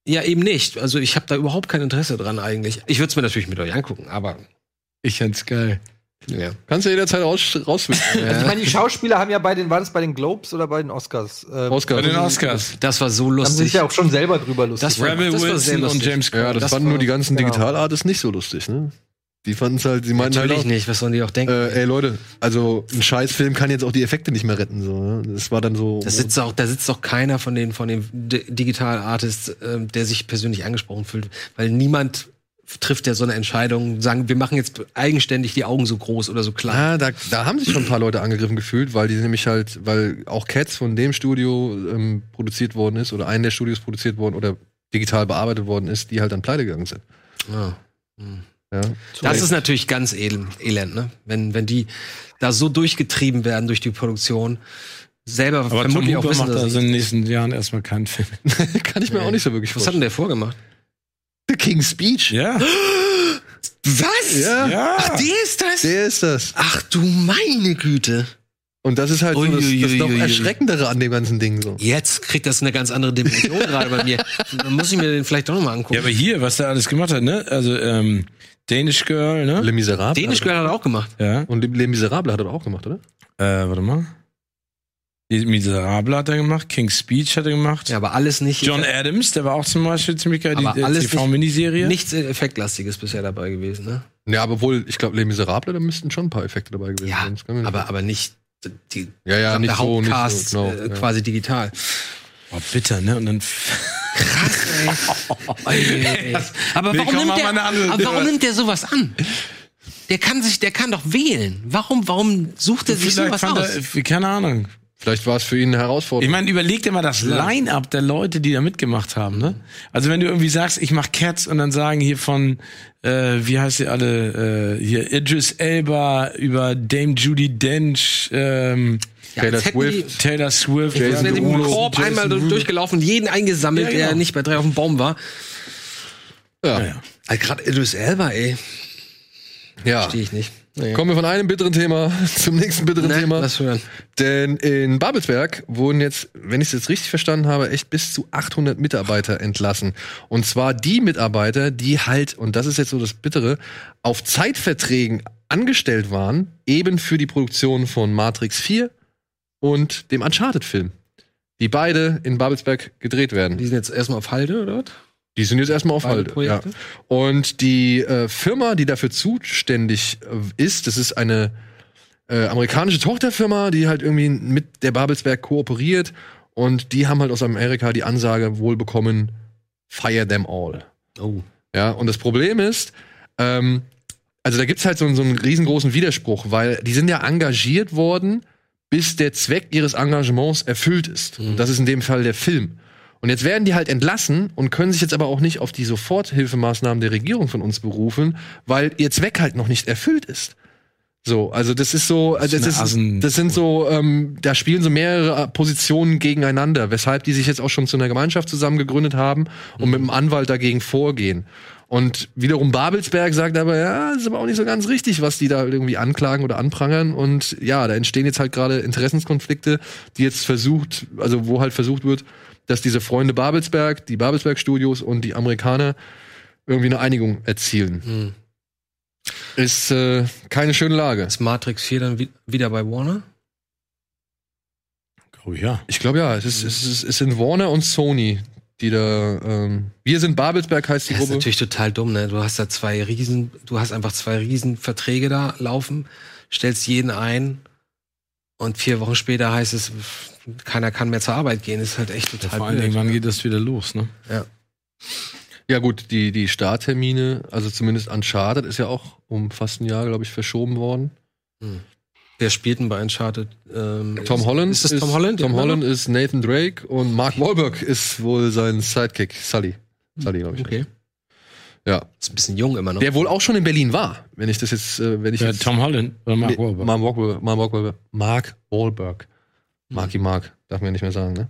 [SPEAKER 3] ja, eben nicht. Also ich habe da überhaupt kein Interesse dran eigentlich. Ich würde es mir natürlich mit euch angucken, aber
[SPEAKER 2] Ich fand's geil.
[SPEAKER 3] ja.
[SPEAKER 1] Kannst du jederzeit raus, rauswischen.
[SPEAKER 4] Also ich meine, die Schauspieler haben ja bei den, war das bei den Globes oder bei den Oscars? Ähm,
[SPEAKER 1] Oscar.
[SPEAKER 2] Bei den Oscars.
[SPEAKER 3] das war so
[SPEAKER 4] Haben sie
[SPEAKER 3] lustig.
[SPEAKER 4] sich ja auch schon selber drüber lustig.
[SPEAKER 3] Das war-
[SPEAKER 2] Rebel
[SPEAKER 3] das war sehr
[SPEAKER 2] Wilson und
[SPEAKER 3] lustig.
[SPEAKER 2] James
[SPEAKER 1] Ja,
[SPEAKER 2] Corden.
[SPEAKER 1] das,
[SPEAKER 4] Das
[SPEAKER 1] fanden
[SPEAKER 4] war-
[SPEAKER 1] nur die ganzen
[SPEAKER 4] genau.
[SPEAKER 1] Digitalartists nicht so lustig, ne? Die fanden es halt, sie meinten halt
[SPEAKER 3] Natürlich
[SPEAKER 1] auch,
[SPEAKER 3] nicht, was sollen die auch denken?
[SPEAKER 1] äh, ey Leute, also ein Scheißfilm kann jetzt auch die Effekte nicht mehr retten, so, ne? Das war dann so.
[SPEAKER 3] Da sitzt auch, da sitzt auch keiner von den, von den D- Digital Artists, ähm, der sich persönlich angesprochen fühlt, weil niemand trifft ja so eine Entscheidung, sagen, wir machen jetzt eigenständig die Augen so groß oder so klein.
[SPEAKER 1] Ja, Ah, da, da haben sich schon ein paar Leute angegriffen gefühlt, weil die nämlich halt, weil auch Cats von dem Studio ähm, produziert worden ist oder einen der Studios produziert worden oder digital bearbeitet worden ist, die halt dann pleite gegangen sind.
[SPEAKER 3] Ja.
[SPEAKER 1] Ja.
[SPEAKER 3] Das ist natürlich ganz edel, elend, ne? Wenn, wenn die da so durchgetrieben werden durch die Produktion, selber
[SPEAKER 2] Aber Tom
[SPEAKER 3] vermutlich auch
[SPEAKER 2] Hooper
[SPEAKER 3] wissen,
[SPEAKER 2] macht
[SPEAKER 3] dass
[SPEAKER 2] also
[SPEAKER 3] ich,
[SPEAKER 2] in den nächsten Jahren erstmal keinen Film.
[SPEAKER 1] Kann ich mir auch nicht so wirklich
[SPEAKER 3] was hat
[SPEAKER 1] vorstellen.
[SPEAKER 3] denn der vorgemacht?
[SPEAKER 1] The King's Speech?
[SPEAKER 2] Ja.
[SPEAKER 3] Was? Ja.
[SPEAKER 2] Ja.
[SPEAKER 3] Ach, die ist das?
[SPEAKER 1] Der ist das.
[SPEAKER 3] Ach du meine Güte.
[SPEAKER 1] Und das ist halt so das, das noch
[SPEAKER 3] Uiuiuiui.
[SPEAKER 1] Erschreckendere an dem ganzen Ding so.
[SPEAKER 3] Jetzt kriegt das eine ganz andere Dimension gerade bei mir. Dann muss ich mir den vielleicht doch nochmal angucken.
[SPEAKER 2] Ja, aber hier, was der alles gemacht hat, ne? Also, ähm, Danish Girl, ne?
[SPEAKER 1] Le Miserable.
[SPEAKER 3] Dänisch
[SPEAKER 1] hat er-
[SPEAKER 3] Girl hat er auch gemacht.
[SPEAKER 2] ja.
[SPEAKER 1] Und Le Miserable hat er doch auch gemacht, oder?
[SPEAKER 2] Äh, warte mal. Die Miserable hat er gemacht, King's Speech hat er gemacht.
[SPEAKER 3] Ja, aber alles nicht.
[SPEAKER 2] John Adams, der war auch zum Beispiel ziemlich geil, die
[SPEAKER 3] Aber alles
[SPEAKER 2] TV-Miniserie.
[SPEAKER 3] nichts Effektlastiges bisher dabei gewesen, ne?
[SPEAKER 1] Ja, aber wohl, ich glaube, Le Miserable, da müssten schon ein paar Effekte dabei gewesen
[SPEAKER 3] Ja,
[SPEAKER 1] sein. Das kann man-
[SPEAKER 3] aber, aber nicht die,
[SPEAKER 1] ja, ja,
[SPEAKER 3] der
[SPEAKER 1] nicht so, nicht
[SPEAKER 3] Hauptcast
[SPEAKER 1] so,
[SPEAKER 3] äh,
[SPEAKER 1] genau. ja.
[SPEAKER 3] quasi digital.
[SPEAKER 2] Oh, bitter, ne? Und dann
[SPEAKER 3] Aber warum,
[SPEAKER 2] komm,
[SPEAKER 3] nimmt
[SPEAKER 2] mach
[SPEAKER 3] der,
[SPEAKER 2] mal eine andere
[SPEAKER 3] aber warum
[SPEAKER 2] Debatte.
[SPEAKER 3] nimmt der sowas an? Der kann sich, der kann doch wählen. Warum, warum sucht er sich
[SPEAKER 2] vielleicht
[SPEAKER 3] sowas
[SPEAKER 2] fand
[SPEAKER 3] aus?
[SPEAKER 2] er, keine Ahnung.
[SPEAKER 1] Vielleicht war es für ihn eine Herausforderung.
[SPEAKER 2] Ich meine, überleg dir mal das Line-Up der Leute, die da mitgemacht haben, ne? Also wenn du irgendwie sagst, ich mach Cats und dann sagen hier von, äh, wie heißt sie alle, äh, hier Idris Elba über Dame Judy Dench, ähm,
[SPEAKER 3] Ja,
[SPEAKER 1] Taylor
[SPEAKER 3] als hätten die-
[SPEAKER 1] Swift.
[SPEAKER 2] Taylor Swift,
[SPEAKER 1] Jason
[SPEAKER 3] als wären die mit dem
[SPEAKER 1] Derulo,
[SPEAKER 3] Korb
[SPEAKER 2] Jason
[SPEAKER 3] einmal
[SPEAKER 2] Derulo.
[SPEAKER 3] durchgelaufen, jeden eingesammelt,
[SPEAKER 2] Ja, genau.
[SPEAKER 3] der nicht bei drei auf dem Baum war.
[SPEAKER 1] ja.
[SPEAKER 2] Ja.
[SPEAKER 3] Also gerade Idris Elba, ey,
[SPEAKER 1] Ja.
[SPEAKER 3] verstehe ich nicht. Ne? Naja.
[SPEAKER 1] Kommen wir von einem bitteren Thema zum nächsten bitteren
[SPEAKER 3] Na,
[SPEAKER 1] Thema.
[SPEAKER 3] lass hören.
[SPEAKER 1] Denn in Babelsberg wurden jetzt, wenn ich es jetzt richtig verstanden habe, echt bis zu 800 Mitarbeiter entlassen. Und zwar die Mitarbeiter, die halt, und das ist jetzt so das Bittere, auf Zeitverträgen angestellt waren, eben für die Produktion von Matrix 4 und dem Uncharted-Film. Die beide in Babelsberg gedreht werden.
[SPEAKER 3] Die sind jetzt erstmal auf Halde, oder was?
[SPEAKER 1] Die sind jetzt erstmal auf
[SPEAKER 3] Beide
[SPEAKER 1] Halde. Ja.
[SPEAKER 3] Projekte?
[SPEAKER 1] Und die äh, Firma, die dafür zuständig äh, ist, das ist eine äh, amerikanische Tochterfirma, die halt irgendwie mit der Babelsberg kooperiert. Und die haben halt aus Amerika die Ansage wohl bekommen, fire them all.
[SPEAKER 3] Oh.
[SPEAKER 1] Ja, und das Problem ist, ähm, also da gibt's halt so, einen- so einen riesengroßen Widerspruch, weil die sind ja engagiert worden, bis der Zweck ihres Engagements erfüllt ist. Und das ist in dem Fall der Film. Und jetzt werden die halt entlassen und können sich jetzt aber auch nicht auf die Soforthilfemaßnahmen der Regierung von uns berufen, weil ihr Zweck halt noch nicht erfüllt ist. So, also das ist so, also
[SPEAKER 2] ist
[SPEAKER 1] das,
[SPEAKER 2] eine
[SPEAKER 1] ist,
[SPEAKER 2] Asen-
[SPEAKER 1] das sind so, ähm, da spielen so mehrere äh, Positionen gegeneinander, weshalb die sich jetzt auch schon zu einer Gemeinschaft zusammen gegründet haben und
[SPEAKER 2] Mhm.
[SPEAKER 1] mit einem Anwalt dagegen vorgehen. Und wiederum Babelsberg sagt aber, ja, ist aber auch nicht so ganz richtig, was die da irgendwie anklagen oder anprangern. Und ja, da entstehen jetzt halt gerade Interessenskonflikte, die jetzt versucht, also wo halt versucht wird, dass diese Freunde Babelsberg, die Babelsberg Studios und die Amerikaner irgendwie eine Einigung erzielen.
[SPEAKER 3] Hm.
[SPEAKER 1] Ist äh, keine schöne Lage.
[SPEAKER 3] Ist Matrix 4 dann wi- wieder bei Warner?
[SPEAKER 2] Oh ja.
[SPEAKER 1] Ich glaube ja, es, ist, es, ist, es sind Warner und Sony, die da. Ähm, wir sind Babelsberg heißt die
[SPEAKER 3] Das ist
[SPEAKER 1] Gruppe.
[SPEAKER 3] natürlich total dumm, ne? Du hast da zwei Riesen, du hast einfach zwei Riesenverträge da laufen, stellst jeden ein und vier Wochen später heißt es, pff, keiner kann mehr zur Arbeit gehen. Das ist halt echt total
[SPEAKER 2] Vor allen Dingen,
[SPEAKER 3] blöd.
[SPEAKER 2] wann geht das wieder los, ne?
[SPEAKER 1] Ja gut, die, die Starttermine, also zumindest Uncharted, ist ja auch um fast ein Jahr, glaube ich, verschoben worden.
[SPEAKER 3] Wer spielt denn bei Uncharted? Ähm,
[SPEAKER 1] Tom
[SPEAKER 3] ist-
[SPEAKER 1] Holland
[SPEAKER 3] Ist das Tom Holland?
[SPEAKER 1] Tom
[SPEAKER 3] Ja, genau.
[SPEAKER 1] Holland ist Nathan Drake und Mark Wahlberg ist wohl sein Sidekick, Sully. Sully, glaube ich.
[SPEAKER 3] Okay.
[SPEAKER 1] Ja.
[SPEAKER 3] Ist ein bisschen jung immer noch.
[SPEAKER 1] Der wohl auch schon in Berlin war, wenn ich das jetzt, äh, wenn ich
[SPEAKER 2] Ja,
[SPEAKER 1] jetzt
[SPEAKER 2] Tom Holland oder Mark Wahlberg.
[SPEAKER 1] Mark Wahlberg. Mark Wahlberg. Mark Wahlberg. Marky Mark, darf man ja nicht mehr sagen, ne?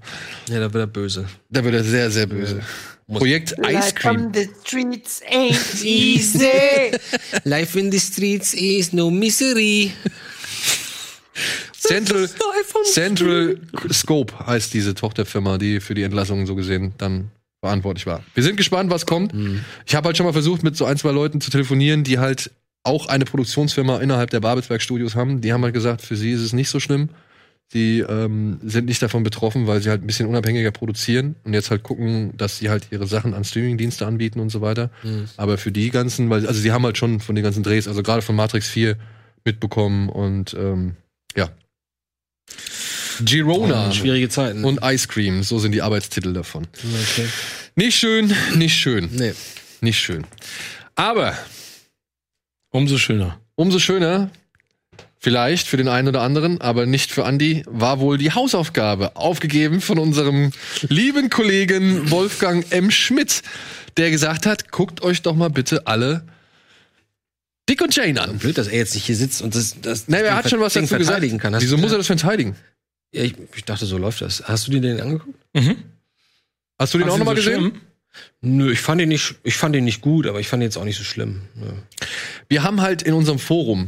[SPEAKER 3] Ja, da wird er böse.
[SPEAKER 1] Da wird er sehr, sehr böse. Projekt Ice Cream.
[SPEAKER 5] the streets ain't easy.
[SPEAKER 3] Life in the streets is no misery.
[SPEAKER 1] Central, Central Scope heißt diese Tochterfirma, die für die Entlassungen so gesehen dann verantwortlich war. Wir sind gespannt, was kommt. Ich habe halt schon mal versucht, mit so ein, zwei Leuten zu telefonieren, die halt auch eine Produktionsfirma innerhalb der Babelsberg Studios haben. Die haben halt gesagt, für sie ist es nicht so schlimm. Die ähm, sind nicht davon betroffen, weil sie halt ein bisschen unabhängiger produzieren und jetzt halt gucken, dass sie halt ihre Sachen an Streamingdienste anbieten und so weiter. Aber für die ganzen, weil, also sie haben halt schon von den ganzen Drehs, also gerade von Matrix 4 mitbekommen und ähm, ja. Girona
[SPEAKER 3] Schwierige Zeiten.
[SPEAKER 1] Oh und Ice Cream, so sind die Arbeitstitel davon.
[SPEAKER 3] okay.
[SPEAKER 1] Nicht schön, nicht schön,
[SPEAKER 3] Nee.
[SPEAKER 1] nicht schön. Aber
[SPEAKER 2] Umso schöner.
[SPEAKER 1] umso schöner, vielleicht für den einen oder anderen, aber nicht für Andi, war wohl die Hausaufgabe, aufgegeben von unserem lieben Kollegen Wolfgang M. Schmidt, der gesagt hat, guckt euch doch mal bitte alle Dick und Jane an.
[SPEAKER 3] Blöd, dass er jetzt nicht hier sitzt und das. das
[SPEAKER 1] Naja, er
[SPEAKER 3] das
[SPEAKER 1] hat schon was
[SPEAKER 3] Ding
[SPEAKER 1] dazu gesagt.
[SPEAKER 3] verteidigen Kann. Hast
[SPEAKER 1] Wieso
[SPEAKER 3] du-
[SPEAKER 1] muss er das verteidigen?
[SPEAKER 3] Ja, ich, ich dachte, so läuft das. Hast du dir den angeguckt?
[SPEAKER 1] Hast du den auch nochmal gesehen?
[SPEAKER 3] Nö, ich fand den nicht, ich fand den nicht gut, aber ich fand den jetzt auch nicht so schlimm. Ja.
[SPEAKER 1] Wir haben halt in unserem Forum,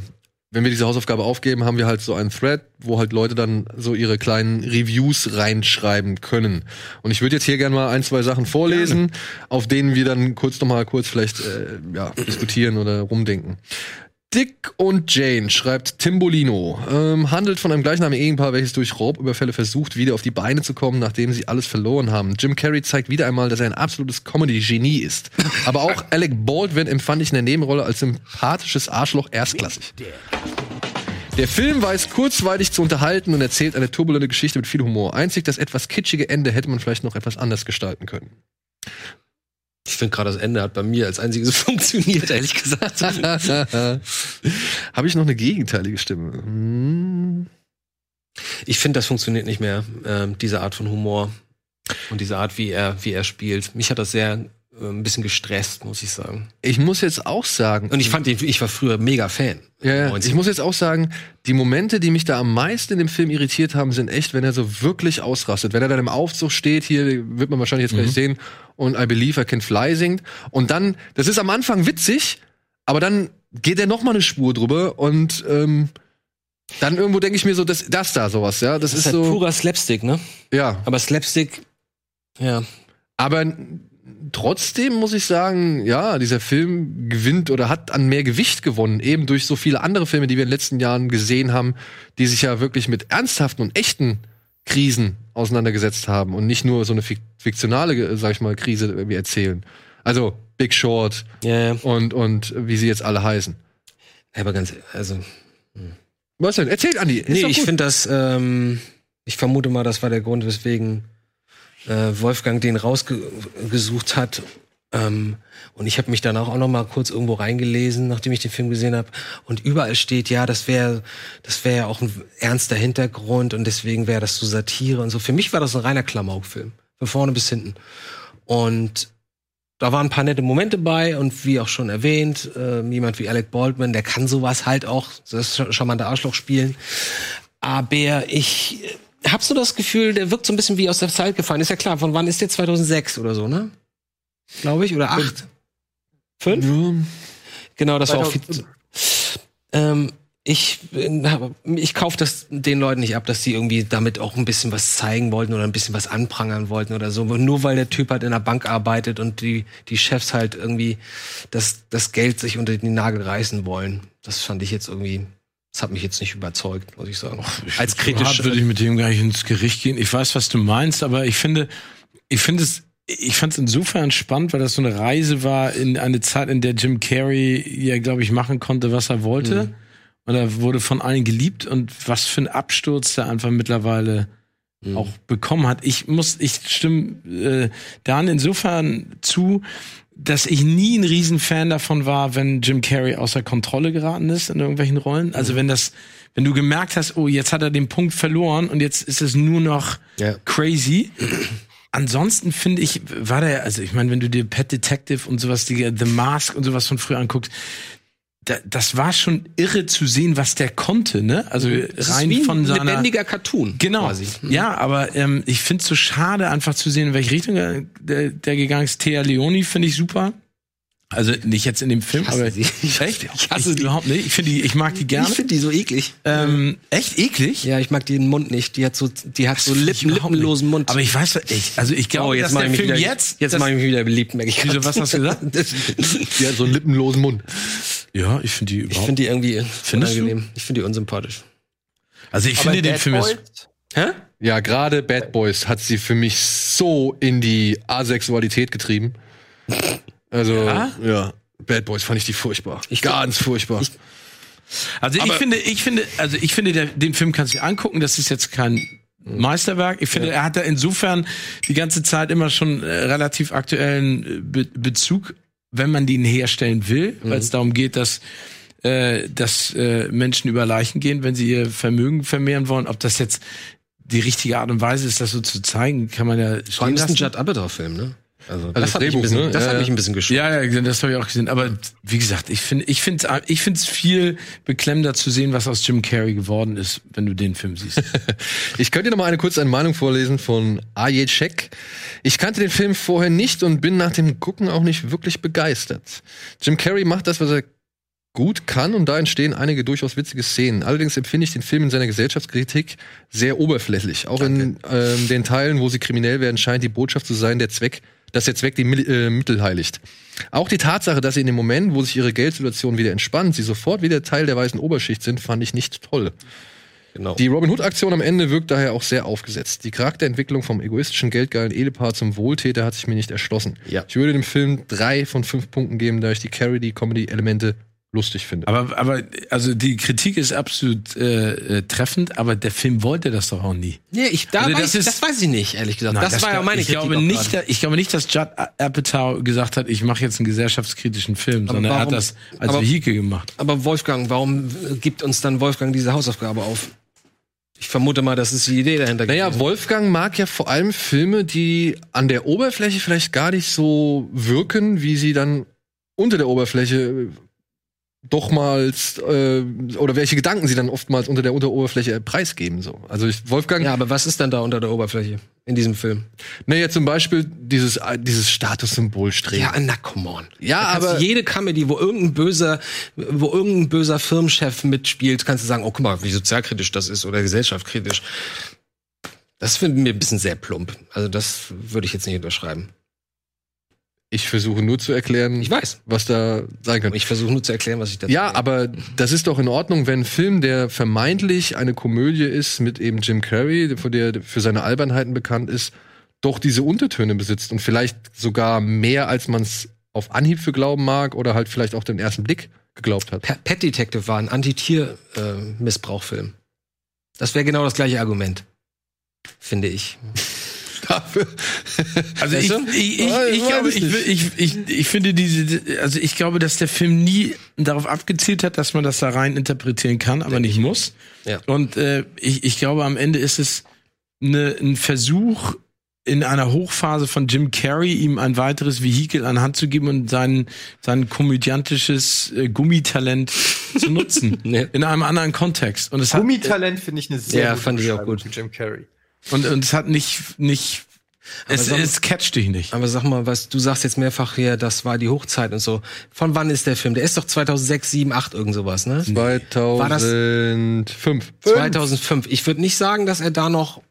[SPEAKER 1] wenn wir diese Hausaufgabe aufgeben, haben wir halt so einen Thread, wo halt Leute dann so ihre kleinen Reviews reinschreiben können. Und ich würde jetzt hier gerne mal ein, zwei Sachen vorlesen, auf denen wir dann kurz nochmal kurz vielleicht äh, ja, diskutieren oder rumdenken. Dick und Jane, schreibt Timbolino, ähm, handelt von einem gleichnamigen Ehepaar, welches durch Raubüberfälle versucht, wieder auf die Beine zu kommen, nachdem sie alles verloren haben. Jim Carrey zeigt wieder einmal, dass er ein absolutes Comedy-Genie ist. Aber auch Alec Baldwin empfand ich in der Nebenrolle als sympathisches Arschloch erstklassig. Der Film weiß kurzweilig zu unterhalten und erzählt eine turbulente Geschichte mit viel Humor. Einzig das etwas kitschige Ende hätte man vielleicht noch etwas anders gestalten können.
[SPEAKER 3] Ich finde gerade das Ende hat bei mir als einziges funktioniert, ehrlich gesagt.
[SPEAKER 1] Habe ich noch eine gegenteilige Stimme? Hm.
[SPEAKER 3] Ich finde, das funktioniert nicht mehr, ähm, diese Art von Humor und diese Art, wie er, wie er spielt. Mich hat das sehr äh, ein bisschen gestresst, muss ich sagen.
[SPEAKER 1] Ich muss jetzt auch sagen,
[SPEAKER 3] Und ich fand den, ich war früher mega Fan.
[SPEAKER 1] Ja, ja.
[SPEAKER 3] 90.
[SPEAKER 1] ich muss jetzt auch sagen, die Momente, die mich da am meisten in dem Film irritiert haben, sind echt, wenn er so wirklich ausrastet. Wenn er dann im Aufzug steht, hier wird man wahrscheinlich jetzt gleich
[SPEAKER 3] Mhm.
[SPEAKER 1] sehen, und I Believe I Can Fly singt. Und dann, das ist am Anfang witzig, aber dann geht er noch mal eine Spur drüber und ähm, dann irgendwo denke ich mir so, das, das da sowas, ja, das,
[SPEAKER 3] Das ist
[SPEAKER 1] ist
[SPEAKER 3] halt
[SPEAKER 1] so,
[SPEAKER 3] purer Slapstick, ne?
[SPEAKER 1] ja.
[SPEAKER 3] Aber Slapstick, ja.
[SPEAKER 1] Aber n- trotzdem muss ich sagen, ja, dieser Film gewinnt oder hat an mehr Gewicht gewonnen, eben durch so viele andere Filme, die wir in den letzten Jahren gesehen haben, die sich ja wirklich mit ernsthaften und echten Krisen auseinandergesetzt haben und nicht nur so eine fik- fiktionale, äh, sag ich mal, Krise irgendwie erzählen. Also Big Short
[SPEAKER 3] Ja, ja.
[SPEAKER 1] und, und wie sie jetzt alle heißen.
[SPEAKER 3] Aber ganz, also.
[SPEAKER 1] Was denn? Erzählt, Andi. Ist
[SPEAKER 3] Nee,
[SPEAKER 1] doch
[SPEAKER 3] ich
[SPEAKER 1] gut.
[SPEAKER 3] finde das, ähm, ich vermute mal, das war der Grund, weswegen äh, Wolfgang den rausgesucht hat. Ähm, und ich habe mich danach auch noch mal kurz irgendwo reingelesen, nachdem ich den Film gesehen habe. Und überall steht, ja, das wäre das wäre ja auch ein ernster Hintergrund und deswegen wäre das so Satire und so. Für mich war das ein reiner Klamauk-Film. Von vorne bis hinten. Und da waren ein paar nette Momente bei und wie auch schon erwähnt, äh, jemand wie Alec Baldwin, der kann sowas halt auch, das sch- charmante Arschloch spielen. Aber ich äh, hab so das Gefühl, der wirkt so ein bisschen wie aus der Zeit gefallen. Ist ja klar, von wann ist der 2006 oder so, ne? Glaube ich, oder acht? Fünf? Genau, das war auch viel. Ähm, ich äh, hab- ich kaufe das den Leuten nicht ab, dass die irgendwie damit auch ein bisschen was zeigen wollten oder ein bisschen was anprangern wollten oder so. Nur weil der Typ halt in der Bank arbeitet und die, die Chefs halt irgendwie das, das Geld sich unter den Nagel reißen wollen. Das fand ich jetzt irgendwie, das hat mich jetzt nicht überzeugt, muss ich sagen. Als kritisch.
[SPEAKER 2] Hart würde ich mit dem gar nicht ins Gericht gehen. Ich weiß, was du meinst, aber ich finde, ich finde es, ich fand es insofern spannend, weil das so eine Reise war in eine Zeit, in der Jim Carrey ja, glaube ich, machen konnte, was er wollte. Und er wurde von allen geliebt und was für ein Absturz der einfach mittlerweile auch bekommen hat. Ich muss, ich stimme äh, Dan insofern zu, dass ich nie ein Riesenfan davon war, wenn Jim Carrey außer Kontrolle geraten ist in irgendwelchen Rollen. Also wenn das, wenn du gemerkt hast, oh, jetzt hat er den Punkt verloren und jetzt ist es nur noch
[SPEAKER 3] Ja.
[SPEAKER 2] crazy. Ansonsten finde ich, war der, also ich meine, wenn du dir Pet Detective und sowas, die, The Mask und sowas von früher anguckst, da, das war schon irre zu sehen, was der konnte, ne? Also
[SPEAKER 3] Das Mhm. ist
[SPEAKER 2] rein
[SPEAKER 3] wie ein
[SPEAKER 2] von seiner
[SPEAKER 3] lebendiger Cartoon.
[SPEAKER 2] Genau.
[SPEAKER 3] quasi. Mhm.
[SPEAKER 2] Ja, aber ähm, ich finde es so schade, einfach zu sehen, in welche Richtung der, der, der gegangen ist. Thea Leoni finde ich super. Also nicht jetzt in dem Film,
[SPEAKER 3] hasse
[SPEAKER 2] aber
[SPEAKER 3] sie. Ich hasse
[SPEAKER 2] echt?
[SPEAKER 3] die. Ich hasse
[SPEAKER 2] ich
[SPEAKER 3] die.
[SPEAKER 2] überhaupt nicht. Ich finde die, ich mag die gerne.
[SPEAKER 3] Ich finde die so eklig.
[SPEAKER 2] ähm, echt eklig.
[SPEAKER 3] Ja, ich mag den Mund nicht. Die hat so, die hat so Lippen,
[SPEAKER 2] Überhaupt nicht.
[SPEAKER 3] lippenlosen Mund.
[SPEAKER 2] Aber ich weiß, ich, also ich glaube,
[SPEAKER 3] Oh, jetzt
[SPEAKER 2] dass
[SPEAKER 3] mach
[SPEAKER 2] der
[SPEAKER 3] ich mich
[SPEAKER 2] Film
[SPEAKER 3] wieder,
[SPEAKER 2] jetzt,
[SPEAKER 3] jetzt
[SPEAKER 2] dass-
[SPEAKER 3] mache ich mich wieder beliebt, merke ich.
[SPEAKER 2] Wieso, was hast du gesagt?
[SPEAKER 1] Die hat so einen lippenlosen Mund.
[SPEAKER 2] ja, ich finde die
[SPEAKER 3] Ich
[SPEAKER 2] überhaupt.
[SPEAKER 3] finde die irgendwie
[SPEAKER 2] du?
[SPEAKER 3] unangenehm. Ich finde die unsympathisch.
[SPEAKER 2] also ich finde den Film ist
[SPEAKER 3] Hä?
[SPEAKER 1] Ja, gerade Bad Boys hat sie für mich so in die Asexualität getrieben. Also, ja, Bad Boys fand ich die furchtbar. Ganz furchtbar.
[SPEAKER 2] Also ich
[SPEAKER 1] Aber-
[SPEAKER 2] finde, ich finde, also ich finde, der, den Film kannst du dir angucken. Das ist jetzt kein Meisterwerk. Ich finde, er hat da insofern die ganze Zeit immer schon äh, relativ aktuellen äh, Be Bezug, wenn man den herstellen will, weil es darum geht, dass äh, dass äh, Menschen über Leichen gehen, wenn sie ihr Vermögen vermehren wollen. Ob das jetzt die richtige Art und Weise ist, das so zu zeigen, kann man ja
[SPEAKER 3] Vor
[SPEAKER 2] stehen
[SPEAKER 3] allem ist ein
[SPEAKER 2] lassen.
[SPEAKER 3] Judd Apatow-Film, ne? Also,
[SPEAKER 1] das Drehbuch,
[SPEAKER 3] mich ein bisschen,
[SPEAKER 1] ne?
[SPEAKER 3] das Äh,
[SPEAKER 1] Ja,
[SPEAKER 3] hat
[SPEAKER 1] ja.
[SPEAKER 3] mich ein bisschen geschockt.
[SPEAKER 2] Ja, ja, das habe ich auch gesehen. Aber wie gesagt, ich finde, ich finde, ich finde es viel beklemmender zu sehen, was aus Jim Carrey geworden ist, wenn du den Film siehst.
[SPEAKER 1] Ich könnte dir noch mal eine kurze Meinung vorlesen von Aje Cech. Ich kannte den Film vorher nicht und bin nach dem Gucken auch nicht wirklich begeistert. Jim Carrey macht das, was er gut kann und da entstehen einige durchaus witzige Szenen. Allerdings empfinde ich den Film in seiner Gesellschaftskritik sehr oberflächlich. Auch in ähm, den Teilen, wo sie kriminell werden, scheint die Botschaft zu sein, der Zweck, dass der Zweck die Mil- äh, Mittel heiligt. Auch die Tatsache, dass sie in dem Moment, wo sich ihre Geldsituation wieder entspannt, sie sofort wieder Teil der weißen Oberschicht sind, fand ich nicht toll.
[SPEAKER 3] Genau.
[SPEAKER 1] Die Robin Hood-Aktion am Ende wirkt daher auch sehr aufgesetzt. Die Charakterentwicklung vom egoistischen, geldgeilen Ehepaar zum Wohltäter hat sich mir nicht erschlossen.
[SPEAKER 3] Ja.
[SPEAKER 1] Ich würde dem Film drei von fünf Punkten geben, da ich die Carry-Comedy-Elemente lustig finde.
[SPEAKER 2] aber, aber, also die Kritik ist absolut äh, äh, treffend, aber der Film wollte das doch auch nie.
[SPEAKER 3] Nee, ich, da
[SPEAKER 2] Also
[SPEAKER 3] weiß,
[SPEAKER 2] das
[SPEAKER 3] ich-
[SPEAKER 2] ist-
[SPEAKER 3] das weiß ich nicht, ehrlich gesagt.
[SPEAKER 2] Nein,
[SPEAKER 3] das, war ja
[SPEAKER 2] glaub-
[SPEAKER 3] meine
[SPEAKER 2] ich
[SPEAKER 3] Kritik.
[SPEAKER 2] glaube
[SPEAKER 3] auch
[SPEAKER 2] nicht,
[SPEAKER 3] gerade.
[SPEAKER 2] da- Ich glaube nicht, dass Judd Apatow gesagt hat, ich mache jetzt einen gesellschaftskritischen Film, sondern er hat
[SPEAKER 3] warum-
[SPEAKER 2] das als
[SPEAKER 3] aber-
[SPEAKER 2] Vehikel gemacht.
[SPEAKER 3] Aber Wolfgang, warum äh, gibt uns dann Wolfgang diese Hausaufgabe auf? Ich vermute mal, das ist die Idee dahinter.
[SPEAKER 1] Naja,
[SPEAKER 3] gewesen.
[SPEAKER 1] Wolfgang mag ja vor allem Filme, die an der Oberfläche vielleicht gar nicht so wirken, wie sie dann unter der Oberfläche äh, doch mal äh, oder welche Gedanken sie dann oftmals unter der Unteroberfläche preisgeben. So. Also ich, Wolfgang
[SPEAKER 3] ja, aber was ist dann da unter der Oberfläche in diesem Film?
[SPEAKER 1] Naja, zum Beispiel dieses, äh, dieses Statussymbol-Streben.
[SPEAKER 3] Ja, na come on.
[SPEAKER 1] Ja,
[SPEAKER 3] Da kannst
[SPEAKER 1] aber-
[SPEAKER 3] du jede Comedy, wo irgendein böser, wo irgendein böser Firmenchef mitspielt, kannst du sagen, oh guck mal, wie sozialkritisch das ist oder gesellschaftskritisch. Das finden wir ein bisschen sehr plump. Also das würde ich jetzt nicht unterschreiben.
[SPEAKER 1] Ich versuche nur zu erklären,
[SPEAKER 3] Ich weiß.
[SPEAKER 1] was da sein
[SPEAKER 3] Und
[SPEAKER 1] könnte.
[SPEAKER 3] ich versuche nur zu erklären, was ich dazu
[SPEAKER 1] Ja,
[SPEAKER 3] denke.
[SPEAKER 1] aber das ist doch in Ordnung, wenn ein Film, der vermeintlich eine Komödie ist mit eben Jim Carrey, von der für seine Albernheiten bekannt ist, doch diese Untertöne besitzt und vielleicht sogar mehr, als man es auf Anhieb für glauben mag oder halt vielleicht auf den ersten Blick geglaubt hat.
[SPEAKER 3] Pa- Pet Detective war ein Anti-Tier-Missbrauchfilm. das wäre genau das gleiche Argument. Finde ich.
[SPEAKER 1] Dafür.
[SPEAKER 2] Also ich,
[SPEAKER 1] Weißt du?
[SPEAKER 2] ich, ich, ich,
[SPEAKER 1] Ja, ich weiß
[SPEAKER 2] glaube,
[SPEAKER 1] es
[SPEAKER 2] ich, will- ich, ich, ich finde diese, also ich glaube, dass der Film nie darauf abgezielt hat, dass man das da rein interpretieren kann, aber nicht muss.
[SPEAKER 3] Ja.
[SPEAKER 2] Und äh, ich, ich glaube, am Ende ist es eine, ein Versuch, in einer Hochphase von Jim Carrey ihm ein weiteres Vehikel an Hand zu geben und sein, sein komödiantisches äh, Gummitalent zu nutzen.
[SPEAKER 3] Ja.
[SPEAKER 2] In einem anderen Kontext. Und es hat,
[SPEAKER 4] Gummitalent finde ich eine sehr
[SPEAKER 3] Ja,
[SPEAKER 4] gute
[SPEAKER 3] fand ich auch
[SPEAKER 4] Beschreibung
[SPEAKER 3] gut.
[SPEAKER 4] zu Jim Carrey.
[SPEAKER 2] und, und es hat nicht, nicht, es,
[SPEAKER 3] sag-
[SPEAKER 2] es catcht dich nicht.
[SPEAKER 3] Aber sag mal, was du sagst jetzt mehrfach hier, das war die Hochzeit und so. Von wann ist der Film? Der ist doch 2006, 7, 8 irgend sowas, ne?
[SPEAKER 1] 2005.
[SPEAKER 3] 2005. Ich würde nicht sagen, dass er da noch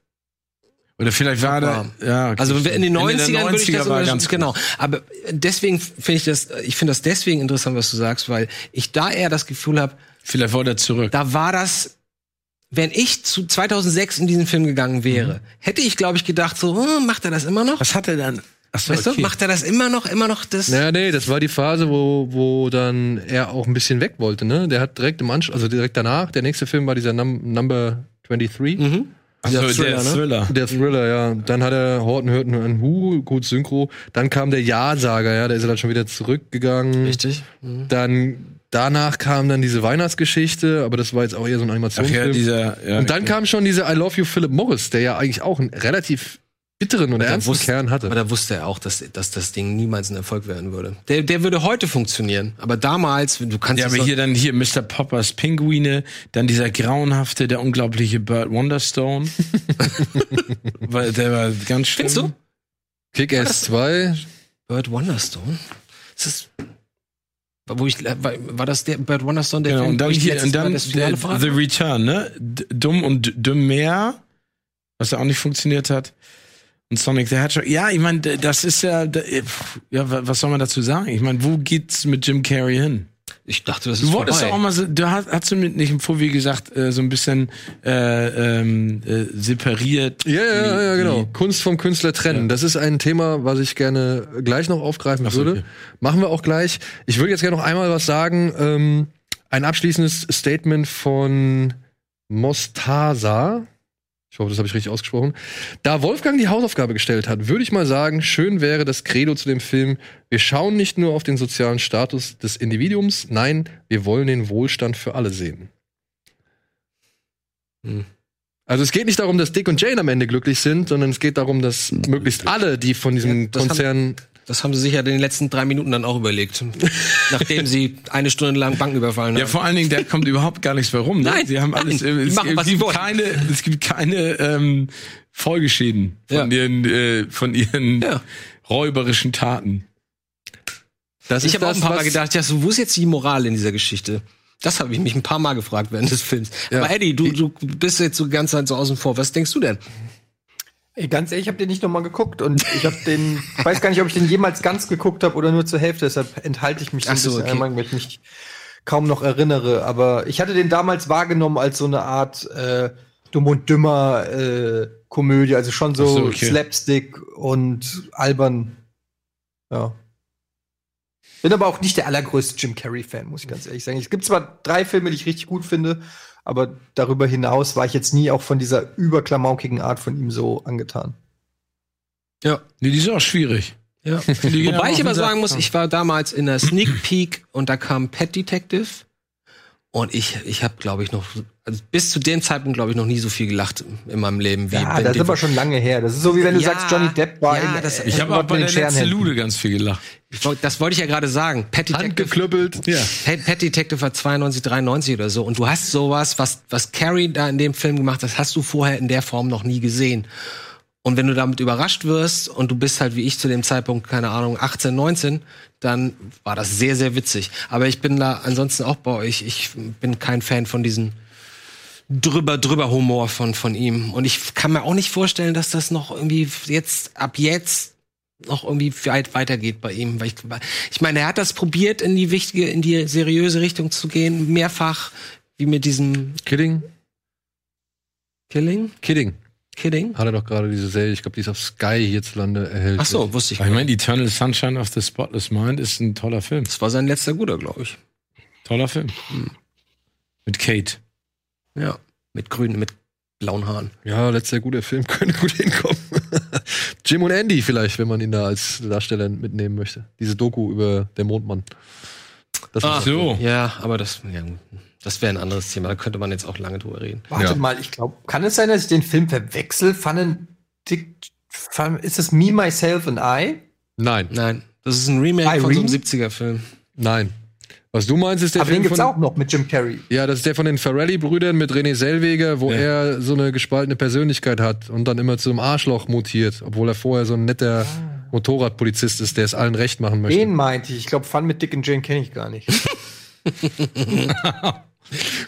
[SPEAKER 2] Oder vielleicht war da, ja. okay.
[SPEAKER 3] Also in den 90ern,
[SPEAKER 2] Ende der
[SPEAKER 3] würde ich
[SPEAKER 2] 90er
[SPEAKER 3] das
[SPEAKER 2] war
[SPEAKER 3] untersch-
[SPEAKER 2] ganz gut.
[SPEAKER 3] genau. Aber deswegen finde ich das, ich finde das deswegen interessant, was du sagst, weil ich da eher das Gefühl habe,
[SPEAKER 2] Vielleicht wollte er zurück.
[SPEAKER 3] da war das, wenn ich zu 2006 in diesen Film gegangen wäre,
[SPEAKER 2] Mhm.
[SPEAKER 3] hätte ich glaube ich gedacht so, hm, macht er das immer noch?
[SPEAKER 2] Was hat er dann? Achso,
[SPEAKER 3] weißt
[SPEAKER 2] okay.
[SPEAKER 3] du, macht er das immer noch, immer noch das?
[SPEAKER 1] Naja, nee, das war die Phase, wo, wo dann er auch ein bisschen weg wollte, ne? Der hat direkt im Anschluss, also direkt danach, der nächste Film war dieser Num Number 23.
[SPEAKER 3] Mhm.
[SPEAKER 2] Ach so, der
[SPEAKER 3] ne?
[SPEAKER 2] Thriller.
[SPEAKER 1] Der Thriller, ja. Dann hat er Horton hört nur ein Hu, gut Synchro. Dann kam der Ja-Sager, ja, da ist er dann schon wieder zurückgegangen.
[SPEAKER 3] Richtig.
[SPEAKER 1] Dann danach kam dann diese Weihnachtsgeschichte, aber das war jetzt auch eher so ein
[SPEAKER 2] Ach
[SPEAKER 1] Animationsfilm.
[SPEAKER 2] ja, dieser, ja,
[SPEAKER 1] Und dann kam schon diese I Love You Philip Morris, der ja eigentlich auch einen relativ bitteren und ernsten
[SPEAKER 3] wusste-
[SPEAKER 1] Kern hatte.
[SPEAKER 3] Aber da wusste er auch, dass, dass das Ding niemals ein Erfolg werden würde. Der, der würde heute funktionieren, aber damals, du kannst
[SPEAKER 2] Ja,
[SPEAKER 3] es
[SPEAKER 2] aber
[SPEAKER 3] doch-
[SPEAKER 2] hier dann hier Mr. Poppers Pinguine, dann dieser grauenhafte, der unglaubliche Bird Wonderstone. Weil der war ganz schlimm.
[SPEAKER 3] Findest du?
[SPEAKER 1] Kick-Ass 2,
[SPEAKER 3] Bird Wonderstone. Das ist wo ich war, war das der Bird Wonderstone der
[SPEAKER 2] Genau,
[SPEAKER 3] Film,
[SPEAKER 2] und dann
[SPEAKER 3] wo ich
[SPEAKER 2] hier
[SPEAKER 3] letztes
[SPEAKER 2] und
[SPEAKER 3] Mal
[SPEAKER 2] dann
[SPEAKER 3] das Finale
[SPEAKER 2] der,
[SPEAKER 3] verraten
[SPEAKER 2] The Return, ne? D Dumm und Dümmer, was ja auch nicht funktioniert hat. Und Sonic the Hedgehog. Ja, ich meine, d- das ist ja d- äh, pff, ja, wa- was soll man dazu sagen? Ich meine, wo geht's mit Jim Carrey hin?
[SPEAKER 3] Ich dachte, das ist
[SPEAKER 2] Du wolltest
[SPEAKER 3] vorbei.
[SPEAKER 2] doch auch mal so, du hast, hast du mit nicht im Vorweg gesagt, äh, so ein bisschen äh, ähm, äh, separiert.
[SPEAKER 1] Ja, ja, ja, ja,
[SPEAKER 2] die-
[SPEAKER 1] genau. Kunst vom Künstler trennen. Das ist ein Thema, was ich gerne gleich noch aufgreifen
[SPEAKER 2] so,
[SPEAKER 1] würde.
[SPEAKER 2] okay.
[SPEAKER 1] Machen wir auch gleich. Ich würde jetzt gerne noch einmal was sagen. Ähm, ein abschließendes Statement von Mostasa. Ich hoffe, das habe ich richtig ausgesprochen. Da Wolfgang die Hausaufgabe gestellt hat, würde ich mal sagen, schön wäre das Credo zu dem Film, wir schauen nicht nur auf den sozialen Status des Individuums, nein, wir wollen den Wohlstand für alle sehen.
[SPEAKER 3] Hm.
[SPEAKER 1] Also es geht nicht darum, dass Dick und Jane am Ende glücklich sind, sondern es geht darum, dass möglichst alle, die von diesem
[SPEAKER 3] Ja, das haben-
[SPEAKER 1] Konzern
[SPEAKER 3] Das haben sie sich ja in den letzten drei Minuten dann auch überlegt, nachdem sie eine Stunde lang Banken überfallen
[SPEAKER 2] Ja,
[SPEAKER 3] haben.
[SPEAKER 2] vor allen Dingen, da kommt überhaupt gar nichts mehr rum. Ne?
[SPEAKER 3] Nein,
[SPEAKER 2] sie haben alles.
[SPEAKER 3] nein,
[SPEAKER 2] äh,
[SPEAKER 3] die
[SPEAKER 2] es,
[SPEAKER 3] machen,
[SPEAKER 2] es
[SPEAKER 3] was sie
[SPEAKER 2] gibt
[SPEAKER 3] wollen.
[SPEAKER 2] keine, es gibt keine ähm, Folgeschäden von
[SPEAKER 3] Ja.
[SPEAKER 2] ihren, äh, von ihren
[SPEAKER 3] Ja.
[SPEAKER 2] räuberischen Taten.
[SPEAKER 1] das ist
[SPEAKER 3] ich habe auch
[SPEAKER 1] das,
[SPEAKER 3] ein paar Mal
[SPEAKER 1] was-
[SPEAKER 3] gedacht, ja, so, wo ist jetzt die Moral in dieser Geschichte? Das habe ich mich ein paar Mal gefragt während des Films. Aber Eddie, du, du bist jetzt so die ganze Zeit so außen vor. Was denkst du denn?
[SPEAKER 4] Ey, ganz ehrlich, ich habe den nicht nochmal geguckt und ich habe den, ich weiß gar nicht, ob ich den jemals ganz geguckt habe oder nur zur Hälfte, deshalb enthalte ich mich so ein
[SPEAKER 3] Ach so,
[SPEAKER 4] bisschen
[SPEAKER 3] okay.
[SPEAKER 4] an der Meinung, weil ich mich kaum noch erinnere. Aber ich hatte den damals wahrgenommen als so eine Art äh, Dumm und Dümmer äh, Komödie, also schon so,
[SPEAKER 2] Ach so, okay.
[SPEAKER 4] Slapstick und albern. Ja. Bin aber auch nicht der allergrößte Jim Carrey-Fan, muss ich ganz ehrlich sagen. Es gibt zwar drei Filme, die ich richtig gut finde, aber darüber hinaus war ich jetzt nie auch von dieser überklamaukigen Art von ihm so angetan.
[SPEAKER 3] Ja,
[SPEAKER 2] Nee, die ist auch schwierig.
[SPEAKER 3] ja.
[SPEAKER 2] Die gehen
[SPEAKER 3] Wobei ich
[SPEAKER 2] auf
[SPEAKER 3] aber
[SPEAKER 2] den Sack.
[SPEAKER 3] sagen muss, ich war damals in der Sneak Peek und da kam Pet Detective und ich, ich habe, glaube ich, noch also bis zu dem Zeitpunkt, glaube ich, noch nie so viel gelacht in meinem Leben wie
[SPEAKER 4] Ja,
[SPEAKER 3] bei
[SPEAKER 4] das ist
[SPEAKER 3] dem-
[SPEAKER 4] aber schon lange her. Das ist so wie wenn du
[SPEAKER 3] Ja,
[SPEAKER 4] sagst, Johnny Depp war
[SPEAKER 3] ja,
[SPEAKER 4] in,
[SPEAKER 3] das-
[SPEAKER 4] äh,
[SPEAKER 2] ich habe auch
[SPEAKER 4] in
[SPEAKER 2] bei der
[SPEAKER 4] den
[SPEAKER 2] letzten
[SPEAKER 4] Scherenhänden.
[SPEAKER 2] Lude ganz viel gelacht.
[SPEAKER 3] Ich wollt- Das wollte ich ja gerade sagen. Pet Detective,
[SPEAKER 1] handgeklöppelt.
[SPEAKER 2] Ja.
[SPEAKER 3] Pet, Pet Detective war 92, 93 oder so und du hast sowas, was was Carrie da in dem Film gemacht, hat, das hast du vorher in der Form noch nie gesehen. Und wenn du damit überrascht wirst und du bist halt wie ich zu dem Zeitpunkt, keine Ahnung, 18, 19, dann war das sehr, sehr witzig. Aber ich bin da ansonsten auch bei euch. Ich bin kein Fan von diesem drüber, drüber Humor von, von ihm. Und ich kann mir auch nicht vorstellen, dass das noch irgendwie jetzt, ab jetzt noch irgendwie weit weitergeht bei ihm. Weil ich, weil- ich meine, er hat das probiert, in die wichtige, in die seriöse Richtung zu gehen, mehrfach, wie mit diesem
[SPEAKER 1] Kidding?
[SPEAKER 3] Killing,
[SPEAKER 1] Kidding.
[SPEAKER 3] Kidding.
[SPEAKER 1] Hat er doch gerade diese Serie, ich glaube, die ist auf Sky hierzulande erhältlich.
[SPEAKER 3] Ach so, wusste ich.
[SPEAKER 2] Ich meine, Eternal Sunshine of the Spotless Mind ist ein toller Film.
[SPEAKER 3] Das war sein letzter guter, glaube ich.
[SPEAKER 2] Toller Film. Mit Kate.
[SPEAKER 3] Ja. Mit grünen, mit blauen Haaren.
[SPEAKER 1] Ja, letzter guter Film, könnte gut hinkommen. Jim und Andy vielleicht, wenn man ihn da als Darsteller mitnehmen möchte. Diese Doku über den Mondmann. Das
[SPEAKER 3] Ah.
[SPEAKER 1] ist-
[SPEAKER 2] So.
[SPEAKER 3] Ja, aber das, ja, gut. das wäre ein anderes Thema. Da könnte man jetzt auch lange drüber reden.
[SPEAKER 4] Warte
[SPEAKER 1] Ja.
[SPEAKER 4] mal, ich glaube, kann es sein, dass ich den Film verwechsel? Fun and Dick, Ist es Me, Myself and I?
[SPEAKER 1] Nein,
[SPEAKER 3] Nein, das ist ein Remake von so einem 70er-Film.
[SPEAKER 1] nein. Was du meinst, ist der
[SPEAKER 4] Aber den
[SPEAKER 1] Film
[SPEAKER 4] gibt's
[SPEAKER 1] von,
[SPEAKER 4] auch noch mit Jim Carrey.
[SPEAKER 1] Ja, das ist der von den Ferrelli-Brüdern mit René Selweger, wo
[SPEAKER 2] Ja.
[SPEAKER 1] er so eine gespaltene Persönlichkeit hat und dann immer zu einem Arschloch mutiert, obwohl er vorher so ein netter Motorradpolizist ist, der es allen recht machen möchte.
[SPEAKER 4] Den meinte ich. Ich glaube, Fun mit Dick and Jane kenne ich gar nicht.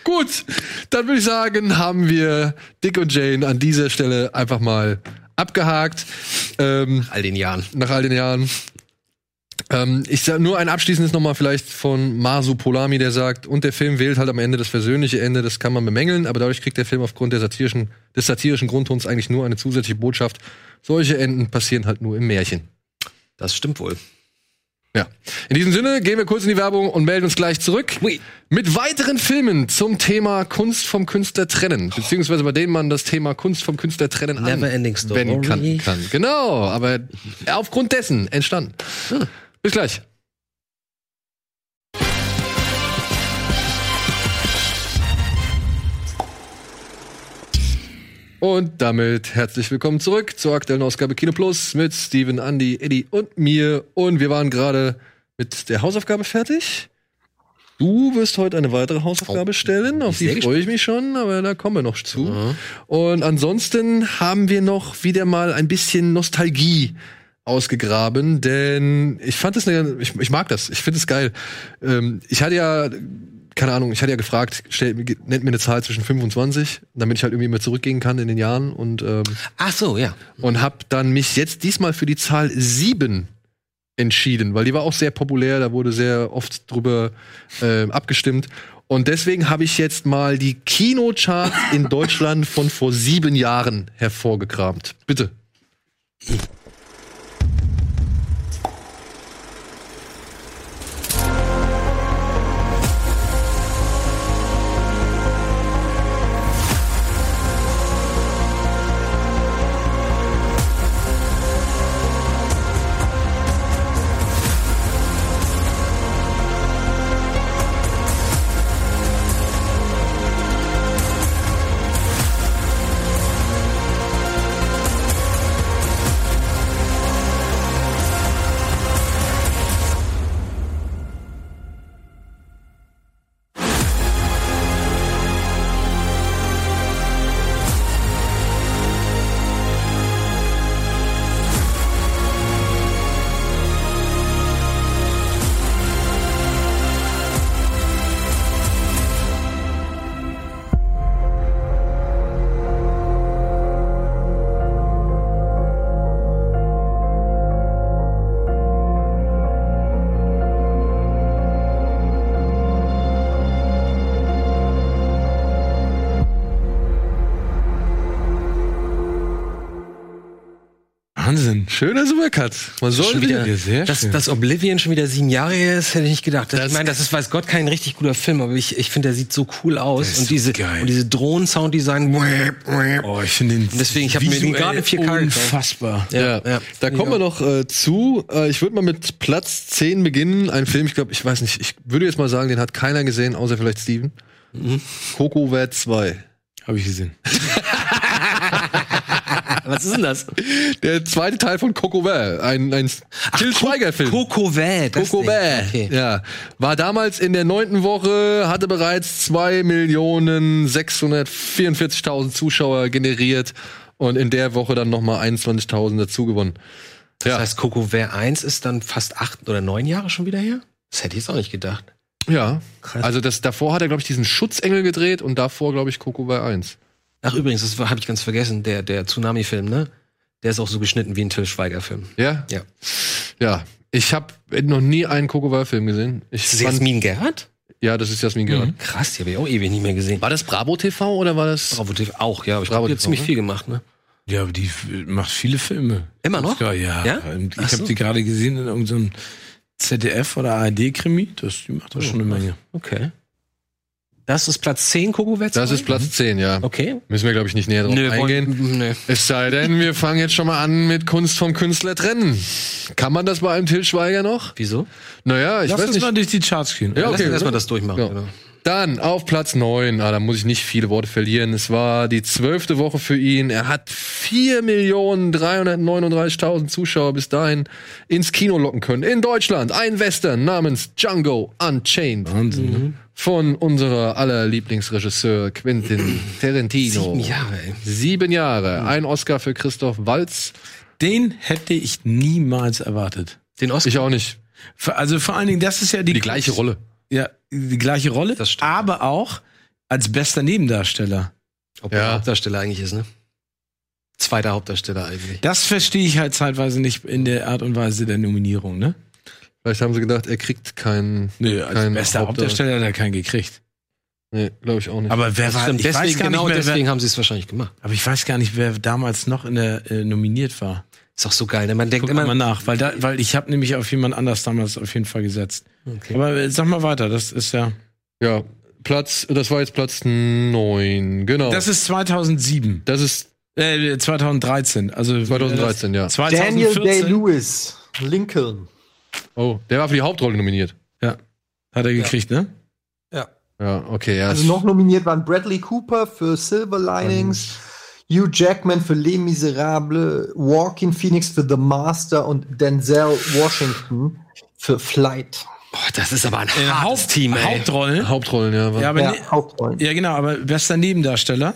[SPEAKER 1] Gut, dann würde ich sagen, haben wir Dick und Jane an dieser Stelle einfach mal abgehakt. Ähm,
[SPEAKER 3] All den Jahren.
[SPEAKER 1] nach all den Jahren. Ähm, ich sag nur ein abschließendes nochmal vielleicht von Masu Polami, der sagt, und der Film wählt halt am Ende das versöhnliche Ende, das kann man bemängeln, aber dadurch kriegt der Film aufgrund der satirischen, des satirischen Grundtons eigentlich nur eine zusätzliche Botschaft. Solche Enden passieren halt nur im Märchen.
[SPEAKER 3] Das stimmt wohl.
[SPEAKER 1] Ja. In diesem Sinne gehen wir kurz in die Werbung und melden uns gleich zurück
[SPEAKER 3] Ui.
[SPEAKER 1] mit weiteren Filmen zum Thema Kunst vom Künstler trennen, beziehungsweise bei denen man das Thema Kunst vom Künstler trennen
[SPEAKER 3] Neverending Story.
[SPEAKER 1] anwenden kann, kann. Genau, aber aufgrund dessen entstanden. Bis gleich. Und damit herzlich willkommen zurück zur aktuellen Ausgabe Kino Plus mit Steven, Andy, Eddie und mir. Und wir waren gerade mit der Hausaufgabe fertig. Du wirst heute eine weitere Hausaufgabe stellen, auf
[SPEAKER 3] sehr
[SPEAKER 1] die freue ich mich schon, aber da kommen wir noch zu. Und ansonsten haben wir noch wieder mal ein bisschen Nostalgie ausgegraben, denn ich fand es eine, ich, ich mag das, ich finde es geil. Ähm, ich hatte ja keine Ahnung, ich hatte ja gefragt, stell, ge- nennt mir eine Zahl zwischen 25, damit ich halt irgendwie immer zurückgehen kann in den Jahren und, ähm,
[SPEAKER 3] Ach so, ja.
[SPEAKER 1] und hab dann mich jetzt diesmal für die Zahl 7 entschieden, weil die war auch sehr populär, da wurde sehr oft drüber ähm, abgestimmt. Und deswegen habe ich jetzt mal die Kinocharts in Deutschland von vor sieben Jahren hervorgekramt. Bitte.
[SPEAKER 2] Wahnsinn.
[SPEAKER 1] Schöner Supercut. Man soll
[SPEAKER 3] Schon
[SPEAKER 1] wieder.
[SPEAKER 3] wieder,
[SPEAKER 2] Ja, sehr
[SPEAKER 3] dass,
[SPEAKER 2] schön.
[SPEAKER 3] dass Oblivion schon wieder sieben Jahre her ist, hätte ich nicht gedacht. Das,
[SPEAKER 1] Das-
[SPEAKER 3] ich meine, das ist, weiß Gott, kein richtig guter Film, aber ich, ich finde, der sieht so cool aus.
[SPEAKER 2] ist
[SPEAKER 3] Und diese,
[SPEAKER 2] geil.
[SPEAKER 3] und diese Drohnen-Sounddesign.
[SPEAKER 2] Oh, ich finde den
[SPEAKER 3] Deswegen, ich hab mir den
[SPEAKER 2] visuell
[SPEAKER 3] gerade in 4K gekauft.
[SPEAKER 2] unfassbar.
[SPEAKER 1] Ja,
[SPEAKER 3] Ja, ja.
[SPEAKER 1] da kommen wir noch äh, zu. Äh, ich würde mal mit Platz 10 beginnen. Ein Film, ich glaube, ich weiß nicht, ich würde jetzt mal sagen, den hat keiner gesehen, außer vielleicht Steven.
[SPEAKER 3] Mhm.
[SPEAKER 1] Coco Ware 2.
[SPEAKER 2] Habe ich gesehen.
[SPEAKER 3] Was ist denn das?
[SPEAKER 1] Der zweite Teil von Coco Ware, ein, ein Till Schweiger-Film.
[SPEAKER 3] Coco Vell. das
[SPEAKER 1] Coco
[SPEAKER 3] Ding.
[SPEAKER 1] Ware.
[SPEAKER 3] Okay.
[SPEAKER 1] Ja. War damals in der neunten Woche, hatte bereits 2.644.000 Zuschauer generiert und in der Woche dann nochmal 21.000 dazu gewonnen.
[SPEAKER 3] Das heißt, Coco Vell 1 ist dann fast acht oder neun Jahre schon wieder her? Das hätte ich jetzt auch nicht gedacht.
[SPEAKER 1] Ja.
[SPEAKER 3] Krass.
[SPEAKER 1] Also das, davor hat er, glaube ich, diesen Schutzengel gedreht und davor, glaube ich, Coco bei 1.
[SPEAKER 3] Ach, übrigens, das habe ich ganz vergessen, der, der Tsunami-Film, ne? Der ist auch so geschnitten wie ein Till Schweiger-Film.
[SPEAKER 1] Ja?
[SPEAKER 3] Ja.
[SPEAKER 1] Ja. Ich habe noch nie einen Coco bei film gesehen. Ich
[SPEAKER 3] Ist das Jasmin Mhm. Gerhardt?
[SPEAKER 1] ja, das ist Jasmin Gerhardt.
[SPEAKER 3] Krass, die habe ich auch ewig nicht mehr gesehen.
[SPEAKER 1] War das Bravo TV oder war das?
[SPEAKER 3] Bravo TV auch, ja. aber Ich
[SPEAKER 1] Bravo
[SPEAKER 3] habe
[SPEAKER 1] TV,
[SPEAKER 3] ziemlich
[SPEAKER 1] ne?
[SPEAKER 3] viel gemacht, ne?
[SPEAKER 2] Ja, aber die f- macht viele Filme.
[SPEAKER 3] Immer noch?
[SPEAKER 2] Ja, ja. Ähm,
[SPEAKER 3] Ja?
[SPEAKER 2] Ich
[SPEAKER 3] Ach
[SPEAKER 2] habe
[SPEAKER 3] so.
[SPEAKER 2] die gerade gesehen in irgendeinem ZDF oder ARD-Krimi. Das die
[SPEAKER 3] Oh,
[SPEAKER 2] macht doch schon eine Menge.
[SPEAKER 3] Okay. Das ist Platz 10, Coco Wetz.
[SPEAKER 1] Das ist Platz 10, ja.
[SPEAKER 3] Okay.
[SPEAKER 1] Müssen wir, glaube ich, nicht näher drauf eingehen.
[SPEAKER 3] wollen- nö.
[SPEAKER 1] Es sei denn, wir fangen jetzt schon mal an mit Kunst vom Künstler trennen. Kann man das bei einem Till Schweiger noch?
[SPEAKER 3] Wieso?
[SPEAKER 1] Naja, ich
[SPEAKER 2] Lass
[SPEAKER 1] weiß
[SPEAKER 2] uns
[SPEAKER 1] nicht.
[SPEAKER 2] mal durch die Charts gehen.
[SPEAKER 1] Ja,
[SPEAKER 3] Lass
[SPEAKER 1] okay.
[SPEAKER 3] uns erstmal das durchmachen.
[SPEAKER 1] Ja.
[SPEAKER 3] Genau.
[SPEAKER 1] Dann auf Platz 9, ah, da muss ich nicht viele Worte verlieren. Es war die zwölfte Woche für ihn. Er hat 4.339.000 Zuschauer bis dahin ins Kino locken können. In Deutschland ein Western namens Django Unchained
[SPEAKER 2] Wahnsinn.
[SPEAKER 3] Mhm.
[SPEAKER 2] Ne?
[SPEAKER 1] von unserer aller Lieblingsregisseur Quentin Tarantino.
[SPEAKER 3] Sieben Jahre, ey.
[SPEAKER 1] Sieben Jahre. Ein Oscar für Christoph Walz.
[SPEAKER 2] Den hätte ich niemals erwartet.
[SPEAKER 3] Den Oscar.
[SPEAKER 1] Ich auch nicht.
[SPEAKER 2] Vor- Also vor allen Dingen, das ist ja die,
[SPEAKER 1] Die gleiche Rolle.
[SPEAKER 2] Ja, die gleiche Rolle,
[SPEAKER 3] Das stimmt.
[SPEAKER 2] aber auch als bester Nebendarsteller.
[SPEAKER 3] Ob
[SPEAKER 1] Ja.
[SPEAKER 3] er Hauptdarsteller eigentlich ist, ne? Zweiter Hauptdarsteller eigentlich.
[SPEAKER 2] Das verstehe ich halt zeitweise nicht in der Art und Weise der Nominierung, ne?
[SPEAKER 1] Vielleicht haben sie gedacht, er kriegt keinen.
[SPEAKER 2] Nö, als
[SPEAKER 1] Kein
[SPEAKER 2] bester
[SPEAKER 1] Hauptdarsteller.
[SPEAKER 2] Hauptdarsteller hat er keinen gekriegt.
[SPEAKER 1] Nee, glaube ich auch nicht.
[SPEAKER 2] Aber wer
[SPEAKER 3] Das
[SPEAKER 2] war,
[SPEAKER 3] stimmt,
[SPEAKER 2] ich weiß
[SPEAKER 3] deswegen,
[SPEAKER 2] gar
[SPEAKER 3] genau
[SPEAKER 2] nicht mehr,
[SPEAKER 3] deswegen haben sie es wahrscheinlich gemacht.
[SPEAKER 2] wer, aber ich weiß gar nicht, wer damals noch in der äh, nominiert war.
[SPEAKER 3] Ist doch so geil, ne? Man denkt
[SPEAKER 2] Guck mal
[SPEAKER 3] immer.
[SPEAKER 2] nach, weil da, weil ich habe nämlich auf jemand anders damals auf jeden Fall gesetzt.
[SPEAKER 3] Okay.
[SPEAKER 2] Aber äh, sag mal weiter, das ist ja.
[SPEAKER 1] Ja, Platz, das war jetzt Platz 9, genau.
[SPEAKER 2] Das ist 2007.
[SPEAKER 1] das ist
[SPEAKER 2] Äh, 2013, also
[SPEAKER 1] 2013, ja.
[SPEAKER 2] 2014.
[SPEAKER 4] Daniel Day-Lewis, Lincoln.
[SPEAKER 1] Oh, der war für die Hauptrolle nominiert.
[SPEAKER 2] Ja. Hat er gekriegt, ne?
[SPEAKER 1] Ja, okay, ja.
[SPEAKER 4] Also noch nominiert waren Bradley Cooper für Silver Linings, Hugh Jackman für Les Miserables, Joaquin Phoenix für The Master und Denzel Washington für Flight.
[SPEAKER 3] Boah, das ist aber ein
[SPEAKER 2] Äh,
[SPEAKER 3] hartes
[SPEAKER 2] Haupt-
[SPEAKER 3] Team, ey.
[SPEAKER 2] Hauptrollen.
[SPEAKER 1] Hauptrollen, ja. war-
[SPEAKER 2] Ja, aber
[SPEAKER 4] ja,
[SPEAKER 2] ne,
[SPEAKER 4] Hauptrollen.
[SPEAKER 2] ja, genau, aber bester Nebendarsteller.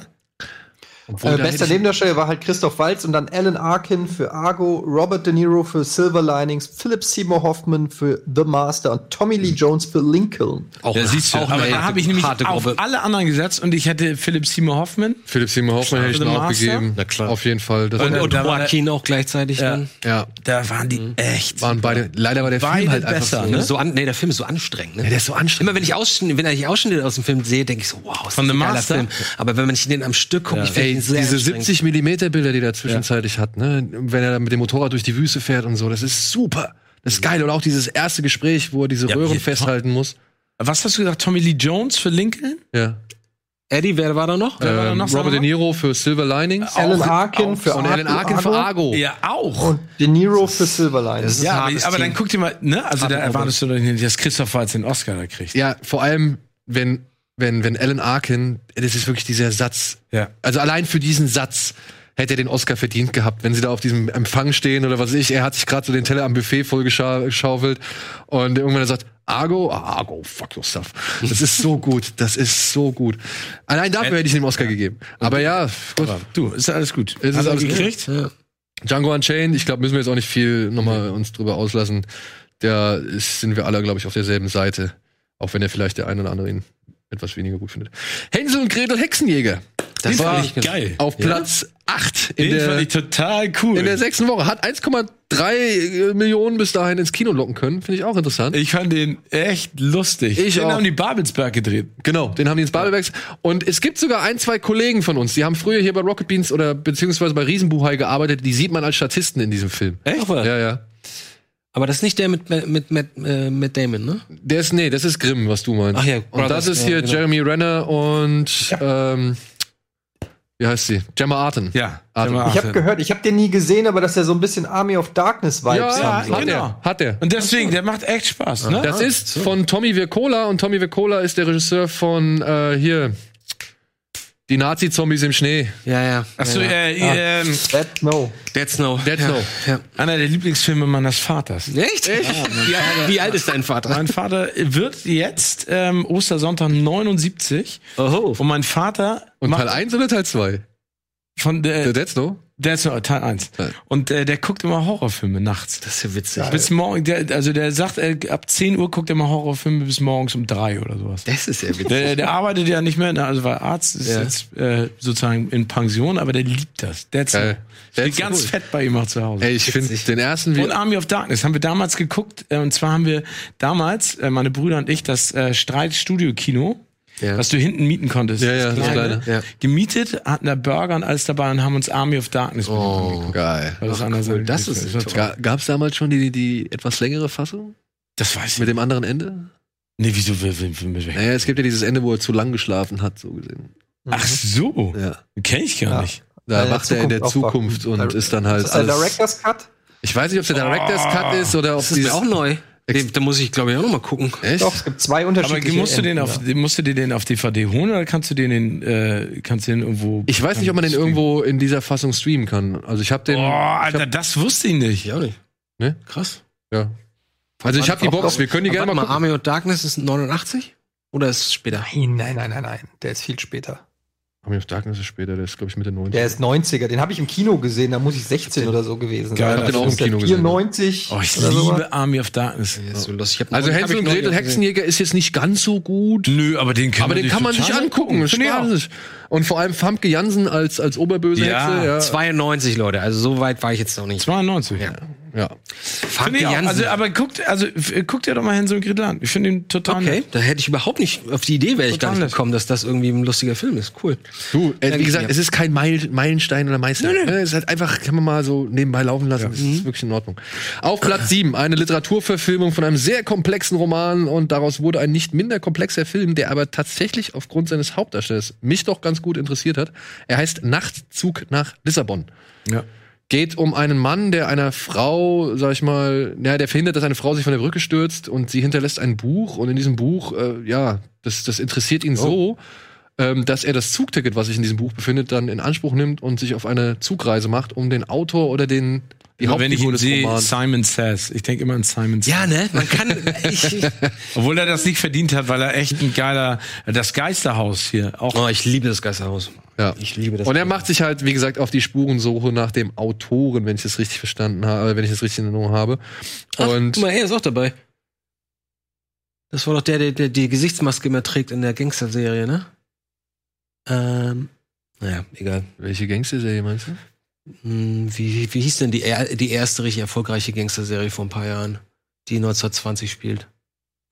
[SPEAKER 1] obwohl,
[SPEAKER 4] Äh,
[SPEAKER 1] da hätte
[SPEAKER 4] bester
[SPEAKER 1] ich-
[SPEAKER 4] Nebendarsteller war halt Christoph Waltz und dann Alan Arkin für Argo, Robert De Niro für Silver Linings, Philip Seymour Hoffman für The Master und Tommy
[SPEAKER 1] Mhm.
[SPEAKER 4] Lee Jones für Lincoln.
[SPEAKER 3] Auch,
[SPEAKER 2] Ja, siehst du,
[SPEAKER 3] auch
[SPEAKER 2] aber
[SPEAKER 3] eine
[SPEAKER 2] da habe ich nämlich
[SPEAKER 3] harte
[SPEAKER 2] auf
[SPEAKER 3] Gruppe.
[SPEAKER 2] alle anderen gesetzt und ich hätte Philipp Seymour Hoffman.
[SPEAKER 1] Philipp Simon Hoffmann hätte ich
[SPEAKER 2] The
[SPEAKER 1] dann auch
[SPEAKER 2] Also Master?
[SPEAKER 1] gegeben.
[SPEAKER 3] Na klar.
[SPEAKER 1] Auf jeden Fall. Das
[SPEAKER 2] Und-
[SPEAKER 1] war,
[SPEAKER 3] Und
[SPEAKER 2] Da war
[SPEAKER 3] Joaquin auch gleichzeitig ne?
[SPEAKER 2] Ja.
[SPEAKER 3] dann.
[SPEAKER 1] ja,
[SPEAKER 2] Da waren die echt.
[SPEAKER 1] waren beide. Leider war der
[SPEAKER 2] Beide
[SPEAKER 1] Film halt einfach
[SPEAKER 2] besser,
[SPEAKER 1] so.
[SPEAKER 2] ne?
[SPEAKER 3] Ah, So an, nee, der Film ist so anstrengend. Ne?
[SPEAKER 1] Ja, der ist so anstrengend.
[SPEAKER 3] Immer wenn ich Ausschnitte, wenn ich Ausschnitte aus dem Film sehe, denke ich so, wow, ist
[SPEAKER 2] Von
[SPEAKER 3] das
[SPEAKER 2] The
[SPEAKER 3] ein geiler
[SPEAKER 2] Master?
[SPEAKER 3] Film. Aber wenn man sich den am Stück guckt, ich finde
[SPEAKER 1] Ey,
[SPEAKER 3] ihn sehr
[SPEAKER 1] diese
[SPEAKER 3] anstrengend.
[SPEAKER 1] 70 mm Bilder, die der zwischenzeitlich hat, ne? Wenn er dann mit dem Motorrad durch die Wüste fährt und so, das ist super. Das
[SPEAKER 3] Mhm.
[SPEAKER 1] ist geil. Und auch dieses erste Gespräch, wo er diese
[SPEAKER 2] Ja,
[SPEAKER 1] Röhren
[SPEAKER 2] hier-
[SPEAKER 1] festhalten muss.
[SPEAKER 2] Was hast du gesagt? Tommy Lee Jones für Lincoln?
[SPEAKER 1] Ja.
[SPEAKER 3] Eddie, wer war da noch?
[SPEAKER 2] war da
[SPEAKER 1] Ähm,
[SPEAKER 2] noch, sag
[SPEAKER 1] Robert
[SPEAKER 2] mal?
[SPEAKER 1] De Niro für Silver Linings.
[SPEAKER 4] Alan Arkin für
[SPEAKER 1] und Alan Arkin für Argo.
[SPEAKER 2] Ja, auch.
[SPEAKER 4] De Niro für Silver Linings.
[SPEAKER 3] ist-
[SPEAKER 2] Ja, aber,
[SPEAKER 3] hartes
[SPEAKER 2] aber dann
[SPEAKER 3] Team.
[SPEAKER 2] guck dir mal, ne? Also da
[SPEAKER 3] Hartes
[SPEAKER 2] erwartest du doch nicht, dass Christoph Waltz den Oscar da kriegt.
[SPEAKER 1] Ja, vor allem, wenn, wenn, wenn Alan Arkin, das ist wirklich dieser Satz.
[SPEAKER 2] Ja.
[SPEAKER 1] Also allein für diesen Satz hätte er den Oscar verdient gehabt, wenn sie da auf diesem Empfang stehen oder was weiß ich. Er hat sich gerade so den Teller am Buffet vollgeschaufelt und irgendwann er sagt, Argo, Ah, Argo, fuck yourself. Das ist so gut, das ist so gut. Allein dafür hätte ich ihm den Oscar gegeben. Aber ja, gut.
[SPEAKER 2] Äh, Aber also Du, ist alles gut.
[SPEAKER 1] Ist
[SPEAKER 2] Hat
[SPEAKER 1] es
[SPEAKER 2] er
[SPEAKER 1] alles gut?
[SPEAKER 2] gekriegt?
[SPEAKER 1] Django Unchained, ich glaube, müssen wir jetzt auch nicht viel nochmal uns drüber auslassen. Da ist, sind wir alle, glaube ich, auf derselben Seite. Auch wenn er vielleicht der ein oder andere ihn etwas weniger gut findet. Hänsel und Gretel Hexenjäger.
[SPEAKER 3] Das
[SPEAKER 1] Den
[SPEAKER 3] war
[SPEAKER 1] fand
[SPEAKER 3] nicht
[SPEAKER 1] ich
[SPEAKER 2] geil.
[SPEAKER 1] Auf
[SPEAKER 2] Ja?
[SPEAKER 1] Platz 8 in
[SPEAKER 2] Den fand
[SPEAKER 1] der,
[SPEAKER 2] ich total cool.
[SPEAKER 1] in der sechsten Woche. Hat 1,3 äh, Millionen bis dahin ins Kino locken können. Finde ich auch interessant.
[SPEAKER 2] ich fand den echt lustig.
[SPEAKER 1] Ich
[SPEAKER 2] den
[SPEAKER 1] auch.
[SPEAKER 2] haben die Babelsberg gedreht.
[SPEAKER 1] Genau, den haben die ins Babelwerks. Und es gibt sogar ein, zwei Kollegen von uns, die haben früher hier bei Rocket Beans oder beziehungsweise bei Riesenbuhai gearbeitet. Die sieht man als Statisten in diesem Film.
[SPEAKER 3] Echt?
[SPEAKER 1] Ja, ja.
[SPEAKER 3] Aber das ist nicht der mit, mit, mit, äh, mit Damon, ne?
[SPEAKER 1] Der ist, nee, das ist Grimm, was du meinst.
[SPEAKER 3] Ach ja,
[SPEAKER 1] und
[SPEAKER 3] Brothers,
[SPEAKER 1] das ist
[SPEAKER 3] ja,
[SPEAKER 1] hier
[SPEAKER 3] genau.
[SPEAKER 1] Jeremy Renner und ähm, wie heißt sie? Gemma Arten.
[SPEAKER 2] Ja.
[SPEAKER 1] Atem.
[SPEAKER 2] Gemma
[SPEAKER 4] Ich habe
[SPEAKER 2] Atem.
[SPEAKER 4] gehört, ich habe den nie gesehen, aber dass er so ein bisschen Army of Darkness Vibes
[SPEAKER 1] ja,
[SPEAKER 4] haben soll.
[SPEAKER 1] hat
[SPEAKER 2] genau.
[SPEAKER 1] er. Hat er.
[SPEAKER 2] Und deswegen, der macht echt Spaß, ne?
[SPEAKER 1] Das ist von Tommy Wirkola und Tommy Wirkola ist der Regisseur von äh, hier die Nazi-Zombies im Schnee.
[SPEAKER 3] Ja, ja.
[SPEAKER 2] Achso,
[SPEAKER 3] ja.
[SPEAKER 2] äh, ähm,
[SPEAKER 4] That, no.
[SPEAKER 3] Dead Snow.
[SPEAKER 1] Dead
[SPEAKER 3] ja.
[SPEAKER 1] Snow.
[SPEAKER 3] Ja.
[SPEAKER 2] einer der Lieblingsfilme meines Vaters.
[SPEAKER 3] Echt? Wie, alt- wie alt ist dein Vater?
[SPEAKER 2] Mein Vater wird jetzt ähm, Ostersonntag 79
[SPEAKER 3] Oho.
[SPEAKER 2] und mein Vater
[SPEAKER 1] Und
[SPEAKER 2] macht
[SPEAKER 1] Teil 1 oder Teil 2?
[SPEAKER 2] von
[SPEAKER 1] Der
[SPEAKER 2] der,
[SPEAKER 1] Dead Snow?
[SPEAKER 2] der ist nur Teil 1
[SPEAKER 1] Ja.
[SPEAKER 2] und äh, der guckt immer Horrorfilme nachts.
[SPEAKER 3] Das ist ja witzig.
[SPEAKER 2] Bis morgen, der, also der sagt, äh, ab 10 Uhr guckt er mal Horrorfilme bis morgens um 3 oder sowas.
[SPEAKER 3] Das ist ja witzig.
[SPEAKER 2] Der, der arbeitet ja nicht mehr, na, also war Arzt, ist
[SPEAKER 3] Ja.
[SPEAKER 2] jetzt äh, sozusagen in Pension, aber der liebt das. Der ist
[SPEAKER 1] Geil. Der
[SPEAKER 2] Steht
[SPEAKER 1] ist
[SPEAKER 2] ganz
[SPEAKER 1] cool.
[SPEAKER 2] fett bei ihm auch zu Hause.
[SPEAKER 1] Ey, ich finde den ersten wie
[SPEAKER 2] Und Army of Darkness haben wir damals geguckt. Äh, und zwar haben wir damals, äh, meine Brüder und ich, das äh, Streit-Studio-Kino,
[SPEAKER 3] Ja.
[SPEAKER 2] was du hinten mieten konntest.
[SPEAKER 1] Ja, ja, das Kleine,
[SPEAKER 3] ja.
[SPEAKER 2] Gemietet, hatten da Burger und alles dabei und haben uns Army of Darkness oh.
[SPEAKER 1] geil.
[SPEAKER 2] Das, anders
[SPEAKER 3] das ist
[SPEAKER 2] das, war toll.
[SPEAKER 1] Ga Gab es damals schon die, die etwas längere Fassung?
[SPEAKER 2] das weiß ich.
[SPEAKER 1] Mit
[SPEAKER 2] Mit
[SPEAKER 1] dem anderen Ende?
[SPEAKER 2] nee, wieso? wir- wir- wir- wir-
[SPEAKER 1] Naja, es gibt ja dieses Ende, wo er zu lang geschlafen hat, so gesehen.
[SPEAKER 2] Ach so,
[SPEAKER 1] Ja.
[SPEAKER 2] kenne ich gar
[SPEAKER 4] Ja.
[SPEAKER 2] nicht.
[SPEAKER 1] Da
[SPEAKER 4] Weil er
[SPEAKER 1] macht er in der
[SPEAKER 4] Zukunft
[SPEAKER 1] Zukunft
[SPEAKER 4] aufwacht.
[SPEAKER 1] und ist dann halt
[SPEAKER 4] Ist das der
[SPEAKER 1] alles.
[SPEAKER 4] Director's Cut?
[SPEAKER 2] Oh.
[SPEAKER 1] Ich weiß nicht, ob es der Director's Cut ist oder ob
[SPEAKER 3] Das ist
[SPEAKER 1] dieses,
[SPEAKER 3] mir auch neu. Den, da muss ich, glaube ich, auch noch mal gucken.
[SPEAKER 1] Echt?
[SPEAKER 4] Doch, es gibt zwei
[SPEAKER 2] Aber
[SPEAKER 4] unterschiedliche.
[SPEAKER 2] musst du, den
[SPEAKER 4] Enden,
[SPEAKER 2] auf,
[SPEAKER 4] ja.
[SPEAKER 2] musst du dir den auf DVD holen oder kannst du den, den äh, kannst du den irgendwo.
[SPEAKER 1] Ich weiß nicht, ob man den
[SPEAKER 2] streamen?
[SPEAKER 1] irgendwo in dieser Fassung streamen kann. Also ich habe den.
[SPEAKER 2] Oh, Alter, das wusste ich nicht.
[SPEAKER 3] Ich auch nicht.
[SPEAKER 1] Ne?
[SPEAKER 3] Krass.
[SPEAKER 1] Ja. Also ich habe die Box, wir können die gerne
[SPEAKER 3] Aber
[SPEAKER 1] mal
[SPEAKER 3] mal,
[SPEAKER 1] gucken.
[SPEAKER 3] Army of Darkness ist 89? Oder ist es später?
[SPEAKER 4] Nein, nein, nein, nein. Der ist viel später.
[SPEAKER 1] Army of Darkness ist später, der ist, glaube ich, Mitte 90.
[SPEAKER 4] Der ist 90er. Den habe ich im Kino gesehen. Da muss ich 16 oder so gewesen sein.
[SPEAKER 2] Geil, hab den
[SPEAKER 1] auch im Kino gesehen,
[SPEAKER 4] 94
[SPEAKER 2] Oh, ich
[SPEAKER 4] oder sowas.
[SPEAKER 2] liebe Army of Darkness.
[SPEAKER 3] Der ist so los. Ich hab
[SPEAKER 1] also Hänsel
[SPEAKER 3] neulich- hab
[SPEAKER 1] und
[SPEAKER 3] ich neulich
[SPEAKER 1] Gretel
[SPEAKER 3] auch gesehen.
[SPEAKER 1] Hexenjäger ist jetzt nicht ganz so gut.
[SPEAKER 2] Nö, aber den kann
[SPEAKER 1] Aber den kann man sich
[SPEAKER 2] total
[SPEAKER 1] angucken, ist
[SPEAKER 2] Finde ich auch.
[SPEAKER 1] spaßig. Und vor allem Famke Jansen als, als oberböse
[SPEAKER 2] Ja,
[SPEAKER 1] Hexe.
[SPEAKER 3] 92, Ah, Leute. Also so weit war ich jetzt noch nicht.
[SPEAKER 2] 92.
[SPEAKER 3] Ja.
[SPEAKER 1] ja.
[SPEAKER 3] Fuck
[SPEAKER 2] Finde ich auch. Also,
[SPEAKER 3] äh,
[SPEAKER 2] aber guckt, also f- guckt ja doch mal Hänsel und Gretel an. Ich finde ihn total.
[SPEAKER 3] Okay,
[SPEAKER 2] nett.
[SPEAKER 3] da hätte ich überhaupt nicht auf die Idee wäre ich gar
[SPEAKER 2] Total
[SPEAKER 3] nicht
[SPEAKER 2] nett.
[SPEAKER 3] gekommen, dass das irgendwie ein lustiger Film ist. Cool.
[SPEAKER 1] Du, äh, wie gesagt,
[SPEAKER 3] Ja.
[SPEAKER 1] es ist kein Meil, Meilenstein oder Meister. Es ist halt einfach, kann man mal so nebenbei laufen lassen. Das ist wirklich in Ordnung. Auf Platz 7, eine Literaturverfilmung von einem sehr komplexen Roman und daraus wurde ein nicht minder komplexer Film, der aber tatsächlich aufgrund seines Hauptdarstellers mich doch ganz gut interessiert hat. Er heißt Nachtzug nach Lissabon.
[SPEAKER 2] Ja.
[SPEAKER 1] geht um einen Mann, der einer Frau, sag ich mal, ja, der verhindert, dass eine Frau sich von der Brücke stürzt und sie hinterlässt ein Buch und in diesem Buch, äh, ja, das, das interessiert ihn so, ähm, dass er das Zugticket, was sich in diesem Buch befindet, dann in Anspruch nimmt und sich auf eine Zugreise macht, um den Autor oder den die
[SPEAKER 2] Immer wenn ich
[SPEAKER 1] Hauptfigur
[SPEAKER 2] ihn
[SPEAKER 1] des
[SPEAKER 2] sehe,
[SPEAKER 1] Romans.
[SPEAKER 2] Simon Says. Ich denke immer an Simon Says.
[SPEAKER 3] Ja, ne? Man kann. ich, ich,
[SPEAKER 2] Obwohl er das nicht verdient hat, weil er echt ein geiler. Das Geisterhaus hier auch.
[SPEAKER 3] oh, ich liebe das Geisterhaus.
[SPEAKER 1] Ja.
[SPEAKER 3] Ich liebe das.
[SPEAKER 1] Und er macht sich halt, wie gesagt, auf die Spurensuche nach dem Autoren, wenn ich das richtig verstanden habe, wenn ich das richtig in Erinnerung habe. Und
[SPEAKER 3] Guck mal, er ist auch dabei. Das war doch der, der, der die Gesichtsmaske immer trägt in der Gangster-Serie, ne? Ähm. Naja, egal.
[SPEAKER 1] welche Gangster-Serie meinst du?
[SPEAKER 3] Hm, Wie, wie hieß denn die, er- die erste richtig erfolgreiche Gangster-Serie vor ein paar Jahren, die 1920 spielt?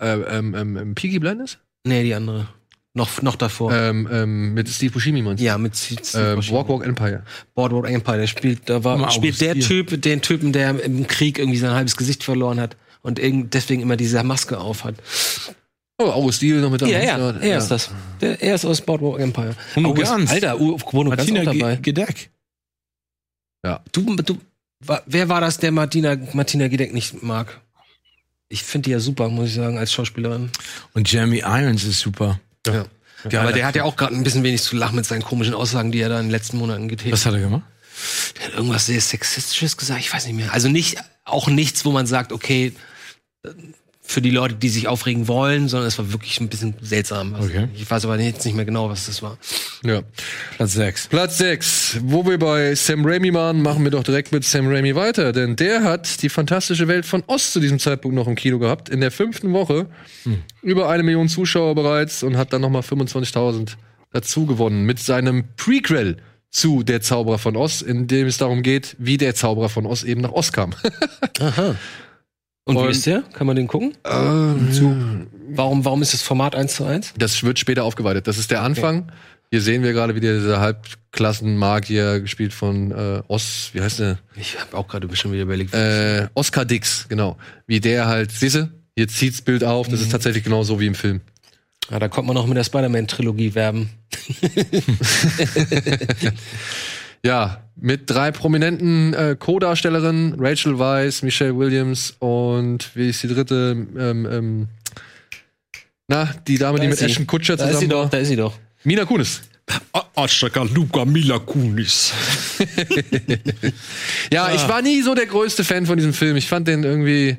[SPEAKER 1] Äh, ähm, ähm, ähm, Peaky Blinders?
[SPEAKER 3] Nee, die andere. Noch, noch davor.
[SPEAKER 1] Ähm, ähm, mit Steve Buscemi meinst du?
[SPEAKER 3] ja, mit Steve
[SPEAKER 1] Ähm,
[SPEAKER 3] Buscemi.
[SPEAKER 1] Walk Walk Empire.
[SPEAKER 3] Boardwalk Empire. Der spielt, da
[SPEAKER 2] Guck
[SPEAKER 3] war,
[SPEAKER 2] mal,
[SPEAKER 3] spielt der
[SPEAKER 2] August, hier.
[SPEAKER 3] Typ, den Typen, der im Krieg irgendwie sein halbes Gesicht verloren hat und irgend, deswegen immer diese Maske auf hat.
[SPEAKER 1] Oh, August Diel noch mit
[SPEAKER 3] Ja, ja, er ist das. Der, er ist aus Boardwalk Empire.
[SPEAKER 2] Bruno
[SPEAKER 3] August-
[SPEAKER 2] Ganz.
[SPEAKER 3] Alter, U- Bruno Ganz
[SPEAKER 2] Martina
[SPEAKER 3] auch
[SPEAKER 2] Ge-
[SPEAKER 3] dabei.
[SPEAKER 2] Gedeck.
[SPEAKER 3] Du, du, wa- wer war das, der Martina, Martina Gedeck nicht mag? Ich finde die ja super, muss ich sagen, als Schauspielerin.
[SPEAKER 2] Und Jeremy Irons ist super.
[SPEAKER 3] Ja.
[SPEAKER 2] Geiler
[SPEAKER 3] Aber der hat ja
[SPEAKER 2] Typ.
[SPEAKER 3] auch gerade ein bisschen wenig zu lachen mit seinen komischen Aussagen, die er da in den letzten Monaten getätigt
[SPEAKER 2] Was hat er gemacht?
[SPEAKER 3] hat. Irgendwas sehr Sexistisches gesagt, ich weiß nicht mehr. Also nicht, auch nichts, wo man sagt, okay, für die Leute, die sich aufregen wollen, sondern es war wirklich ein bisschen seltsam. Also
[SPEAKER 2] Okay.
[SPEAKER 3] Ich weiß aber jetzt nicht mehr genau, was das war.
[SPEAKER 1] Ja.
[SPEAKER 2] Platz 6.
[SPEAKER 1] Platz 6. Wo wir bei Sam Raimi waren, machen wir doch direkt mit Sam Raimi weiter. Denn der hat die fantastische Welt von Ost zu diesem Zeitpunkt noch im Kino gehabt. In der fünften Woche. Hm. Über eine Million Zuschauer bereits und hat dann nochmal 25.000 dazu gewonnen. Mit seinem Prequel zu Der Zauberer von Oz, in dem es darum geht, wie der Zauberer von Oz eben nach Oz kam.
[SPEAKER 3] Aha. Und,
[SPEAKER 1] Und-
[SPEAKER 3] wie ist der? Kann man den gucken? Ähm, Warum, warum ist das Format 1 zu 1?
[SPEAKER 1] Das wird später aufgeweitet. Das ist der Anfang. Hier sehen wir gerade wieder diese Halbklassenmagier, gespielt von äh, Os, wie heißt der?
[SPEAKER 3] Ich habe auch gerade schon wieder überlegt.
[SPEAKER 1] Äh, Oscar Dix, genau. Wie der halt, siehste, hier zieht's Bild auf, das
[SPEAKER 3] Mhm.
[SPEAKER 1] ist tatsächlich genau so wie im Film.
[SPEAKER 3] Ja, da kommt man noch mit der Spider-Man-Trilogie werben.
[SPEAKER 1] Ja, mit drei prominenten äh, Co-Darstellerinnen, Rachel Weisz, Michelle Williams und wie ist die dritte? Ähm, ähm, na, die Dame,
[SPEAKER 3] Da
[SPEAKER 1] die
[SPEAKER 3] ist
[SPEAKER 1] mit
[SPEAKER 3] sie.
[SPEAKER 1] Ashton Kutscher
[SPEAKER 3] Da ist sie
[SPEAKER 1] zusammen
[SPEAKER 3] doch,
[SPEAKER 1] war.
[SPEAKER 3] da ist sie doch.
[SPEAKER 1] Mina Kunis.
[SPEAKER 2] Arschaka Luca Mila Kunis.
[SPEAKER 1] Ja,
[SPEAKER 3] Ah.
[SPEAKER 1] ich war nie so der größte Fan von diesem Film. Ich fand den irgendwie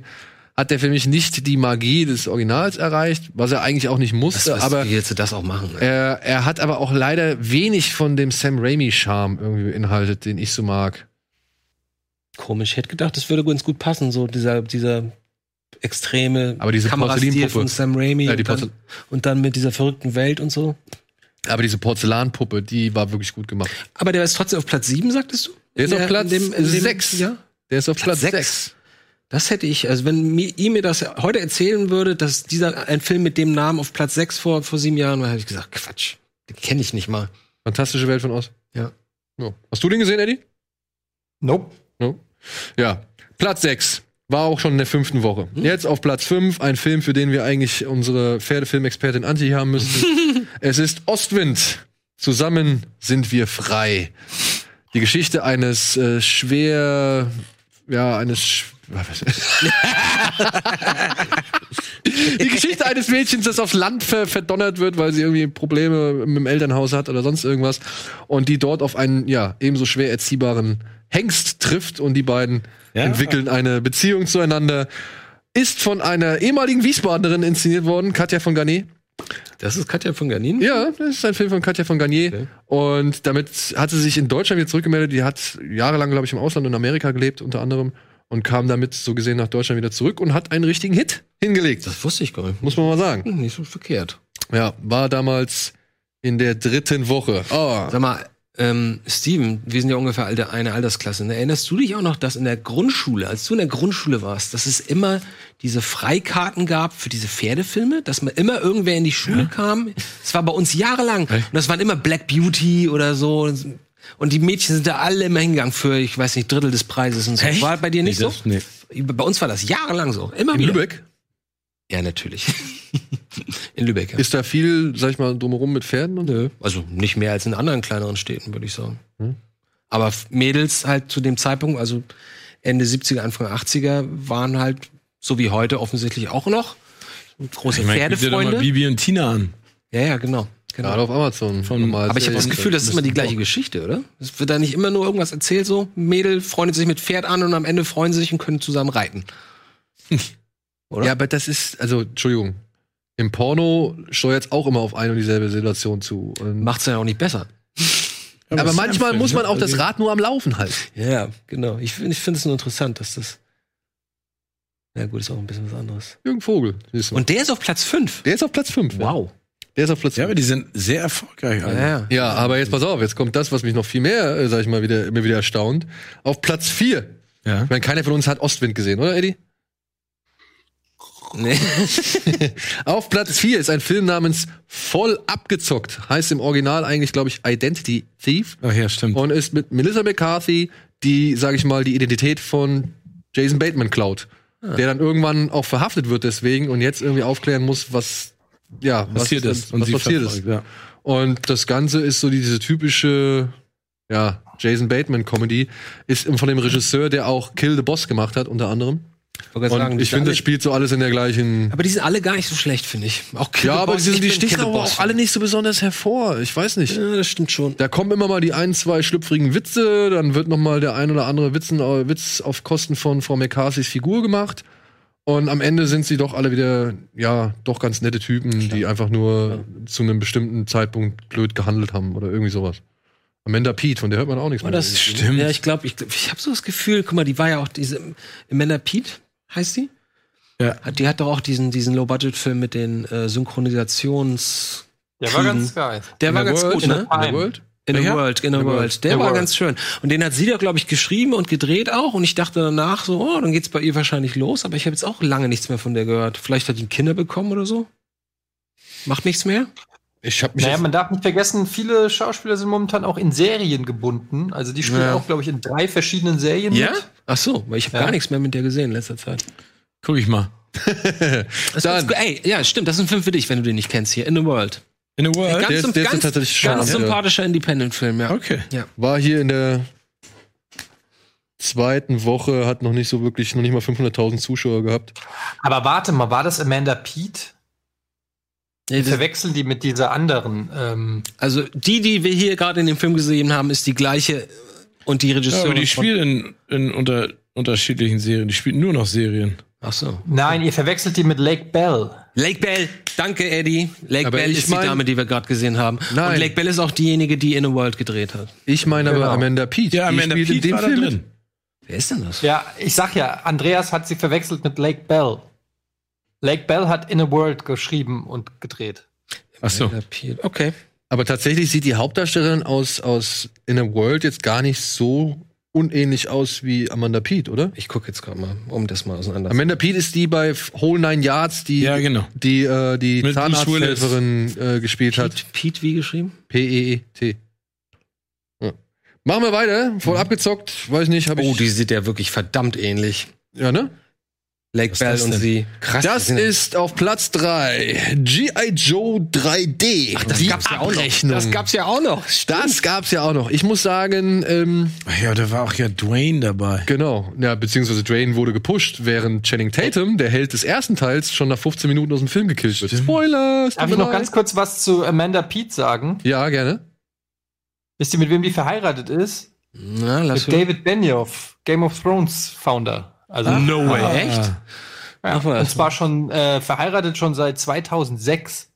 [SPEAKER 1] hat der für mich nicht die Magie des Originals erreicht, was er eigentlich auch nicht musste, aber
[SPEAKER 3] wie willst du das eh- auch machen? ne?
[SPEAKER 1] er, er hat aber auch leider wenig von dem Sam Raimi Charme irgendwie beinhaltet, den ich so mag.
[SPEAKER 3] Komisch. Ich hätte gedacht, das würde ganz gut passen, so dieser, dieser extreme
[SPEAKER 1] Aber diese
[SPEAKER 3] Kamerastil
[SPEAKER 1] Porzellinpuppe.
[SPEAKER 3] von Sam Raimi
[SPEAKER 1] Ja, die
[SPEAKER 3] und, dann,
[SPEAKER 1] Porzel-
[SPEAKER 3] und dann mit dieser verrückten Welt und so.
[SPEAKER 1] Aber diese Porzellanpuppe, die war wirklich gut gemacht.
[SPEAKER 3] Aber der ist trotzdem auf Platz 7, sagtest du?
[SPEAKER 1] Der ist auf Platz
[SPEAKER 3] in in
[SPEAKER 1] sechs.
[SPEAKER 3] Ja?
[SPEAKER 1] Der ist auf Platz 6.
[SPEAKER 3] Platz sechs. Das hätte ich, also wenn mir, ihr mir das heute erzählen würde, dass dieser ein Film mit dem Namen auf Platz 6 vor, vor sieben Jahren war, hätte ich gesagt, Quatsch, den kenne ich nicht mal.
[SPEAKER 1] Fantastische Welt von Oz.
[SPEAKER 3] Ja.
[SPEAKER 1] Ja. Hast du den gesehen, Eddie?
[SPEAKER 4] Nope.
[SPEAKER 1] No? Ja. Platz 6 war auch schon in der fünften Woche.
[SPEAKER 3] Hm.
[SPEAKER 1] Jetzt auf Platz 5 ein Film, für den wir eigentlich unsere Pferdefilmexpertin Anti haben müssten. es ist Ostwind. Zusammen sind wir frei. Die Geschichte eines äh, schwer ja eines sch- Die Geschichte eines Mädchens, das aufs Land ver verdonnert wird, weil sie irgendwie Probleme mit dem Elternhaus hat oder sonst irgendwas. Und die dort auf einen, ja, ebenso schwer erziehbaren Hengst trifft und die beiden
[SPEAKER 2] Ja.
[SPEAKER 1] entwickeln eine Beziehung zueinander. Ist von einer ehemaligen Wiesbadenerin inszeniert worden, Katja von Garnier.
[SPEAKER 3] Das ist Katja von Ganin?
[SPEAKER 1] Ja, das ist ein Film von Katja von Garnier. Und damit hat sie sich in Deutschland wieder zurückgemeldet. Die hat jahrelang, glaube ich, im Ausland und in Amerika gelebt, unter anderem. Und kam damit so gesehen nach Deutschland wieder zurück und hat einen richtigen Hit hingelegt.
[SPEAKER 3] Das wusste ich gar nicht.
[SPEAKER 1] Muss man mal sagen.
[SPEAKER 3] Hm, Nicht so verkehrt.
[SPEAKER 1] Ja, war damals in der dritten Woche. Oh.
[SPEAKER 3] Sag mal, ähm, Steven, wir sind ja ungefähr alte, eine Altersklasse. Ne? Erinnerst du dich auch noch, dass in der Grundschule, als du in der Grundschule warst, dass es immer diese Freikarten gab für diese Pferdefilme, dass man immer irgendwer in die Schule kam? Es war bei uns jahrelang. Und das waren immer Black Beauty oder so. Und die Mädchen sind da alle immer hingegangen für, ich weiß nicht, Drittel des Preises und so.
[SPEAKER 2] Echt?
[SPEAKER 3] War bei dir nicht
[SPEAKER 2] Nee,
[SPEAKER 3] so?
[SPEAKER 2] das- nee.
[SPEAKER 3] Bei uns war das jahrelang so. Immer
[SPEAKER 1] In
[SPEAKER 3] wieder.
[SPEAKER 1] Lübeck
[SPEAKER 3] Ja, natürlich. in Lübeck. Ja.
[SPEAKER 1] ist da viel, sag ich mal, drumherum mit Pferden und
[SPEAKER 3] Nö, also nicht mehr als in anderen kleineren Städten, würde ich sagen. Aber F- Mädels halt zu dem Zeitpunkt, also Ende 70er, Anfang 80er, waren halt, so wie heute offensichtlich auch noch, große
[SPEAKER 2] Ich meine, guck dir doch mal
[SPEAKER 3] Pferdefreunde.
[SPEAKER 2] Bibi und Tina an.
[SPEAKER 3] Ja, ja, genau. genau.
[SPEAKER 1] gerade auf Amazon. normal
[SPEAKER 3] Aber ich habe das
[SPEAKER 1] Serien-
[SPEAKER 3] Gefühl, das ist eh immer die
[SPEAKER 1] müssen-
[SPEAKER 3] gleiche Geschichte, oder? Es wird da nicht immer nur irgendwas erzählt, so Mädel freundet sich mit Pferd an und am Ende freuen sie sich und können zusammen reiten. oder?
[SPEAKER 1] Ja, aber das ist, also, Entschuldigung. Im Porno steuert es auch immer auf eine und dieselbe Situation zu. Und
[SPEAKER 3] Macht's ja auch nicht besser.
[SPEAKER 1] Aber
[SPEAKER 2] es ist
[SPEAKER 1] manchmal
[SPEAKER 2] ein
[SPEAKER 1] muss
[SPEAKER 2] Film,
[SPEAKER 1] man auch
[SPEAKER 2] ne?
[SPEAKER 1] das Rad nur am Laufen halten.
[SPEAKER 3] Ja, genau. Ich, find- ich finde es nur interessant, dass das. Ja, gut, ist auch ein bisschen was anderes.
[SPEAKER 1] Jürgen Vogel. siehst du.
[SPEAKER 3] Und der ist auf Platz 5.
[SPEAKER 1] der ist auf Platz 5.
[SPEAKER 3] Wow.
[SPEAKER 1] Der ist auf Platz
[SPEAKER 2] Ja,
[SPEAKER 1] 5.
[SPEAKER 2] aber die sind sehr erfolgreich. alle.
[SPEAKER 3] Ja.
[SPEAKER 1] Ja, aber jetzt pass auf, jetzt kommt das, was mich noch viel mehr, äh, sag ich mal, wieder, mir wieder erstaunt. Auf Platz 4.
[SPEAKER 2] Ja.
[SPEAKER 1] Ich meine, keiner von uns hat Ostwind gesehen, oder, Eddie?
[SPEAKER 3] Nee.
[SPEAKER 1] Auf Platz 4 ist ein Film namens Voll abgezockt. Heißt im Original eigentlich, glaube ich, Identity Thief.
[SPEAKER 2] Ach ja, stimmt.
[SPEAKER 1] Und ist mit Melissa McCarthy, die, sag ich mal, die Identität von Jason Bateman klaut.
[SPEAKER 2] Ah.
[SPEAKER 1] Der dann irgendwann auch verhaftet wird deswegen und jetzt irgendwie aufklären muss, was, ja, was
[SPEAKER 2] passiert ist.
[SPEAKER 1] was passiert ist.
[SPEAKER 2] verfolgt, Ja.
[SPEAKER 1] Und das Ganze ist so diese typische, ja, Jason Bateman Comedy, ist von dem Regisseur, der auch Kill the Boss gemacht hat, unter anderem.
[SPEAKER 3] wollte
[SPEAKER 1] Und
[SPEAKER 3] gerade sagen,
[SPEAKER 1] ich
[SPEAKER 3] die
[SPEAKER 1] finde,
[SPEAKER 3] alle-
[SPEAKER 1] das spielt so alles in der gleichen.
[SPEAKER 3] aber die sind alle gar nicht so schlecht, finde ich. Auch Kill
[SPEAKER 1] Ja,
[SPEAKER 3] the
[SPEAKER 1] aber
[SPEAKER 3] Boss,
[SPEAKER 1] die,
[SPEAKER 3] ich
[SPEAKER 1] sind- die
[SPEAKER 3] bin
[SPEAKER 1] stechen
[SPEAKER 3] Kill the
[SPEAKER 1] aber
[SPEAKER 3] Boss
[SPEAKER 1] auch alle nicht so besonders hervor. Ich weiß nicht.
[SPEAKER 3] Ja, das stimmt schon.
[SPEAKER 1] Da kommen immer mal die ein, zwei schlüpfrigen Witze, dann wird noch mal der ein oder andere Witzen, äh, Witz auf Kosten von Frau McCarthy's Figur gemacht. Und am Ende sind sie doch alle wieder, ja, doch ganz nette Typen, die einfach nur zu einem bestimmten Zeitpunkt blöd gehandelt haben oder irgendwie sowas. Amanda Pete, von der hört man auch nichts
[SPEAKER 3] Aber das
[SPEAKER 2] Oh, Stimmt.
[SPEAKER 3] Ja, ich glaube, ich, glaub, ich habe so das Gefühl, guck mal, die war ja auch diese Amanda Pete, heißt die?
[SPEAKER 2] Ja.
[SPEAKER 3] Hat, die hat doch auch diesen, diesen Low-Budget-Film mit den äh, Synchronisations.
[SPEAKER 4] Der war ganz
[SPEAKER 3] Kriegen.
[SPEAKER 4] geil.
[SPEAKER 3] Der war ganz
[SPEAKER 1] World,
[SPEAKER 3] gut, ne?
[SPEAKER 1] In the World?
[SPEAKER 3] In a
[SPEAKER 2] Welcher?
[SPEAKER 3] World, in a World. Der
[SPEAKER 4] The
[SPEAKER 3] war
[SPEAKER 4] World.
[SPEAKER 3] ganz schön. Und den hat sie da, glaube ich, geschrieben und gedreht auch. Und ich dachte danach so, oh, dann geht's bei ihr wahrscheinlich los. Aber ich habe jetzt auch lange nichts mehr von der gehört. Vielleicht hat die Kinder bekommen oder so. Macht nichts mehr?
[SPEAKER 1] Ich hab mich
[SPEAKER 4] Naja,
[SPEAKER 1] jetzt-
[SPEAKER 4] man darf nicht vergessen, viele Schauspieler sind momentan auch in Serien gebunden. Also die spielen
[SPEAKER 3] Ja.
[SPEAKER 4] auch, glaube ich, in drei verschiedenen Serien mit.
[SPEAKER 3] Ach so, weil ich habe
[SPEAKER 4] Ja.
[SPEAKER 3] gar nichts mehr mit der gesehen in letzter Zeit.
[SPEAKER 2] Guck ich mal.
[SPEAKER 3] Das
[SPEAKER 1] Dann-
[SPEAKER 3] ist gut. Ey, ja, stimmt. Das ist ein Film für dich, wenn du den nicht kennst hier. In the World.
[SPEAKER 2] In halt, a World.
[SPEAKER 3] Ganz,
[SPEAKER 1] der ist- der ist
[SPEAKER 3] ganz,
[SPEAKER 1] tatsächlich schon
[SPEAKER 3] ganz
[SPEAKER 1] am- ja.
[SPEAKER 3] sympathischer Independent-Film, ja.
[SPEAKER 2] Okay.
[SPEAKER 1] war hier in der zweiten Woche, hat noch nicht so wirklich, noch nicht mal 500.000 Zuschauer gehabt.
[SPEAKER 4] Aber warte mal, war das Amanda Pete?
[SPEAKER 3] Nee, das-
[SPEAKER 4] Verwechseln die mit dieser anderen? Ähm,
[SPEAKER 3] Also die, die wir hier gerade in dem Film gesehen haben, ist die gleiche und die
[SPEAKER 2] Ja,
[SPEAKER 3] Regisseurin.
[SPEAKER 2] aber die
[SPEAKER 3] von-
[SPEAKER 2] spielt in, in unter, unterschiedlichen Serien. Die spielt nur noch Serien.
[SPEAKER 3] Ach so.
[SPEAKER 4] nein, ihr verwechselt die mit Lake Bell.
[SPEAKER 3] Lake Bell, danke Eddie. Lake
[SPEAKER 1] Aber
[SPEAKER 3] Bell
[SPEAKER 1] ich
[SPEAKER 3] ist
[SPEAKER 1] mein-
[SPEAKER 3] die Dame, die wir gerade gesehen haben.
[SPEAKER 1] Nein.
[SPEAKER 3] Und Lake Bell ist auch diejenige, die In a World gedreht hat.
[SPEAKER 1] Ich meine aber
[SPEAKER 4] Genau.
[SPEAKER 1] Amanda Pete.
[SPEAKER 2] Ja, Amanda
[SPEAKER 1] spielt in
[SPEAKER 2] Peet
[SPEAKER 1] dem
[SPEAKER 2] war da
[SPEAKER 1] Film mit.
[SPEAKER 2] drin.
[SPEAKER 3] Wer ist denn das?
[SPEAKER 4] Ja, ich sag ja, Andreas hat sie verwechselt mit Lake Bell. Lake Bell hat In a World geschrieben und gedreht.
[SPEAKER 2] Ach so.
[SPEAKER 3] Okay.
[SPEAKER 1] Aber tatsächlich sieht die Hauptdarstellerin aus, aus In a World jetzt gar nicht so unähnlich aus wie Amanda Pete, oder?
[SPEAKER 3] Ich gucke jetzt gerade mal, um das mal auseinander.
[SPEAKER 1] Amanda Pete ist die bei Whole Nine Yards, die
[SPEAKER 2] Ja, genau.
[SPEAKER 1] die, äh, die
[SPEAKER 2] Mit Bruce
[SPEAKER 1] Zahnarzthelferin äh, gespielt hat.
[SPEAKER 3] Pete, Pete wie geschrieben?
[SPEAKER 1] P-E-E-T. Ja. Machen wir weiter. Voll abgezockt. Weiß nicht, habe ich.
[SPEAKER 3] Oh, die sieht ja wirklich verdammt ähnlich.
[SPEAKER 1] ja, ne?
[SPEAKER 3] Lake
[SPEAKER 2] ist
[SPEAKER 3] Bell
[SPEAKER 2] das
[SPEAKER 3] und
[SPEAKER 2] denn?
[SPEAKER 3] sie. Krass.
[SPEAKER 1] Das
[SPEAKER 3] die sind-
[SPEAKER 1] ist auf Platz 3 G.I. Joe 3D. Ach, das
[SPEAKER 3] gab's ja auch noch. Das gab's ja auch noch.
[SPEAKER 1] Das gab's ja auch noch. Ich muss sagen, ähm,
[SPEAKER 2] Ach ja, da war auch ja Dwayne dabei.
[SPEAKER 1] genau, ja, beziehungsweise Drain wurde gepusht, während Channing Tatum, der Held des ersten Teils, schon nach 15 Minuten aus dem Film gekillt wird. Spoiler! es tut
[SPEAKER 4] Darf
[SPEAKER 1] mir
[SPEAKER 4] ich noch
[SPEAKER 1] leid.
[SPEAKER 4] ganz kurz was zu Amanda Pete sagen?
[SPEAKER 1] ja, gerne.
[SPEAKER 4] Wisst ihr, mit wem die verheiratet ist?
[SPEAKER 3] Na, lass
[SPEAKER 4] Mit David Benioff, Game of Thrones Founder. Also,
[SPEAKER 3] No way. Echt?
[SPEAKER 2] Ah.
[SPEAKER 4] ja,
[SPEAKER 3] Ach, was.
[SPEAKER 4] und zwar schon äh, verheiratet schon seit 2006.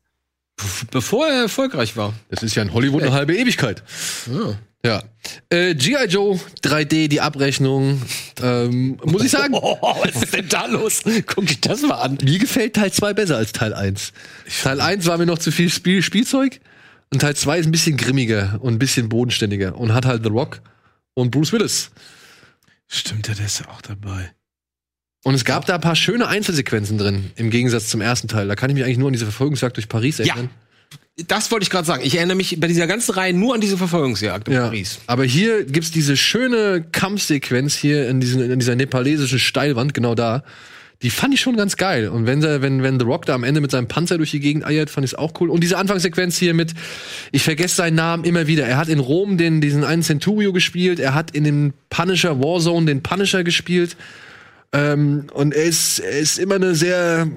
[SPEAKER 3] Bevor er erfolgreich war. Ah.
[SPEAKER 1] Das ist ja in Hollywood eine halbe Ewigkeit.
[SPEAKER 3] Ja.
[SPEAKER 1] Ja. Äh, G.I. Joe 3D, die Abrechnung. Ähm, muss ich sagen,
[SPEAKER 3] Oh, was ist denn da los? Guck dich das mal an.
[SPEAKER 1] mir gefällt Teil 2 besser als Teil 1. Teil 1 war mir noch zu viel Spiel Spielzeug und Teil 2 ist ein bisschen grimmiger und ein bisschen bodenständiger und hat halt The Rock und Bruce Willis.
[SPEAKER 2] Stimmt, ja, der ist ja auch dabei.
[SPEAKER 1] Und es gab da ein paar schöne Einzelsequenzen drin, im Gegensatz zum ersten Teil. Da kann ich mich eigentlich nur an diese Verfolgungsjagd durch Paris erinnern.
[SPEAKER 3] Das wollte ich gerade sagen. Ich erinnere mich bei dieser ganzen Reihe nur an diese Verfolgungsjagd in Paris.
[SPEAKER 1] Aber hier gibt's diese schöne Kampfsequenz hier in, diesen, in dieser nepalesischen Steilwand, genau da. Die fand ich schon ganz geil. Und wenn, der, wenn, wenn The Rock da am Ende mit seinem Panzer durch die Gegend eiert, fand ich's auch cool. Und diese Anfangssequenz hier mit, ich vergesse seinen Namen immer wieder. Er hat in Rom den, diesen einen Centurio gespielt, er hat in dem Punisher Warzone den Punisher gespielt. Ähm, und er ist, er ist immer eine sehr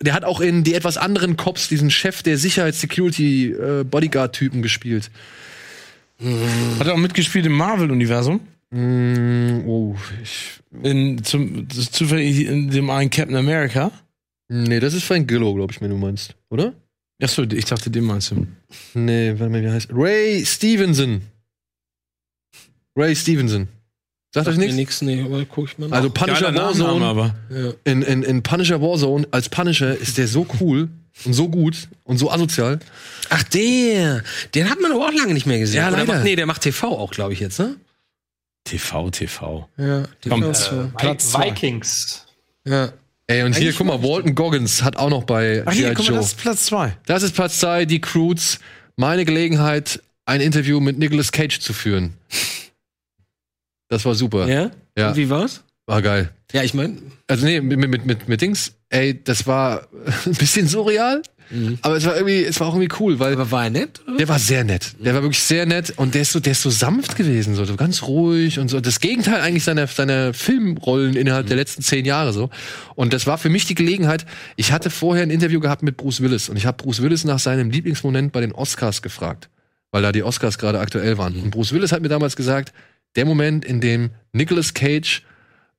[SPEAKER 1] der hat auch in die etwas anderen Cops diesen Chef der Sicherheits-Security-Bodyguard-Typen gespielt.
[SPEAKER 2] Hat er auch mitgespielt im Marvel-Universum?
[SPEAKER 1] Oh, ich.
[SPEAKER 2] In, zum, das- zufällig in dem einen Captain America?
[SPEAKER 1] Nee, das ist Frank Grillo, glaube ich, wenn du meinst, oder?
[SPEAKER 2] Achso, ich dachte, den meinst du.
[SPEAKER 1] Nee, warte mal, wie heißt. Ray Stevenson. Ray Stevenson. Sagt euch
[SPEAKER 3] Sagt mir
[SPEAKER 1] nichts?
[SPEAKER 3] nix, nee, aber guck ich mal nach.
[SPEAKER 1] Also Punisher
[SPEAKER 2] Geiler Nachname,
[SPEAKER 1] Warzone.
[SPEAKER 2] aber.
[SPEAKER 1] In, in, in Punisher Warzone als Punisher ist der so cool und so gut und so asozial.
[SPEAKER 3] Ach, der. Den hat man aber auch lange nicht mehr gesehen.
[SPEAKER 1] Ja,
[SPEAKER 3] Oder
[SPEAKER 1] leider.
[SPEAKER 3] macht, nee, der macht TV auch, glaube ich, jetzt, ne?
[SPEAKER 2] TV, TV.
[SPEAKER 3] Ja, TV.
[SPEAKER 2] Komm.
[SPEAKER 3] ist so.
[SPEAKER 2] Platz
[SPEAKER 4] Vi-
[SPEAKER 2] zwei.
[SPEAKER 4] Vikings.
[SPEAKER 3] ja.
[SPEAKER 1] Ey, und hier,
[SPEAKER 3] Eigentlich
[SPEAKER 1] guck mal, Walton Goggins hat auch noch bei
[SPEAKER 2] Ach
[SPEAKER 1] G.I.
[SPEAKER 2] hier, guck mal,
[SPEAKER 1] Joe.
[SPEAKER 2] das ist Platz 2.
[SPEAKER 1] Das ist Platz 2, die Croods. Meine Gelegenheit, ein Interview mit Nicolas Cage zu führen. Das war super.
[SPEAKER 3] Ja?
[SPEAKER 1] Ja.
[SPEAKER 3] Und wie war's?
[SPEAKER 1] War geil.
[SPEAKER 3] Ja, ich meine,
[SPEAKER 1] Also nee, mit, mit, mit, mit Dings, ey, das war ein bisschen surreal, aber es war irgendwie, es war auch irgendwie cool, weil
[SPEAKER 3] aber war er nett? oder?
[SPEAKER 1] der war sehr nett. Der war wirklich sehr nett und der ist so, der ist so sanft gewesen, so, so ganz ruhig und so. Das Gegenteil eigentlich seiner, seiner Filmrollen innerhalb der letzten zehn Jahre so. Und das war für mich die Gelegenheit. Ich hatte vorher ein Interview gehabt mit Bruce Willis und ich habe Bruce Willis nach seinem Lieblingsmoment bei den Oscars gefragt, weil da die Oscars gerade aktuell waren. Und Bruce Willis hat mir damals gesagt, der Moment, in dem Nicolas Cage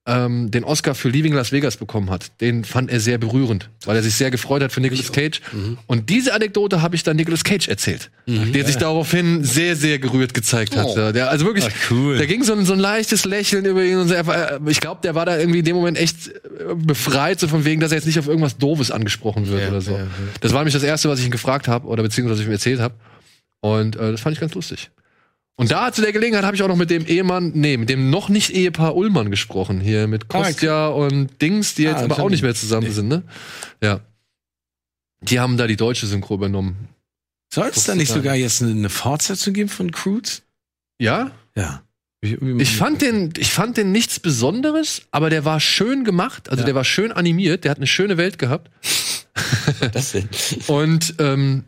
[SPEAKER 1] ähm, den Oscar für Leaving Las Vegas bekommen hat, den fand er sehr berührend, weil er sich sehr gefreut hat für Nicolas Cage. Und diese Anekdote habe ich dann Nicolas Cage erzählt, der sich daraufhin sehr, sehr gerührt gezeigt hat. Ja, Der, also wirklich,
[SPEAKER 2] cool.
[SPEAKER 1] da ging so ein, so ein leichtes Lächeln über ihn. Und so, er war- äh, ich glaube, der war da irgendwie in dem Moment echt äh, befreit, so von wegen, dass er jetzt nicht auf irgendwas Doofes angesprochen wird oder so. Das war nämlich das Erste, was ich ihn gefragt habe oder beziehungsweise was ich ihm erzählt habe. Und äh, das fand ich ganz lustig. Und da zu der Gelegenheit habe ich auch noch mit dem Ehemann, nee, mit dem noch nicht Ehepaar Ullmann gesprochen. Hier mit Kostja und Dings, die
[SPEAKER 2] Ah,
[SPEAKER 1] jetzt aber
[SPEAKER 2] schon.
[SPEAKER 1] auch nicht mehr zusammen
[SPEAKER 2] Nee.
[SPEAKER 1] sind, ne? Ja. Die haben da die deutsche Synchro übernommen.
[SPEAKER 2] Soll es da nicht sogar jetzt eine, eine Fortsetzung geben von Crudes?
[SPEAKER 1] Ja?
[SPEAKER 2] Ja. Mhm.
[SPEAKER 1] Ich fand den, ich fand den nichts Besonderes, aber der war schön gemacht, also
[SPEAKER 2] Ja.
[SPEAKER 1] der war schön animiert, der hat eine schöne Welt gehabt.
[SPEAKER 6] Das denn?
[SPEAKER 1] Und ähm,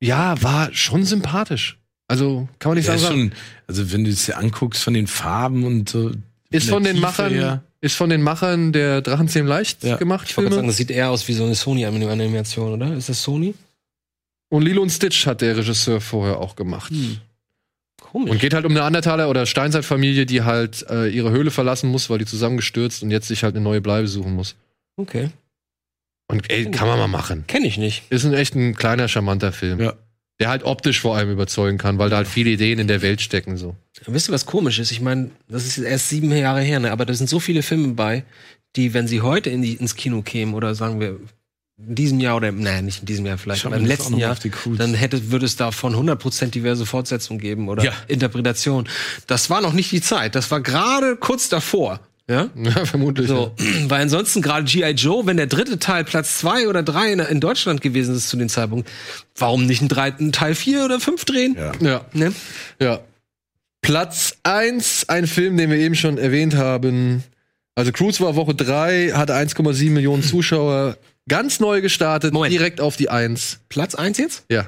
[SPEAKER 1] ja, war schon sympathisch. Also kann man nicht
[SPEAKER 2] Der
[SPEAKER 1] sagen,
[SPEAKER 2] ist schon, also wenn du es dir anguckst von den Farben und so.
[SPEAKER 1] ist
[SPEAKER 2] der
[SPEAKER 1] von den
[SPEAKER 2] Tiefe
[SPEAKER 1] Machern,
[SPEAKER 2] her.
[SPEAKER 1] ist von den Machern der Drachenzähm leicht
[SPEAKER 2] Ja.
[SPEAKER 1] gemacht.
[SPEAKER 3] Ich wollte
[SPEAKER 1] Filme.
[SPEAKER 3] gerade sagen, das sieht eher aus wie so eine Sony-Animation, oder? Ist das Sony?
[SPEAKER 1] Und Lilo und Stitch hat der Regisseur vorher auch gemacht.
[SPEAKER 3] Komisch.
[SPEAKER 1] Und geht halt um eine Andertaler oder Steinzeitfamilie, die halt äh, ihre Höhle verlassen muss, weil die zusammengestürzt und jetzt sich halt eine neue Bleibe suchen muss.
[SPEAKER 3] okay.
[SPEAKER 1] Und ey, kann man mal machen.
[SPEAKER 3] Kenne ich nicht.
[SPEAKER 1] Ist ein echt ein kleiner, charmanter Film.
[SPEAKER 2] Ja.
[SPEAKER 1] Der halt optisch vor allem überzeugen kann, weil da halt viele Ideen in der Welt stecken. so.
[SPEAKER 3] Wisst ihr, was komisch ist? Ich meine, das ist jetzt erst sieben Jahre her, ne? aber da sind so viele Filme bei, die, wenn sie heute in die, ins Kino kämen oder sagen wir in diesem Jahr oder, naja, nicht in diesem Jahr vielleicht,
[SPEAKER 2] Schauen
[SPEAKER 3] aber
[SPEAKER 2] wir
[SPEAKER 3] im
[SPEAKER 2] jetzt auch noch
[SPEAKER 3] letzten
[SPEAKER 2] mal
[SPEAKER 3] Jahr,
[SPEAKER 2] auf die Croods.
[SPEAKER 3] dann hätte, würde es davon 100% diverse Fortsetzungen geben oder
[SPEAKER 2] Ja.
[SPEAKER 3] Interpretationen. Das war noch nicht die Zeit. Das war gerade kurz davor. Ja?
[SPEAKER 1] Ja, vermutlich.
[SPEAKER 3] So, weil ansonsten gerade G.I. Joe, wenn der dritte Teil Platz zwei oder drei in, in Deutschland gewesen ist zu dem Zeitpunkt, warum nicht einen dritten Teil vier oder fünf drehen?
[SPEAKER 2] Ja.
[SPEAKER 1] Ja.
[SPEAKER 3] Ne?
[SPEAKER 1] ja. Platz 1, ein Film, den wir eben schon erwähnt haben. Also Cruise war Woche 3, hatte 1,7 Millionen Zuschauer, ganz neu gestartet,
[SPEAKER 3] Moment.
[SPEAKER 1] direkt auf die 1.
[SPEAKER 3] Platz eins jetzt?
[SPEAKER 1] Ja.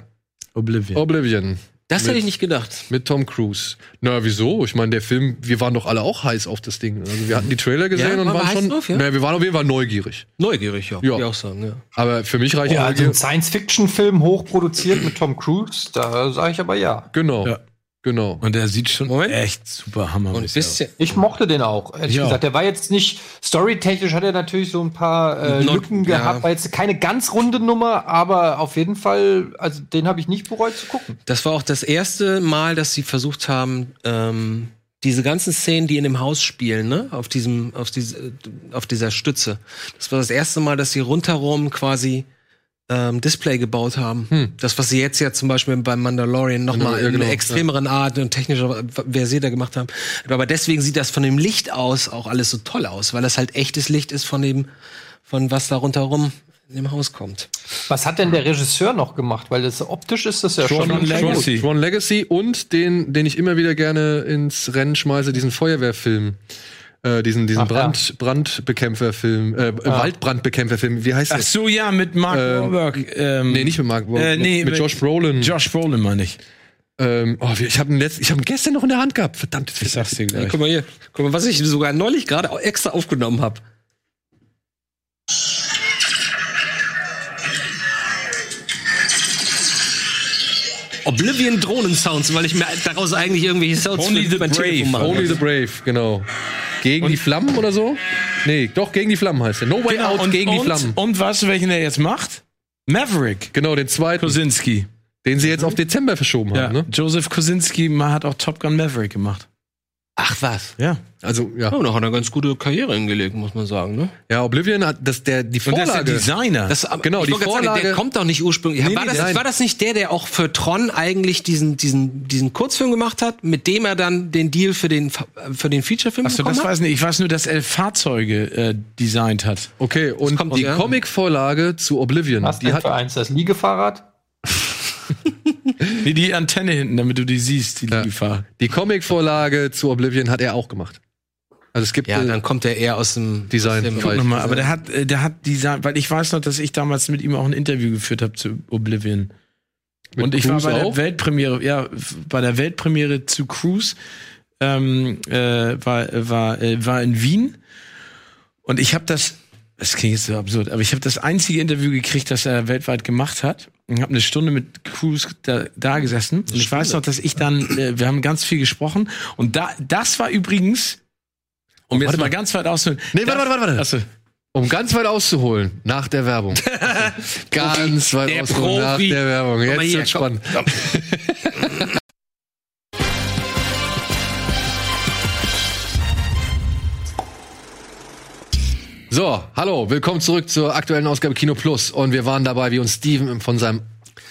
[SPEAKER 2] Oblivion.
[SPEAKER 1] Oblivion
[SPEAKER 3] Das hätte
[SPEAKER 1] Mit-
[SPEAKER 3] ich nicht gedacht.
[SPEAKER 1] mit Tom Cruise. Na, wieso? Ich meine, der Film, wir waren doch alle auch heiß auf das Ding. Also wir hatten die Trailer gesehen
[SPEAKER 3] Ja,
[SPEAKER 1] und
[SPEAKER 3] waren wir
[SPEAKER 1] waren
[SPEAKER 3] heiß
[SPEAKER 1] schon.
[SPEAKER 3] drauf, ja?
[SPEAKER 1] Na, wir waren auf jeden Fall neugierig.
[SPEAKER 3] Neugierig, ja.
[SPEAKER 1] Ja.
[SPEAKER 3] Würde ich auch sagen, ja.
[SPEAKER 1] Aber für mich reicht
[SPEAKER 4] Ja, also
[SPEAKER 1] Neugier.
[SPEAKER 4] ein Science-Fiction-Film hochproduziert mit Tom Cruise, da sage ich aber ja.
[SPEAKER 1] Genau.
[SPEAKER 2] Ja.
[SPEAKER 1] Genau.
[SPEAKER 2] Und der sieht schon
[SPEAKER 3] Moment.
[SPEAKER 2] echt super hammer
[SPEAKER 3] Und ein bisschen.
[SPEAKER 4] Ich mochte den auch, ehrlich
[SPEAKER 2] Ja.
[SPEAKER 4] gesagt. Der war jetzt nicht, storytechnisch hat er natürlich so ein paar äh,
[SPEAKER 3] Not-
[SPEAKER 4] Lücken gehabt,
[SPEAKER 3] ja.
[SPEAKER 4] war jetzt keine ganz runde Nummer, aber auf jeden Fall, also den habe ich nicht bereut zu gucken.
[SPEAKER 3] Das war auch das erste Mal, dass sie versucht haben, ähm, diese ganzen Szenen, die in dem Haus spielen, ne, auf diesem, auf diese, auf dieser Stütze. Das war das erste Mal, dass sie rundherum quasi ähm, Display gebaut haben.
[SPEAKER 1] Hm.
[SPEAKER 3] Das, was sie jetzt ja zum Beispiel beim Mandalorian
[SPEAKER 1] Ja,
[SPEAKER 3] nochmal in
[SPEAKER 1] genau,
[SPEAKER 3] einer extremeren Art und technischer versierter gemacht haben. Aber deswegen sieht das von dem Licht aus auch alles so toll aus, weil das halt echtes Licht ist von dem, von was da rundherum in dem Haus kommt.
[SPEAKER 4] Was hat denn der Regisseur noch gemacht? Weil das optisch ist das ja schon.
[SPEAKER 1] Tron Legacy. Tron Legacy und den, den ich immer wieder gerne ins Rennen schmeiße, diesen Feuerwehrfilm. Äh, diesen diesen
[SPEAKER 4] Ach,
[SPEAKER 1] Brand, Brandbekämpferfilm, äh, Waldbrandbekämpferfilm, wie heißt
[SPEAKER 2] Ach
[SPEAKER 1] das?
[SPEAKER 2] so, ja, mit Mark
[SPEAKER 1] Ähm,
[SPEAKER 2] Wahlberg. Ähm,
[SPEAKER 1] Nee, nicht mit Mark Wahlberg,
[SPEAKER 2] Äh, nee,
[SPEAKER 1] mit,
[SPEAKER 2] mit-
[SPEAKER 1] mit Josh Brolin.
[SPEAKER 2] Josh Brolin, meine ich.
[SPEAKER 1] Ähm, oh, wir- ich habe ihn, letzt- ich hab ihn gestern noch in der Hand gehabt. Verdammt, jetzt
[SPEAKER 2] Ich sag's dir
[SPEAKER 3] Ja,
[SPEAKER 2] gleich.
[SPEAKER 3] guck mal hier, guck mal, was ich sogar neulich gerade au- extra aufgenommen habe. Oblivion Drohnen-Sounds, weil ich mir daraus eigentlich irgendwelche Sounds
[SPEAKER 2] Only the brave,
[SPEAKER 3] mache.
[SPEAKER 1] Only the Brave, genau. Gegen die Flammen oder so? Nee, doch, gegen die Flammen heißt er. No Way Out
[SPEAKER 2] Genau, und,
[SPEAKER 1] gegen
[SPEAKER 2] und,
[SPEAKER 1] die Flammen.
[SPEAKER 2] Und weißt du, welchen der jetzt macht? Maverick.
[SPEAKER 1] Genau, den zweiten,
[SPEAKER 2] Kosinski.
[SPEAKER 1] den sie jetzt auf Dezember verschoben
[SPEAKER 2] Ja,
[SPEAKER 1] haben. Ne?
[SPEAKER 2] Joseph Kosinski ma- hat auch Top Gun Maverick gemacht.
[SPEAKER 3] Ach was.
[SPEAKER 2] Ja.
[SPEAKER 1] Also, ja.
[SPEAKER 3] Ja, und auch eine ganz gute Karriere hingelegt, muss man sagen, ne?
[SPEAKER 1] Ja, Oblivion hat das, der, die
[SPEAKER 2] Und das ist der
[SPEAKER 1] Vorlage.
[SPEAKER 2] Designer.
[SPEAKER 3] Das,
[SPEAKER 1] Genau,
[SPEAKER 3] ich
[SPEAKER 1] die
[SPEAKER 3] wollte gerade Sagen, der
[SPEAKER 1] Vorlage-
[SPEAKER 3] kommt doch nicht ursprünglich.
[SPEAKER 1] Nee,
[SPEAKER 3] war,
[SPEAKER 1] nee,
[SPEAKER 3] das,
[SPEAKER 1] nein.
[SPEAKER 3] war das nicht der, der auch für Tron eigentlich diesen, diesen, diesen Kurzfilm gemacht hat, mit dem er dann den Deal für den, für den Featurefilm
[SPEAKER 2] Achso, das
[SPEAKER 3] bekommen hat?
[SPEAKER 2] weiß ich nicht. Ich weiß nur, dass er Fahrzeuge äh, designt hat.
[SPEAKER 1] Okay, und
[SPEAKER 3] kommt
[SPEAKER 1] die
[SPEAKER 3] ja.
[SPEAKER 1] Comic-Vorlage zu Oblivion,
[SPEAKER 4] Was
[SPEAKER 1] die
[SPEAKER 4] denn
[SPEAKER 1] hat
[SPEAKER 4] für eins? Das Liegefahrrad?
[SPEAKER 2] Nee, die Antenne hinten, damit du die siehst, die
[SPEAKER 1] Ja.
[SPEAKER 2] Gefahr.
[SPEAKER 1] die Comic-Vorlage zu Oblivion hat er auch gemacht. Also es gibt
[SPEAKER 3] Ja,
[SPEAKER 1] äh,
[SPEAKER 3] dann kommt er eher aus dem
[SPEAKER 1] Design.
[SPEAKER 3] Aus
[SPEAKER 1] Guck
[SPEAKER 2] Guck
[SPEAKER 3] dem
[SPEAKER 2] nochmal, aber der hat, äh, der hat Design, weil ich weiß noch, dass ich damals mit ihm auch ein Interview geführt habe zu Oblivion.
[SPEAKER 1] mit
[SPEAKER 2] und ich
[SPEAKER 1] Cruise
[SPEAKER 2] war bei
[SPEAKER 1] auch.
[SPEAKER 2] der Weltpremiere, ja, f- bei der Weltpremiere zu Cruise ähm, äh, war, war, äh, war in Wien und ich habe das, das klingt jetzt so absurd, aber ich habe das einzige Interview gekriegt, das er weltweit gemacht hat und habe eine Stunde mit Cruise da, da gesessen und ich weiß noch, dass ich dann, äh, wir haben ganz viel gesprochen und da, das war übrigens, um jetzt
[SPEAKER 1] warte
[SPEAKER 2] mal
[SPEAKER 1] mal.
[SPEAKER 2] ganz weit auszuholen.
[SPEAKER 1] Nee, warte, warte, warte, warte.
[SPEAKER 2] Achso,
[SPEAKER 1] Um ganz weit auszuholen, nach der Werbung. ganz weit
[SPEAKER 3] Der
[SPEAKER 1] auszuholen, nach
[SPEAKER 3] Profi.
[SPEAKER 1] der Werbung.
[SPEAKER 3] mal
[SPEAKER 1] Jetzt
[SPEAKER 3] hier,
[SPEAKER 1] wird's
[SPEAKER 3] komm.
[SPEAKER 1] spannend. So, hallo, willkommen zurück zur aktuellen Ausgabe Kino Plus. Und wir waren dabei, wie uns Steven von seinem,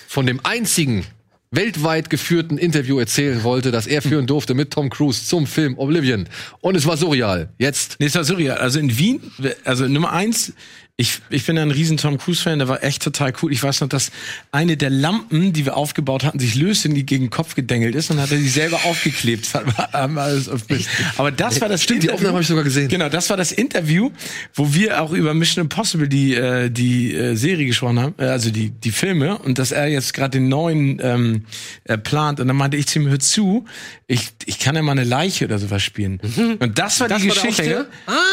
[SPEAKER 1] von dem einzigen weltweit geführten Interview erzählen wollte, das er führen durfte mit Tom Cruise zum Film Oblivion. Und es war surreal. Jetzt
[SPEAKER 2] Nee, es war surreal. Also in Wien, also Nummer eins, ich, ich bin ja ein riesen Tom Cruise-Fan, der war echt total cool. Ich weiß noch, dass eine der Lampen, die wir aufgebaut hatten, sich löste und die gegen den Kopf gedengelt ist und hat er die selber aufgeklebt. Das hat- haben wir alles auf Bild. Aber das war das
[SPEAKER 1] Stimmt, die Aufnahme hab ich sogar gesehen.
[SPEAKER 2] Genau, das war das Interview, wo wir auch über Mission Impossible die, äh, die äh, Serie gesprochen haben, äh, also die, die Filme und dass er jetzt gerade den neuen ähm, äh, plant. Und dann meinte ich zu ihm, hör zu, ich, ich kann ja mal eine Leiche oder sowas spielen. Und das war die
[SPEAKER 3] Mhm. war der Ah.
[SPEAKER 2] Geschichte,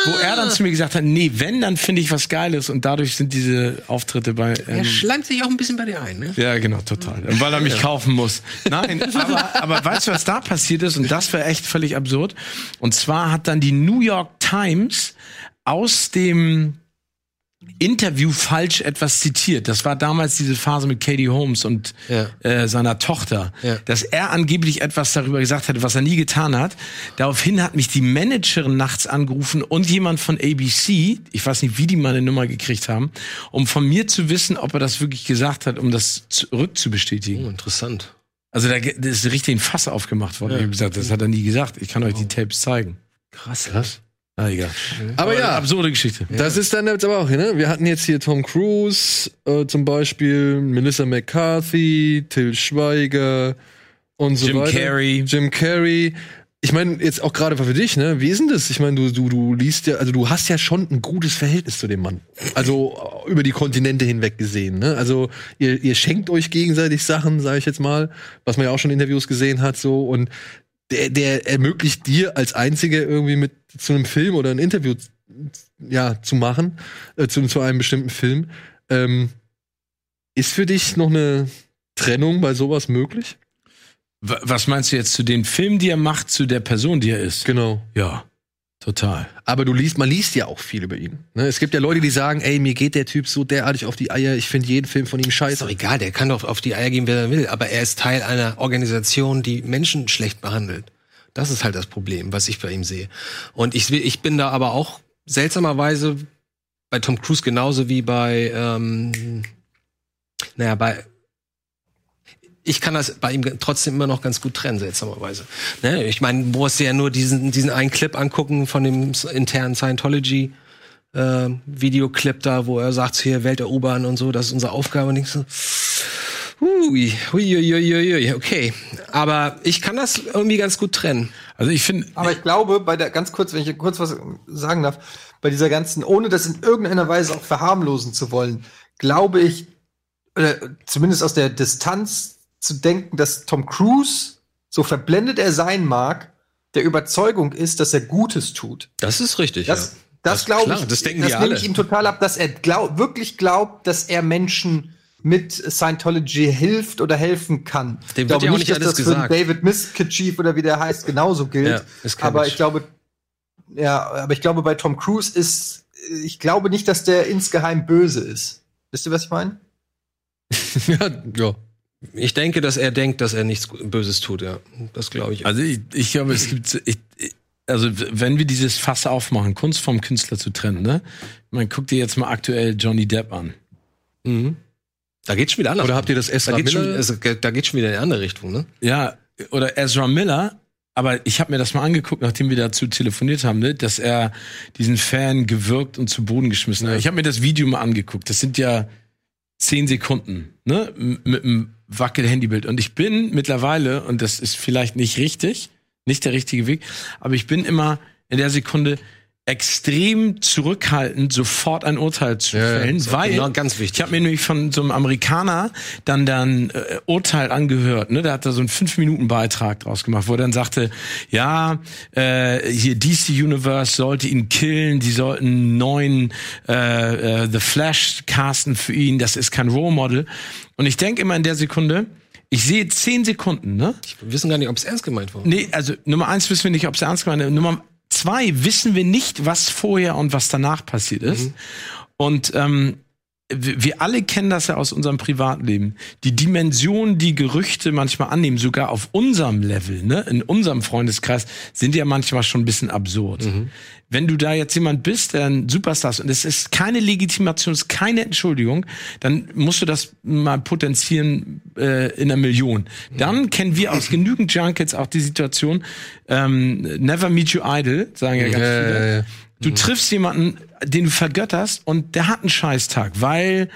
[SPEAKER 2] wo er dann zu mir gesagt hat, nee, wenn, dann finde ich was Geiles. Und dadurch sind diese Auftritte bei...
[SPEAKER 3] Er
[SPEAKER 2] Ähm,
[SPEAKER 3] schleimt sich auch ein bisschen bei dir ein, ne?
[SPEAKER 2] ja, genau, total. Weil er mich kaufen muss. Nein, aber, aber weißt du, was da passiert ist? Und das war echt völlig absurd. Und zwar hat dann die New York Times aus dem Interview falsch etwas zitiert. Das war damals diese Phase mit Katie Holmes und
[SPEAKER 3] Ja.
[SPEAKER 2] äh, seiner Tochter,
[SPEAKER 3] Ja.
[SPEAKER 2] dass er angeblich etwas darüber gesagt hätte, was er nie getan hat. Daraufhin hat mich die Managerin nachts angerufen und jemand von ABC, ich weiß nicht, wie die meine Nummer gekriegt haben, um von mir zu wissen, ob er das wirklich gesagt hat, um das zurückzubestätigen.
[SPEAKER 3] Oh, interessant.
[SPEAKER 1] Oh.
[SPEAKER 2] Also da ge- da ist richtig ein Fass aufgemacht worden. Ich hab gesagt, das hat er nie gesagt. Ich kann euch die Tapes zeigen.
[SPEAKER 3] Krass.
[SPEAKER 2] Na egal.
[SPEAKER 1] Aber
[SPEAKER 2] Eine
[SPEAKER 1] Oh. ja.
[SPEAKER 2] absurde Geschichte.
[SPEAKER 1] Das ist dann jetzt aber auch, ne? Wir hatten jetzt hier Tom Cruise, äh, zum Beispiel, Melissa McCarthy, Till Schweiger und so
[SPEAKER 2] Jim
[SPEAKER 1] weiter.
[SPEAKER 2] Carrey.
[SPEAKER 1] Jim Carrey. ich meine, jetzt auch gerade für dich, ne? Wie ist denn das? Ich meine, du, du, du liest ja, also du hast ja schon ein gutes Verhältnis zu dem Mann. Also äh, über die Kontinente hinweg gesehen, ne? Also ihr, ihr schenkt euch gegenseitig Sachen, sage ich jetzt mal, was man ja auch schon in Interviews gesehen hat, so und der, der ermöglicht dir als Einziger irgendwie mit zu einem Film oder ein Interview ja, zu machen, äh, zu, zu einem bestimmten Film. Ähm, ist für dich noch eine Trennung bei sowas möglich?
[SPEAKER 2] Wa- Was meinst du jetzt zu dem Film, die er macht, zu der Person, die er ist?
[SPEAKER 1] Genau.
[SPEAKER 2] Ja, total.
[SPEAKER 1] Aber du liest, man liest ja auch viel über ihn. Ne? Es gibt ja Leute, die sagen, ey, mir geht der Typ so derartig auf die Eier, ich finde jeden Film von ihm
[SPEAKER 3] Ist doch
[SPEAKER 1] scheiße.
[SPEAKER 3] egal, der kann doch auf die Eier gehen, wer er will, aber er ist Teil einer Organisation, die Menschen schlecht behandelt. Das ist halt das Problem, was ich bei ihm sehe. Und ich, will- ich bin da aber auch seltsamerweise bei Tom Cruise genauso wie bei, ähm, naja, bei, ich kann das bei ihm trotzdem immer noch ganz gut trennen, seltsamerweise. Ne? Ich meine, du musst dir ja nur diesen, diesen einen Clip angucken von dem internen Scientology äh, Videoclip da, wo er sagt, hier Welt erobern und so, das ist unsere Aufgabe. Und ich so, hui, hui, hui, hui, hui, okay. Aber ich kann das irgendwie ganz gut trennen.
[SPEAKER 2] Also ich finde,
[SPEAKER 4] Aber ich glaube, bei der, ganz kurz, wenn ich kurz was sagen darf, bei dieser ganzen, ohne das in irgendeiner Weise auch verharmlosen zu wollen, glaube ich, oder zumindest aus der Distanz zu denken, dass Tom Cruise, so verblendet er sein mag, der Überzeugung ist, dass er Gutes tut.
[SPEAKER 3] Das ist richtig.
[SPEAKER 4] Das, das, glaube
[SPEAKER 3] klar,
[SPEAKER 4] ich,
[SPEAKER 3] das denken
[SPEAKER 4] das
[SPEAKER 3] wir
[SPEAKER 4] nehme
[SPEAKER 3] alle.
[SPEAKER 4] ich ihm total ab, dass er glaub, wirklich glaubt, dass er Menschen mit Scientology hilft oder helfen kann.
[SPEAKER 3] Dem
[SPEAKER 4] ich
[SPEAKER 3] wird ja auch nicht
[SPEAKER 4] dass
[SPEAKER 3] alles
[SPEAKER 4] das für einen
[SPEAKER 3] gesagt.
[SPEAKER 4] David Mischief oder wie der heißt genauso gilt.
[SPEAKER 3] Ja, ist kein
[SPEAKER 4] aber
[SPEAKER 3] Mensch.
[SPEAKER 4] ich glaube, ja, aber ich glaube, bei Tom Cruise ist, ich glaube nicht, dass der insgeheim böse ist. Wisst ihr, was ich meine?
[SPEAKER 1] ja, ja.
[SPEAKER 3] Ich denke, dass er denkt, dass er nichts Böses tut, ja. Das glaube ich.
[SPEAKER 2] also ich, ich glaube, es gibt, ich, ich- also w- wenn wir dieses Fass aufmachen, Kunst vom Künstler zu trennen, ne? Man guckt dir jetzt mal aktuell Johnny Depp an.
[SPEAKER 3] mhm. Da geht's schon wieder anders.
[SPEAKER 1] Oder habt ihr das
[SPEAKER 3] da
[SPEAKER 1] Ezra
[SPEAKER 3] geht's, schon,
[SPEAKER 1] Miller?
[SPEAKER 3] also, da geht's schon wieder in eine andere Richtung, ne?
[SPEAKER 2] Ja, oder Ezra Miller, aber ich habe mir das mal angeguckt, nachdem wir dazu telefoniert haben, ne, dass er diesen Fan gewürgt und zu Boden geschmissen hat. Ich habe mir das Video mal angeguckt. Das sind ja zehn Sekunden, ne, m- mit einem Wackel-Handybild. Und ich bin mittlerweile, und das ist vielleicht nicht richtig, nicht der richtige Weg, aber ich bin immer in der Sekunde extrem zurückhaltend, sofort ein Urteil zu
[SPEAKER 1] Ja, ja,
[SPEAKER 2] fällen,
[SPEAKER 3] ist auch
[SPEAKER 2] weil
[SPEAKER 3] genau ganz wichtig.
[SPEAKER 2] ich habe mir nämlich von so einem Amerikaner dann dann äh, Urteil angehört. Ne, der hat da so einen fünf Minuten Beitrag draus gemacht, wo er dann sagte, ja, äh, hier DC Universe sollte ihn killen, die sollten einen neuen äh, äh, The Flash casten für ihn. Das ist kein Role Model. Und ich denke immer in der Sekunde, ich sehe zehn Sekunden, ne?
[SPEAKER 3] Wir wissen gar nicht, ob es ernst gemeint war.
[SPEAKER 2] Nee, also Nummer eins wissen wir nicht, ob es ernst gemeint ist. Nummer zwei wissen wir nicht, was vorher und was danach passiert ist. Und ähm, wir wir alle kennen das ja aus unserem Privatleben. Die Dimension, die Gerüchte manchmal annehmen, sogar auf unserem Level, ne, in unserem Freundeskreis, sind ja manchmal schon ein bisschen absurd.
[SPEAKER 1] Mhm.
[SPEAKER 2] Wenn du da jetzt jemand bist, der ein Superstar ist und es ist keine Legitimation, es ist keine Entschuldigung, dann musst du das mal potenzieren äh, in einer Million.
[SPEAKER 1] Mhm.
[SPEAKER 2] Dann kennen wir aus genügend Junkets auch die Situation, ähm, never meet you idle, sagen ja ganz
[SPEAKER 1] Ja,
[SPEAKER 2] viele.
[SPEAKER 1] ja, ja.
[SPEAKER 2] Du triffst jemanden, den du vergötterst und der hat einen Scheißtag, weil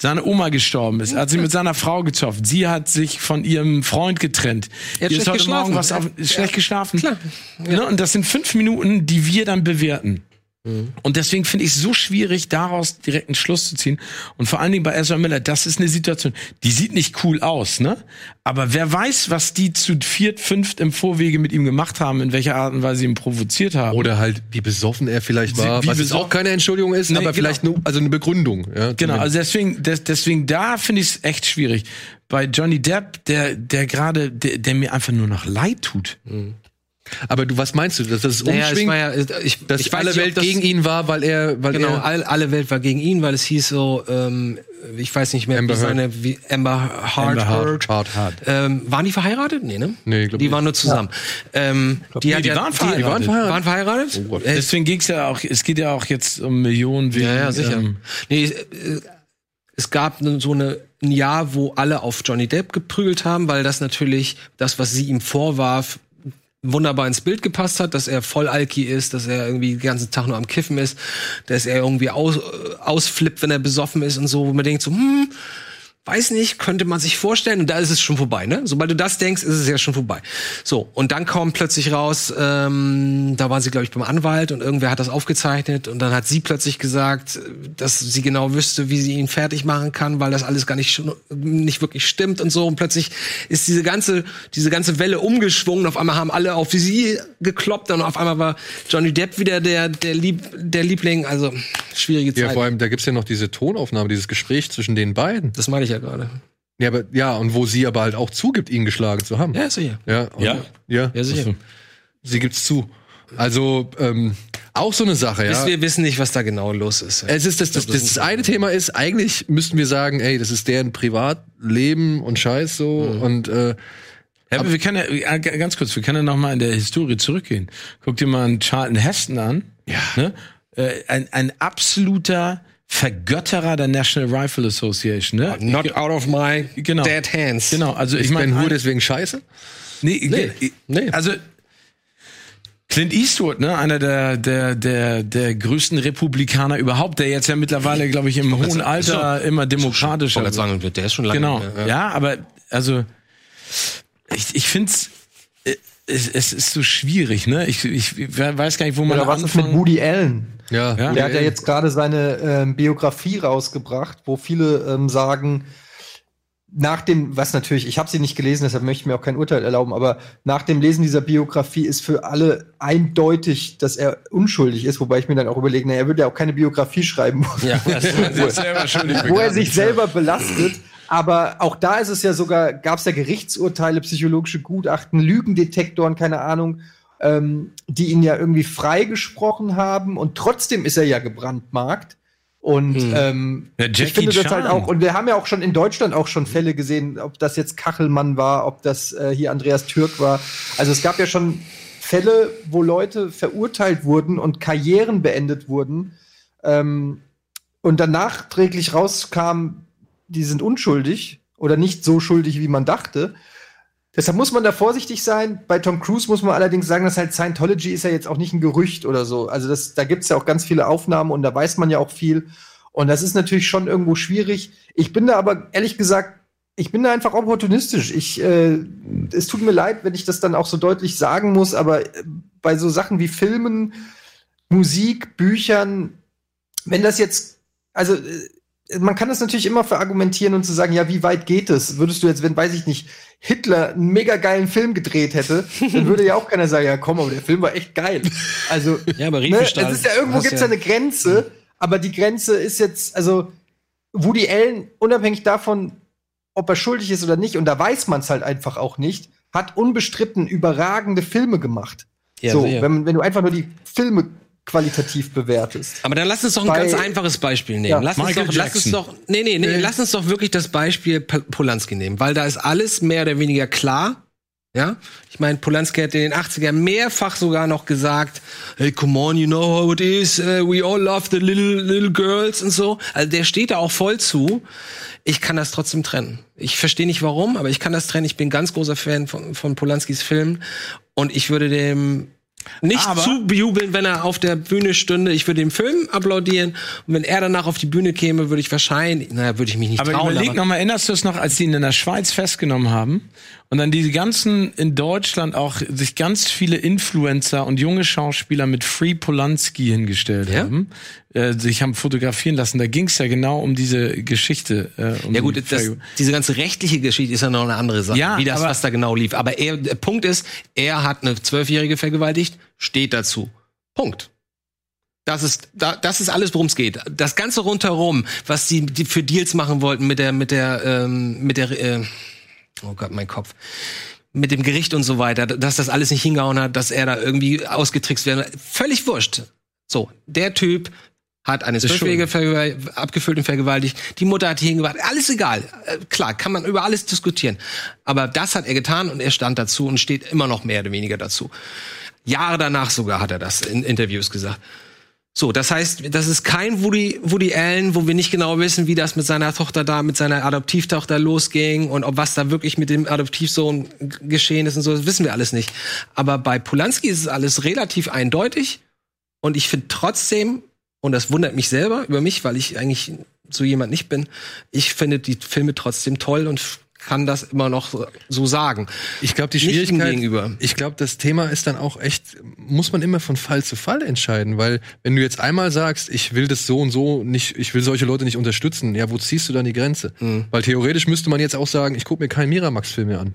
[SPEAKER 2] seine Oma gestorben ist, hat sie mit seiner Frau gezofft, sie hat sich von ihrem Freund getrennt.
[SPEAKER 3] Er hat
[SPEAKER 2] Ihr ist
[SPEAKER 3] schlecht geschlafen.
[SPEAKER 2] Morgen was auf, ist schlecht geschlafen.
[SPEAKER 3] Klar.
[SPEAKER 2] Ne? Und das sind fünf Minuten, die wir dann bewerten.
[SPEAKER 3] Mhm.
[SPEAKER 2] Und deswegen finde ich es so schwierig, daraus direkt einen Schluss zu ziehen. Und vor allen Dingen bei Ezra Miller, das ist eine Situation, die sieht nicht cool aus, ne? Aber wer weiß, was die zu viert, fünft im Vorwege mit ihm gemacht haben, in welcher Art und Weise sie ihn provoziert haben.
[SPEAKER 1] Oder halt, wie besoffen er vielleicht
[SPEAKER 2] Sie-
[SPEAKER 1] war,
[SPEAKER 2] wie
[SPEAKER 1] was jetzt
[SPEAKER 2] besoffen-
[SPEAKER 1] auch keine Entschuldigung ist,
[SPEAKER 2] Nee,
[SPEAKER 1] aber
[SPEAKER 2] genau.
[SPEAKER 1] vielleicht nur, also eine Begründung. Ja,
[SPEAKER 2] Genau,
[SPEAKER 1] zumindest.
[SPEAKER 2] also deswegen, des, deswegen da finde ich es echt schwierig. Bei Johnny Depp, der, der gerade, der, der mir einfach nur noch leid tut.
[SPEAKER 1] aber du, was meinst du, dass das umschwingt,
[SPEAKER 3] ja, ich,
[SPEAKER 1] dass
[SPEAKER 3] ich weiß
[SPEAKER 1] alle
[SPEAKER 3] nicht, ob
[SPEAKER 1] Welt
[SPEAKER 3] das-
[SPEAKER 1] gegen ihn war, weil er, weil
[SPEAKER 3] Genau,
[SPEAKER 1] er,
[SPEAKER 3] all, alle Welt war gegen ihn, weil es hieß so, ähm, ich weiß nicht mehr,
[SPEAKER 1] Amber
[SPEAKER 3] wie
[SPEAKER 1] Heard.
[SPEAKER 3] seine wie Amber Heard.
[SPEAKER 1] Amber Heard,
[SPEAKER 3] Heard.
[SPEAKER 1] Heard, Heard.
[SPEAKER 3] Ähm, waren die verheiratet? Nee, ne?
[SPEAKER 1] Nee, glaub
[SPEAKER 3] Die
[SPEAKER 1] nicht.
[SPEAKER 3] waren nur zusammen. Ähm, die,
[SPEAKER 2] nee,
[SPEAKER 3] hat
[SPEAKER 2] die
[SPEAKER 3] ja-
[SPEAKER 2] waren verheiratet.
[SPEAKER 1] Die waren verheiratet. Oh
[SPEAKER 3] Waren verheiratet?
[SPEAKER 1] Gott.
[SPEAKER 3] Äh,
[SPEAKER 2] Deswegen ging's ja auch, es geht ja auch jetzt um Millionen wegen,
[SPEAKER 3] ja, ja, sicher.
[SPEAKER 2] ähm,
[SPEAKER 3] nee, äh, es gab ne- so eine, ein Jahr, wo alle auf Johnny Depp geprügelt haben, weil das natürlich das, was sie ihm vorwarf, wunderbar ins Bild gepasst hat, dass er voll Alki ist, dass er irgendwie den ganzen Tag nur am Kiffen ist, dass er irgendwie aus, äh, ausflippt, wenn er besoffen ist und so, wo man denkt so, hm, Weiß nicht, könnte man sich vorstellen. Und da ist es schon vorbei, ne? Sobald du das denkst, ist es ja schon vorbei. So, und dann kommt plötzlich raus, ähm, da waren sie, glaube ich, beim Anwalt und irgendwer hat das aufgezeichnet. Und dann hat sie plötzlich gesagt, dass sie genau wüsste, wie sie ihn fertig machen kann, weil das alles gar nicht, schon- nicht wirklich stimmt und so. Und plötzlich ist diese ganze, diese ganze Welle umgeschwungen. Auf einmal haben alle auf sie gekloppt und auf einmal war Johnny Depp wieder der, der, Lieb, der Liebling. Also, schwierige
[SPEAKER 1] Ja,
[SPEAKER 3] Zeit.
[SPEAKER 1] vor allem, da gibt's ja noch diese Tonaufnahme, dieses Gespräch zwischen den beiden.
[SPEAKER 3] das meine ich ja gerade.
[SPEAKER 1] Ja, aber, ja, und wo sie aber halt auch zugibt, ihn geschlagen zu haben.
[SPEAKER 3] Ja, sicher.
[SPEAKER 1] Ja, und-
[SPEAKER 6] Ja?
[SPEAKER 1] ja.
[SPEAKER 3] Ja, sicher.
[SPEAKER 1] Sie gibt's zu. Also, ähm, auch so eine Sache, ja.
[SPEAKER 3] Bis wir wissen nicht, was da genau los ist.
[SPEAKER 1] Es ist das, das, das, das eine Thema ist, eigentlich müssten wir sagen, ey, das ist deren Privatleben und Scheiß so. Und äh,
[SPEAKER 2] Ja, aber wir können ja, ja, g- ganz kurz, wir können ja nochmal in der Historie zurückgehen. Guck dir mal einen Charlton Heston an. Ja. Ne? Äh, ein, ein absoluter Vergötterer der National Rifle Association, ne?
[SPEAKER 3] Not out of my
[SPEAKER 2] Genau.
[SPEAKER 3] dead hands.
[SPEAKER 2] Genau, also ich
[SPEAKER 1] ich
[SPEAKER 2] meine.
[SPEAKER 1] meine, nur
[SPEAKER 2] ein-
[SPEAKER 1] deswegen scheiße.
[SPEAKER 2] Nee,
[SPEAKER 1] Nee,
[SPEAKER 2] nee,
[SPEAKER 1] nee.
[SPEAKER 2] Also Clint Eastwood, ne, einer der, der, der, der größten Republikaner überhaupt, der jetzt ja mittlerweile, glaube ich, im
[SPEAKER 3] Also,
[SPEAKER 2] hohen Alter immer demokratischer
[SPEAKER 3] Wollte sagen, der ist schon lange.
[SPEAKER 2] Genau.
[SPEAKER 3] nicht mehr.
[SPEAKER 2] Ja, aber also ich, ich finde es es ist so schwierig, ne? Ich, ich weiß gar nicht, wo man
[SPEAKER 4] Oder was ist mit
[SPEAKER 2] anfangen.
[SPEAKER 4] Woody Allen?
[SPEAKER 1] Ja,
[SPEAKER 2] Ja.
[SPEAKER 1] Woody
[SPEAKER 4] Der hat ja
[SPEAKER 1] Allen.
[SPEAKER 4] jetzt gerade seine ähm, Biografie rausgebracht, wo viele ähm, sagen, nach dem, was natürlich, ich habe sie nicht gelesen, deshalb möchte ich mir auch kein Urteil erlauben, aber nach dem Lesen dieser Biografie ist für alle eindeutig, dass er unschuldig ist, wobei ich mir dann auch überlege, na, er würde ja auch keine Biografie schreiben,
[SPEAKER 2] Ja, das ist selber schuldig
[SPEAKER 4] wo er
[SPEAKER 2] begangen.
[SPEAKER 4] sich selber belastet. Aber auch da ist es ja sogar, gab es ja Gerichtsurteile, psychologische Gutachten, Lügendetektoren, keine Ahnung, ähm, die ihn ja irgendwie freigesprochen haben und trotzdem ist er ja gebrandmarkt. Und ähm,
[SPEAKER 2] Ja,
[SPEAKER 4] ich
[SPEAKER 2] Jackie
[SPEAKER 4] finde das
[SPEAKER 2] Chan.
[SPEAKER 4] halt auch, und wir haben ja auch schon in Deutschland auch schon Fälle gesehen, ob das jetzt Kachelmann war, ob das äh, hier Andreas Türk war. Also es gab ja schon Fälle, wo Leute verurteilt wurden und Karrieren beendet wurden, ähm, und dann nachträglich rauskam, die sind unschuldig oder nicht so schuldig, wie man dachte. Deshalb muss man da vorsichtig sein. Bei Tom Cruise muss man allerdings sagen, dass halt Scientology ist ja jetzt auch nicht ein Gerücht oder so. Also das, da gibt's ja auch ganz viele Aufnahmen und da weiß man ja auch viel. Und das ist natürlich schon irgendwo schwierig. Ich bin da aber ehrlich gesagt, ich bin da einfach opportunistisch. Ich, äh, es tut mir leid, wenn ich das dann auch so deutlich sagen muss, aber äh, bei so Sachen wie Filmen, Musik, Büchern, wenn das jetzt, also äh, man kann das natürlich immer verargumentieren und zu sagen, ja, wie weit geht es? Würdest du jetzt, wenn, weiß ich nicht, Hitler einen mega geilen Film gedreht hätte, dann würde ja auch keiner sagen, ja komm, aber der Film war echt geil. Also,
[SPEAKER 3] Ja, aber
[SPEAKER 4] ne, es
[SPEAKER 3] Riefenstahl.
[SPEAKER 4] ist ja irgendwo
[SPEAKER 3] hast
[SPEAKER 4] gibt es ja Hm. eine Grenze, aber die Grenze ist jetzt, also Woody Allen, unabhängig davon, ob er schuldig ist oder nicht, und da weiß man es halt einfach auch nicht, hat unbestritten überragende Filme gemacht.
[SPEAKER 3] Ja,
[SPEAKER 4] so,
[SPEAKER 3] sicher.
[SPEAKER 4] wenn, wenn du einfach nur die Filme qualitativ bewertest.
[SPEAKER 3] Aber dann lass uns doch ein
[SPEAKER 4] Bei-
[SPEAKER 3] ganz einfaches Beispiel nehmen.
[SPEAKER 4] Ja.
[SPEAKER 3] lass, uns
[SPEAKER 2] Michael
[SPEAKER 3] doch, lass uns
[SPEAKER 2] Jackson.
[SPEAKER 3] doch, nee, nee, nee, lass uns doch wirklich das Beispiel P- Polanski nehmen, weil da ist alles mehr oder weniger klar. Ja, ich meine, Polanski hat in den 80ern mehrfach sogar noch gesagt, hey, come on, you know how it is, äh, we all love the little, little girls und so. Also der steht da auch voll zu. Ich kann das trotzdem trennen. Ich verstehe nicht warum, aber ich kann das trennen. Ich bin ganz großer Fan von, von Polanskis Filmen und ich würde dem nicht
[SPEAKER 2] Aber-
[SPEAKER 3] zubejubeln, wenn er auf der Bühne stünde. Ich würde dem Film applaudieren und wenn er danach auf die Bühne käme, würde ich wahrscheinlich, naja, würde ich mich nicht
[SPEAKER 2] Aber
[SPEAKER 3] trauen.
[SPEAKER 2] überleg nochmal, erinnerst du es noch, als die ihn in der Schweiz festgenommen haben und dann diese ganzen in Deutschland auch sich ganz viele Influencer und junge Schauspieler mit Free Polanski hingestellt
[SPEAKER 3] Ja?
[SPEAKER 2] haben, äh, sich haben fotografieren lassen. Da ging es ja genau um diese Geschichte. Äh, um die
[SPEAKER 3] ja gut, das,
[SPEAKER 2] Ver-
[SPEAKER 3] diese ganze rechtliche Geschichte ist ja noch eine andere Sache,
[SPEAKER 2] Ja,
[SPEAKER 3] wie das,
[SPEAKER 2] aber-
[SPEAKER 3] was da genau lief. Aber er, der Punkt ist, er hat eine Zwölfjährige vergewaltigt, steht dazu. Punkt. Das ist, da, das ist alles, worum es geht. Das Ganze rundherum, was die, die für Deals machen wollten mit der, mit der, ähm, mit der, äh, oh Gott, mein Kopf. mit dem Gericht und so weiter, dass das alles nicht hingehauen hat, dass er da irgendwie ausgetrickst wäre. Völlig wurscht. So, der Typ hat eine Zwölfjährige vergewe- abgefüllt und vergewaltigt. Die Mutter hat hier hingebracht. Alles egal. Äh, Klar, kann man über alles diskutieren. Aber das hat er getan und er stand dazu und steht immer noch mehr oder weniger dazu. Jahre danach sogar hat er das in Interviews gesagt. So, das heißt, das ist kein Woody, Woody Allen, wo wir nicht genau wissen, wie das mit seiner Tochter da, mit seiner Adoptivtochter losging und ob was da wirklich mit dem Adoptivsohn g- geschehen ist und so, das wissen wir alles nicht. Aber bei Polanski ist es alles relativ eindeutig und ich finde trotzdem, und das wundert mich selber über mich, weil ich eigentlich so jemand nicht bin, ich finde die Filme trotzdem toll und f- kann das immer noch so- so sagen.
[SPEAKER 1] Ich glaube, die
[SPEAKER 3] Nicht ihm
[SPEAKER 1] Schwierigkeit,
[SPEAKER 3] gegenüber.
[SPEAKER 1] ich glaube, das Thema ist dann auch echt, muss man immer von Fall zu Fall entscheiden, weil wenn du jetzt einmal sagst, ich will das so und so nicht, ich will solche Leute nicht unterstützen, ja, wo ziehst du dann die Grenze? Weil theoretisch müsste man jetzt auch sagen, ich gucke mir keinen Miramax-Film mehr an.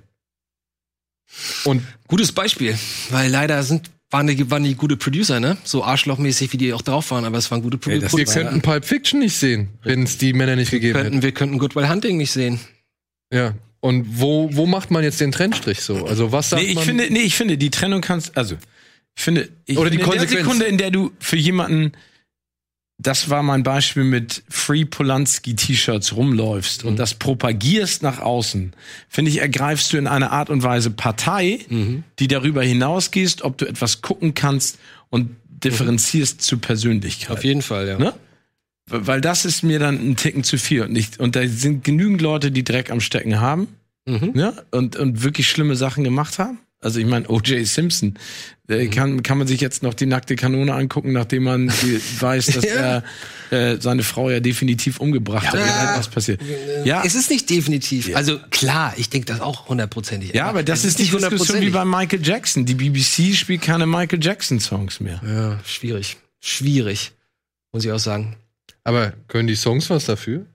[SPEAKER 1] Und
[SPEAKER 3] Gutes Beispiel, weil leider sind waren die, waren die gute Producer, ne? So arschlochmäßig, wie die auch drauf waren, aber es waren gute Pro-
[SPEAKER 2] Ey, das-
[SPEAKER 3] Producer.
[SPEAKER 1] wir könnten Pulp Fiction nicht sehen, wenn es die Männer nicht gegeben hätten.
[SPEAKER 3] könnten, wir könnten Goodwill Hunting nicht sehen.
[SPEAKER 1] Ja. Und wo, wo macht man jetzt den Trennstrich so? Also was sagt
[SPEAKER 2] Nee, ich
[SPEAKER 1] man?
[SPEAKER 2] finde, nee, ich finde, die Trennung kannst, also, ich finde, ich
[SPEAKER 1] Oder die
[SPEAKER 2] finde, in der
[SPEAKER 1] Konsequenz.
[SPEAKER 2] Sekunde, in der du für jemanden, das war mein Beispiel mit Free Polanski T-Shirts rumläufst
[SPEAKER 1] Mhm.
[SPEAKER 2] und das propagierst nach außen, finde ich, ergreifst du in einer Art und Weise Partei,
[SPEAKER 1] Mhm.
[SPEAKER 2] die darüber hinausgehst, ob du etwas gucken kannst und differenzierst zu Persönlichkeit.
[SPEAKER 3] Auf jeden Fall, ja.
[SPEAKER 2] Ne? Weil das ist mir dann ein Ticken zu viel und nicht. Und da sind genügend Leute, die Dreck am Stecken haben ne? und, und wirklich schlimme Sachen gemacht haben. Also ich meine, O.J. Simpson, äh, kann, kann man sich jetzt noch die nackte Kanone angucken, nachdem man die, weiß, dass
[SPEAKER 3] Ja.
[SPEAKER 2] er äh, seine Frau ja definitiv umgebracht hat.
[SPEAKER 3] Ja.
[SPEAKER 2] Ja. Halt was passiert. Ja,
[SPEAKER 3] Es ist nicht definitiv. Also klar, ich denke das auch hundertprozentig. Also
[SPEAKER 2] ja, also aber das ist
[SPEAKER 3] es
[SPEAKER 2] die Diskussion wie bei Michael Jackson. Die BBC spielt keine Michael Jackson-Songs mehr.
[SPEAKER 3] Ja, schwierig. Schwierig. Muss ich auch sagen.
[SPEAKER 1] Aber können die Songs was dafür?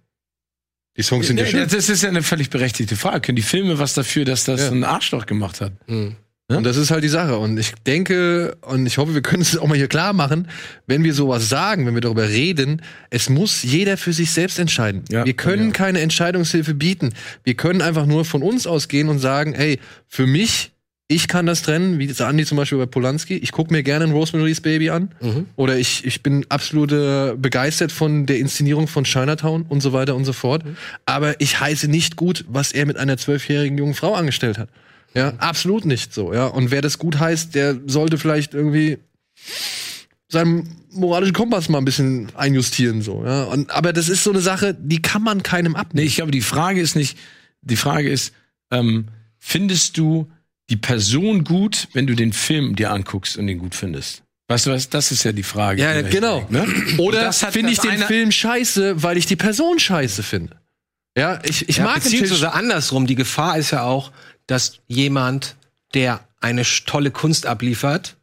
[SPEAKER 1] Die Songs sind ja
[SPEAKER 2] Nee,
[SPEAKER 1] schön.
[SPEAKER 2] das ist ja eine völlig berechtigte Frage. Können die Filme was dafür, dass das
[SPEAKER 1] Ja.
[SPEAKER 2] ein Arschloch gemacht hat?
[SPEAKER 1] Und das ist halt die Sache. Und ich denke, und ich hoffe, wir können es auch mal hier klar machen, wenn wir sowas sagen, wenn wir darüber reden, es muss jeder für sich selbst entscheiden.
[SPEAKER 2] Ja.
[SPEAKER 1] wir können keine Entscheidungshilfe bieten. Wir können einfach nur von uns ausgehen und sagen, hey, für mich, ich kann das trennen, wie das Andi zum Beispiel bei Polanski. Ich gucke mir gerne ein Rosemary's Baby an. Oder ich, ich bin absolut äh, begeistert von der Inszenierung von Chinatown und so weiter und so fort. Aber ich heiße nicht gut, was er mit einer zwölfjährigen jungen Frau angestellt hat. Ja, absolut nicht so, ja. Und wer das gut heißt, der sollte vielleicht irgendwie seinen moralischen Kompass mal ein bisschen einjustieren, so, ja. Und, aber das ist so eine Sache, die kann man keinem
[SPEAKER 2] Nee,
[SPEAKER 1] abnehmen.
[SPEAKER 2] ich glaube, die Frage ist nicht, die Frage ist, ähm, findest du die Person gut, wenn du den Film dir anguckst und den gut findest? Weißt du was? Das ist ja die Frage.
[SPEAKER 1] Ja,
[SPEAKER 2] die
[SPEAKER 1] genau.
[SPEAKER 2] dahinter liegt, Ne?
[SPEAKER 1] Oder
[SPEAKER 2] Das hat
[SPEAKER 1] finde ich
[SPEAKER 2] das
[SPEAKER 1] den
[SPEAKER 2] eine-
[SPEAKER 1] Film scheiße, weil ich die Person scheiße finde. Ja, ich, ich
[SPEAKER 3] Ja,
[SPEAKER 1] mag den Film.
[SPEAKER 3] beziehungsweise andersrum. Die Gefahr ist ja auch, dass jemand, der eine sch- tolle Kunst abliefert,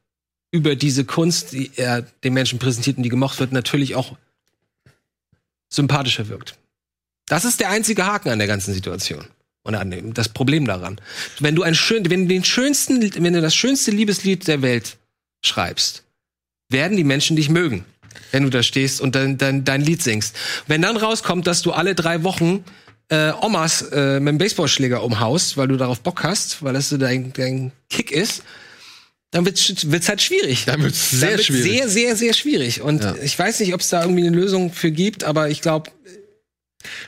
[SPEAKER 3] über diese Kunst, die er den Menschen präsentiert und die gemocht wird, natürlich auch sympathischer wirkt. Das ist der einzige Haken an der ganzen Situation. Und an dem, das Problem daran. Wenn du ein schön, wenn du den schönsten, wenn du das schönste Liebeslied der Welt schreibst, werden die Menschen dich mögen, wenn du da stehst und dein, dein, dein Lied singst. Wenn dann rauskommt, dass du alle drei Wochen äh, Omas äh, mit dem Baseballschläger umhaust, weil du darauf Bock hast, weil das so dein, dein Kick ist, dann wird's, sch- wird's halt schwierig.
[SPEAKER 1] Dann wird's sehr
[SPEAKER 3] wird's
[SPEAKER 1] schwierig.
[SPEAKER 3] Sehr, sehr, sehr schwierig. Und ich weiß nicht, ob es da irgendwie eine Lösung für gibt, aber ich glaube,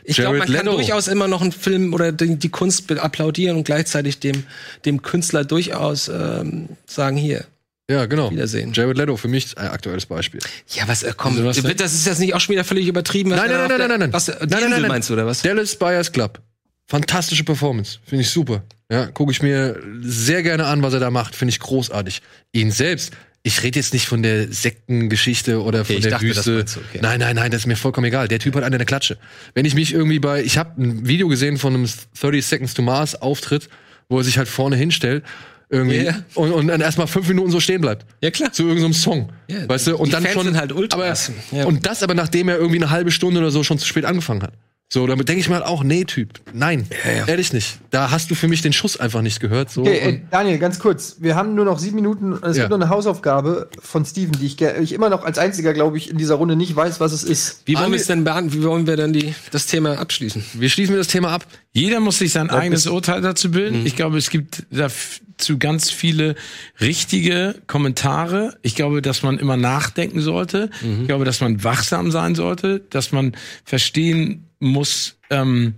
[SPEAKER 3] ich glaube,
[SPEAKER 1] Jared
[SPEAKER 3] man kann
[SPEAKER 1] Leto.
[SPEAKER 3] durchaus immer noch einen Film oder die, die Kunst be- applaudieren und gleichzeitig dem, dem Künstler durchaus ähm, sagen, hier,
[SPEAKER 1] Ja, genau.
[SPEAKER 3] Wiedersehen.
[SPEAKER 1] Jared Leto, für mich ein aktuelles Beispiel.
[SPEAKER 3] Ja, was, äh, komm,
[SPEAKER 2] Also was-
[SPEAKER 3] wird- das ist jetzt nicht auch schon wieder völlig übertrieben. Was
[SPEAKER 1] Nein, nein,
[SPEAKER 3] er
[SPEAKER 1] nein,
[SPEAKER 3] auf
[SPEAKER 1] nein,
[SPEAKER 3] der-
[SPEAKER 1] nein, nein.
[SPEAKER 3] Was,
[SPEAKER 1] Nein,
[SPEAKER 3] nein,
[SPEAKER 1] nein,
[SPEAKER 3] nein,
[SPEAKER 1] nein, nein.
[SPEAKER 3] meinst du, oder was?
[SPEAKER 1] Dallas Buyers Club. Fantastische Performance. Finde ich super. Ja, gucke ich mir sehr gerne an, was er da macht. Finde ich großartig. Ihn selbst. Ich rede jetzt nicht von der Sektengeschichte oder von
[SPEAKER 3] ich
[SPEAKER 1] der
[SPEAKER 3] dachte, das
[SPEAKER 1] Wüste.
[SPEAKER 3] meinst du, okay.
[SPEAKER 1] Nein, nein, nein, das ist mir vollkommen egal. Der Typ hat eine in der Klatsche. Wenn ich mich irgendwie bei, ich habe ein Video gesehen von einem 30 Seconds to Mars Auftritt, wo er sich halt vorne hinstellt irgendwie
[SPEAKER 3] Ja.
[SPEAKER 1] und, und dann erstmal fünf Minuten so stehen bleibt
[SPEAKER 3] Ja, klar.
[SPEAKER 1] zu irgendeinem Song.
[SPEAKER 3] Ja,
[SPEAKER 1] weißt du, und
[SPEAKER 3] die
[SPEAKER 1] dann
[SPEAKER 3] Fans
[SPEAKER 1] schon
[SPEAKER 3] sind halt Ultras.
[SPEAKER 1] Aber,
[SPEAKER 3] Ja.
[SPEAKER 1] Und das aber nachdem er irgendwie eine halbe Stunde oder so schon zu spät angefangen hat. So, damit denke ich mir halt auch, nee, Typ, nein, ehrlich nicht. Da hast du für mich den Schuss einfach nicht gehört. So.
[SPEAKER 4] Okay, äh,
[SPEAKER 1] und,
[SPEAKER 4] Daniel, ganz kurz. Wir haben nur noch sieben Minuten. und Es
[SPEAKER 1] Ja.
[SPEAKER 4] gibt noch eine Hausaufgabe von Steven, die ich, ge- ich immer noch als einziger, glaube ich, in dieser Runde nicht weiß, was es ist.
[SPEAKER 3] Wie wollen
[SPEAKER 1] Andi-
[SPEAKER 3] wir es denn beant- Wie wollen wir denn die, das Thema abschließen?
[SPEAKER 1] wir schließen das Thema ab.
[SPEAKER 2] Jeder muss sich sein eigenes Urteil dazu bilden.
[SPEAKER 1] Mhm.
[SPEAKER 2] Ich glaube, es gibt dazu ganz viele richtige Kommentare. Ich glaube, dass man immer nachdenken sollte.
[SPEAKER 1] Mhm.
[SPEAKER 2] Ich glaube, dass man wachsam sein sollte, dass man verstehen muss, ähm,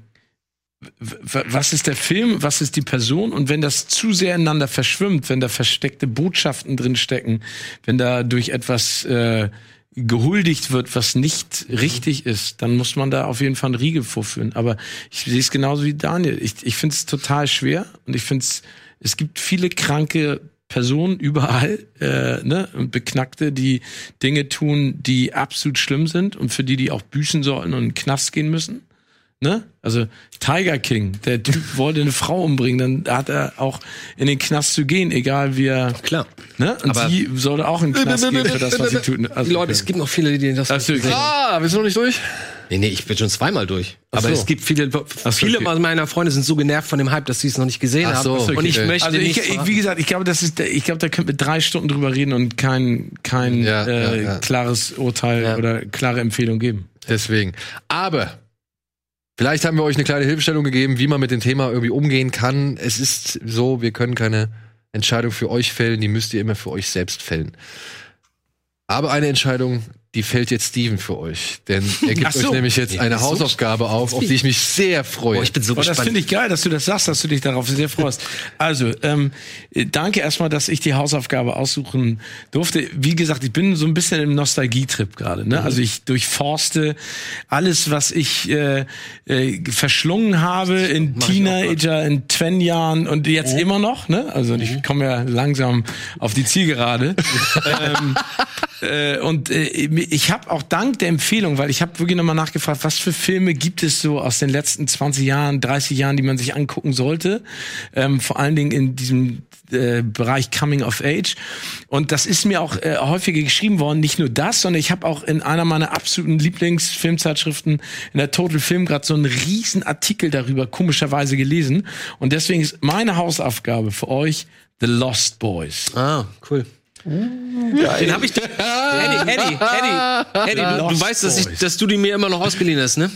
[SPEAKER 2] w- was ist der Film, was ist die Person und wenn das zu sehr ineinander verschwimmt, wenn da versteckte Botschaften drin stecken, wenn da durch etwas äh, gehuldigt wird, was nicht richtig ist, dann muss man da auf jeden Fall einen Riegel vorführen. Aber ich sehe es genauso wie Daniel. Ich, ich finde es total schwer und ich finde es, es gibt viele kranke Personen überall äh, ne, und Beknackte, die Dinge tun, die absolut schlimm sind und für die die auch büßen sollten und in den Knast gehen müssen. Ne? Also Tiger King, der Typ wollte eine Frau umbringen, dann hat er auch in den Knast zu gehen, egal wie er.
[SPEAKER 3] Klar.
[SPEAKER 2] Ne? Und
[SPEAKER 3] Aber-
[SPEAKER 2] sie sollte auch in den Knast gehen für das, was sie tut. ne? Also,
[SPEAKER 3] Die Leute, es gibt noch viele, die das.
[SPEAKER 2] das ist
[SPEAKER 1] Ah, wir sind noch nicht durch?
[SPEAKER 3] Nee, nee, ich bin schon zweimal durch.
[SPEAKER 2] Ach
[SPEAKER 3] Aber
[SPEAKER 2] so.
[SPEAKER 3] es gibt viele,
[SPEAKER 2] so,
[SPEAKER 3] viele
[SPEAKER 2] okay.
[SPEAKER 3] meiner Freunde sind so genervt von dem Hype, dass sie es noch nicht gesehen
[SPEAKER 1] Ach
[SPEAKER 3] haben.
[SPEAKER 1] so, okay.
[SPEAKER 3] Und ich möchte
[SPEAKER 2] Also ich,
[SPEAKER 3] nicht.
[SPEAKER 2] ich, wie gesagt, ich glaube, das ist, ich glaube, da könnten wir drei Stunden drüber reden und kein kein
[SPEAKER 1] Ja,
[SPEAKER 2] äh,
[SPEAKER 1] ja, ja.
[SPEAKER 2] klares Urteil
[SPEAKER 3] Ja.
[SPEAKER 2] oder klare Empfehlung geben.
[SPEAKER 1] Deswegen. Aber vielleicht haben wir euch eine kleine Hilfestellung gegeben, wie man mit dem Thema irgendwie umgehen kann. Es ist so, wir können keine Entscheidung für euch fällen, die müsst ihr immer für euch selbst fällen. Aber eine Entscheidung, die fällt jetzt Steven für euch. Denn er gibt
[SPEAKER 2] Ach so.
[SPEAKER 1] euch nämlich jetzt
[SPEAKER 3] Nee,
[SPEAKER 1] eine
[SPEAKER 3] so-
[SPEAKER 1] Hausaufgabe auf, auf die ich mich sehr freue.
[SPEAKER 3] Boah, ich bin so
[SPEAKER 2] Aber das
[SPEAKER 3] gespannt.
[SPEAKER 2] finde ich geil, dass du das sagst, dass du dich darauf sehr freust. Also, ähm, danke erstmal, dass ich die Hausaufgabe aussuchen durfte. Wie gesagt, ich bin so ein bisschen im Nostalgietrip gerade.
[SPEAKER 3] Mhm.
[SPEAKER 2] Ne? Also ich durchforste alles, was ich äh, äh, verschlungen habe in Teenager, in 20 Jahren und jetzt
[SPEAKER 3] Oh.
[SPEAKER 2] immer noch. Ne? Also
[SPEAKER 3] Mhm.
[SPEAKER 2] ich komme ja langsam auf die Zielgerade. ähm, äh, und äh, ich habe auch dank der Empfehlung, weil ich habe wirklich nochmal nachgefragt, was für Filme gibt es so aus den letzten 20 Jahren, 30 Jahren, die man sich angucken sollte. Ähm, vor allen Dingen in diesem äh, Bereich Coming of Age. Und das ist mir auch äh, häufiger geschrieben worden. Nicht nur das, sondern ich habe auch in einer meiner absoluten Lieblingsfilmzeitschriften in der Total Film gerade so einen riesen Artikel darüber komischerweise gelesen. Und deswegen ist meine Hausaufgabe für euch The Lost Boys.
[SPEAKER 3] ah, cool. Den habe ich. Eddie, Eddie, Eddie, Eddie, du, du
[SPEAKER 2] Lost
[SPEAKER 3] weißt, dass, ich,
[SPEAKER 2] Boys.
[SPEAKER 3] dass du die mir immer noch ausgeliehen hast, ne?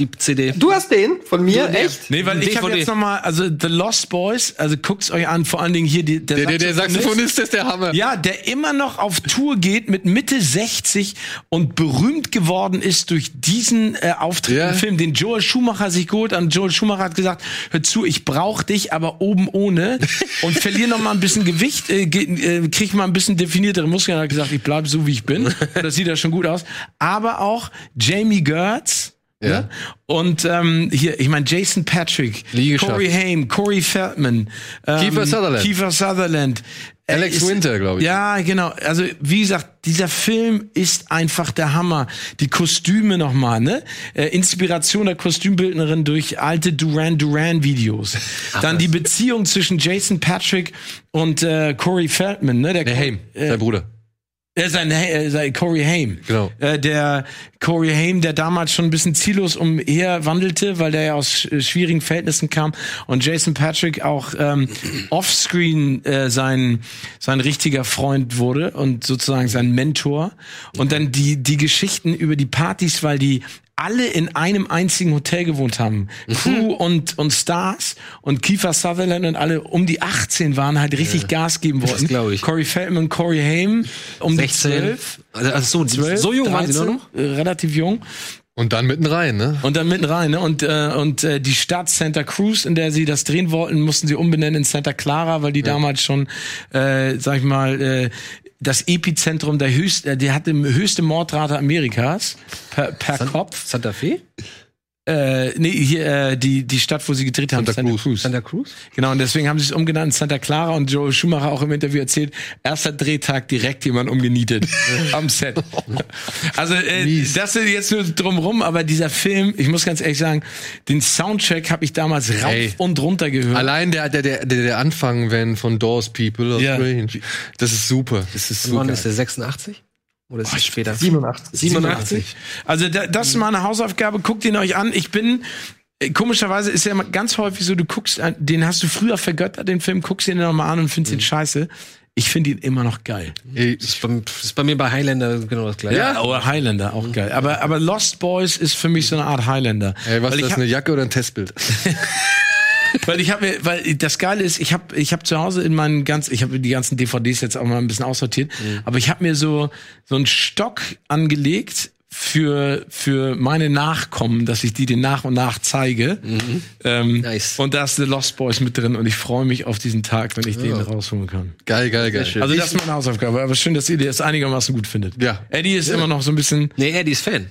[SPEAKER 3] Die CD.
[SPEAKER 4] Du hast den von mir,
[SPEAKER 3] Du, der-
[SPEAKER 4] echt?
[SPEAKER 2] Nee, weil ich habe
[SPEAKER 3] DVD.
[SPEAKER 2] jetzt nochmal, also The Lost Boys, also guckt's euch an, vor allen Dingen hier die,
[SPEAKER 1] der, der, der Saxophonist ist der Hammer.
[SPEAKER 2] Ja, der immer noch auf Tour geht mit Mitte 60 und berühmt geworden ist durch diesen äh, Auftritt
[SPEAKER 1] Ja.
[SPEAKER 2] im Film, den Joel Schumacher sich geholt hat. Und Joel Schumacher hat gesagt, hör zu, ich brauch dich, aber oben ohne und verlier noch mal ein bisschen Gewicht, äh, ge äh, krieg mal ein bisschen definiertere Muskeln. Er hat gesagt, ich bleib so, wie ich bin. Und das sieht ja schon gut aus. Aber auch Jamie Gertz. Ne? Und ähm, hier, ich meine, Jason Patrick,
[SPEAKER 1] Nie geschafft.
[SPEAKER 2] Corey Haim, Corey Feldman, ähm,
[SPEAKER 1] Kiefer Sutherland.
[SPEAKER 2] Kiefer Sutherland äh,
[SPEAKER 1] Alex Winter, glaub ich.
[SPEAKER 2] Ja, genau. Also wie gesagt, dieser Film ist einfach der Hammer. Die Kostüme nochmal, ne? Äh, Inspiration der Kostümbildnerin durch alte Duran Duran Videos. Dann die Beziehung zwischen Jason Patrick und äh, Corey Feldman, ne? Der
[SPEAKER 1] Der Haim,
[SPEAKER 3] Äh,
[SPEAKER 1] sein Bruder.
[SPEAKER 2] er sein, äh, sein Corey Haim.
[SPEAKER 1] Genau.
[SPEAKER 2] Äh, der Corey Haim, der damals schon ein bisschen ziellos umherwandelte, weil der ja aus sch- äh, schwierigen Verhältnissen kam und Jason Patrick auch ähm, offscreen äh, sein sein richtiger Freund wurde und sozusagen sein Mentor und dann die die Geschichten über die Partys, weil die alle in einem einzigen Hotel gewohnt haben.
[SPEAKER 3] Mhm.
[SPEAKER 2] Crew und, und Stars und Kiefer Sutherland und alle um die 18 waren, halt richtig Gas geben wollten.
[SPEAKER 3] glaub ich.
[SPEAKER 2] Corey Feldman, Corey Haim um die
[SPEAKER 3] 16.
[SPEAKER 2] 12.
[SPEAKER 3] Also, also so, die-
[SPEAKER 2] 12,
[SPEAKER 3] so jung
[SPEAKER 2] 13,
[SPEAKER 3] waren sie nur noch.
[SPEAKER 2] äh, Relativ jung.
[SPEAKER 1] Und dann mitten rein, ne?
[SPEAKER 2] Und dann mitten rein, ne? Und, äh, und äh, die Stadt Santa Cruz, in der sie das drehen wollten, mussten sie umbenennen in Santa Clara, weil die damals schon, äh, sag ich mal, äh, das Epizentrum der höchst, äh, die hatte die höchste Mordrate Amerikas per, per Kopf.
[SPEAKER 3] Santa Fe?
[SPEAKER 2] Äh, nee, hier, äh, die, die Stadt, wo sie gedreht haben,
[SPEAKER 1] Santa Cruz.
[SPEAKER 3] Santa Cruz?
[SPEAKER 2] Genau, und deswegen haben sie es umgenannt, Santa Clara und Joe Schumacher auch im Interview erzählt, erster Drehtag direkt jemand umgenietet am Set. Also äh, das ist jetzt nur drumrum, aber dieser Film, ich muss ganz ehrlich sagen, den Soundtrack habe ich damals rauf
[SPEAKER 1] Ey.
[SPEAKER 2] und runter gehört.
[SPEAKER 1] Allein der, der, der, der der Anfang, wenn von Doors People of
[SPEAKER 2] Ja.
[SPEAKER 1] Strange. Das ist super. Das ist
[SPEAKER 3] Wann
[SPEAKER 1] super.
[SPEAKER 3] ist der 86? Oder ist es später?
[SPEAKER 4] 87.
[SPEAKER 3] 87?
[SPEAKER 2] Also da, das ist meine Hausaufgabe, guckt ihn euch an. Ich bin äh, Komischerweise ist ja immer ganz häufig so, du guckst, an- den hast du früher vergöttert, den Film, guckst ihn nochmal an und findest ihn scheiße. Ich finde ihn immer noch geil.
[SPEAKER 1] Ey,
[SPEAKER 3] Das ist, bei, das ist bei mir bei Highlander genau das gleiche.
[SPEAKER 2] Ja, oder Highlander, auch geil. Aber, aber Lost Boys ist für mich so eine Art Highlander.
[SPEAKER 1] Ey, was ist das,
[SPEAKER 2] weil ich hab,
[SPEAKER 1] eine Jacke oder ein Testbild?
[SPEAKER 2] Weil ich habe mir, weil das Geile ist, ich habe ich hab zu Hause in meinen ganz, ich habe die ganzen DVDs jetzt auch mal ein bisschen aussortiert,
[SPEAKER 1] Mhm.
[SPEAKER 2] aber ich habe mir so, so einen Stock angelegt für, für meine Nachkommen, dass ich die den nach und nach zeige.
[SPEAKER 1] Mhm.
[SPEAKER 2] Ähm,
[SPEAKER 3] Nice.
[SPEAKER 2] Und da ist The Lost Boys mit drin und ich freue mich auf diesen Tag, wenn ich den rausholen kann.
[SPEAKER 1] Geil, geil, geil.
[SPEAKER 3] schön.
[SPEAKER 2] Also das ist meine Hausaufgabe, aber schön, dass ihr das einigermaßen gut findet.
[SPEAKER 1] Ja.
[SPEAKER 2] Eddie ist immer noch so ein bisschen
[SPEAKER 3] Nee, Eddie ist Fan.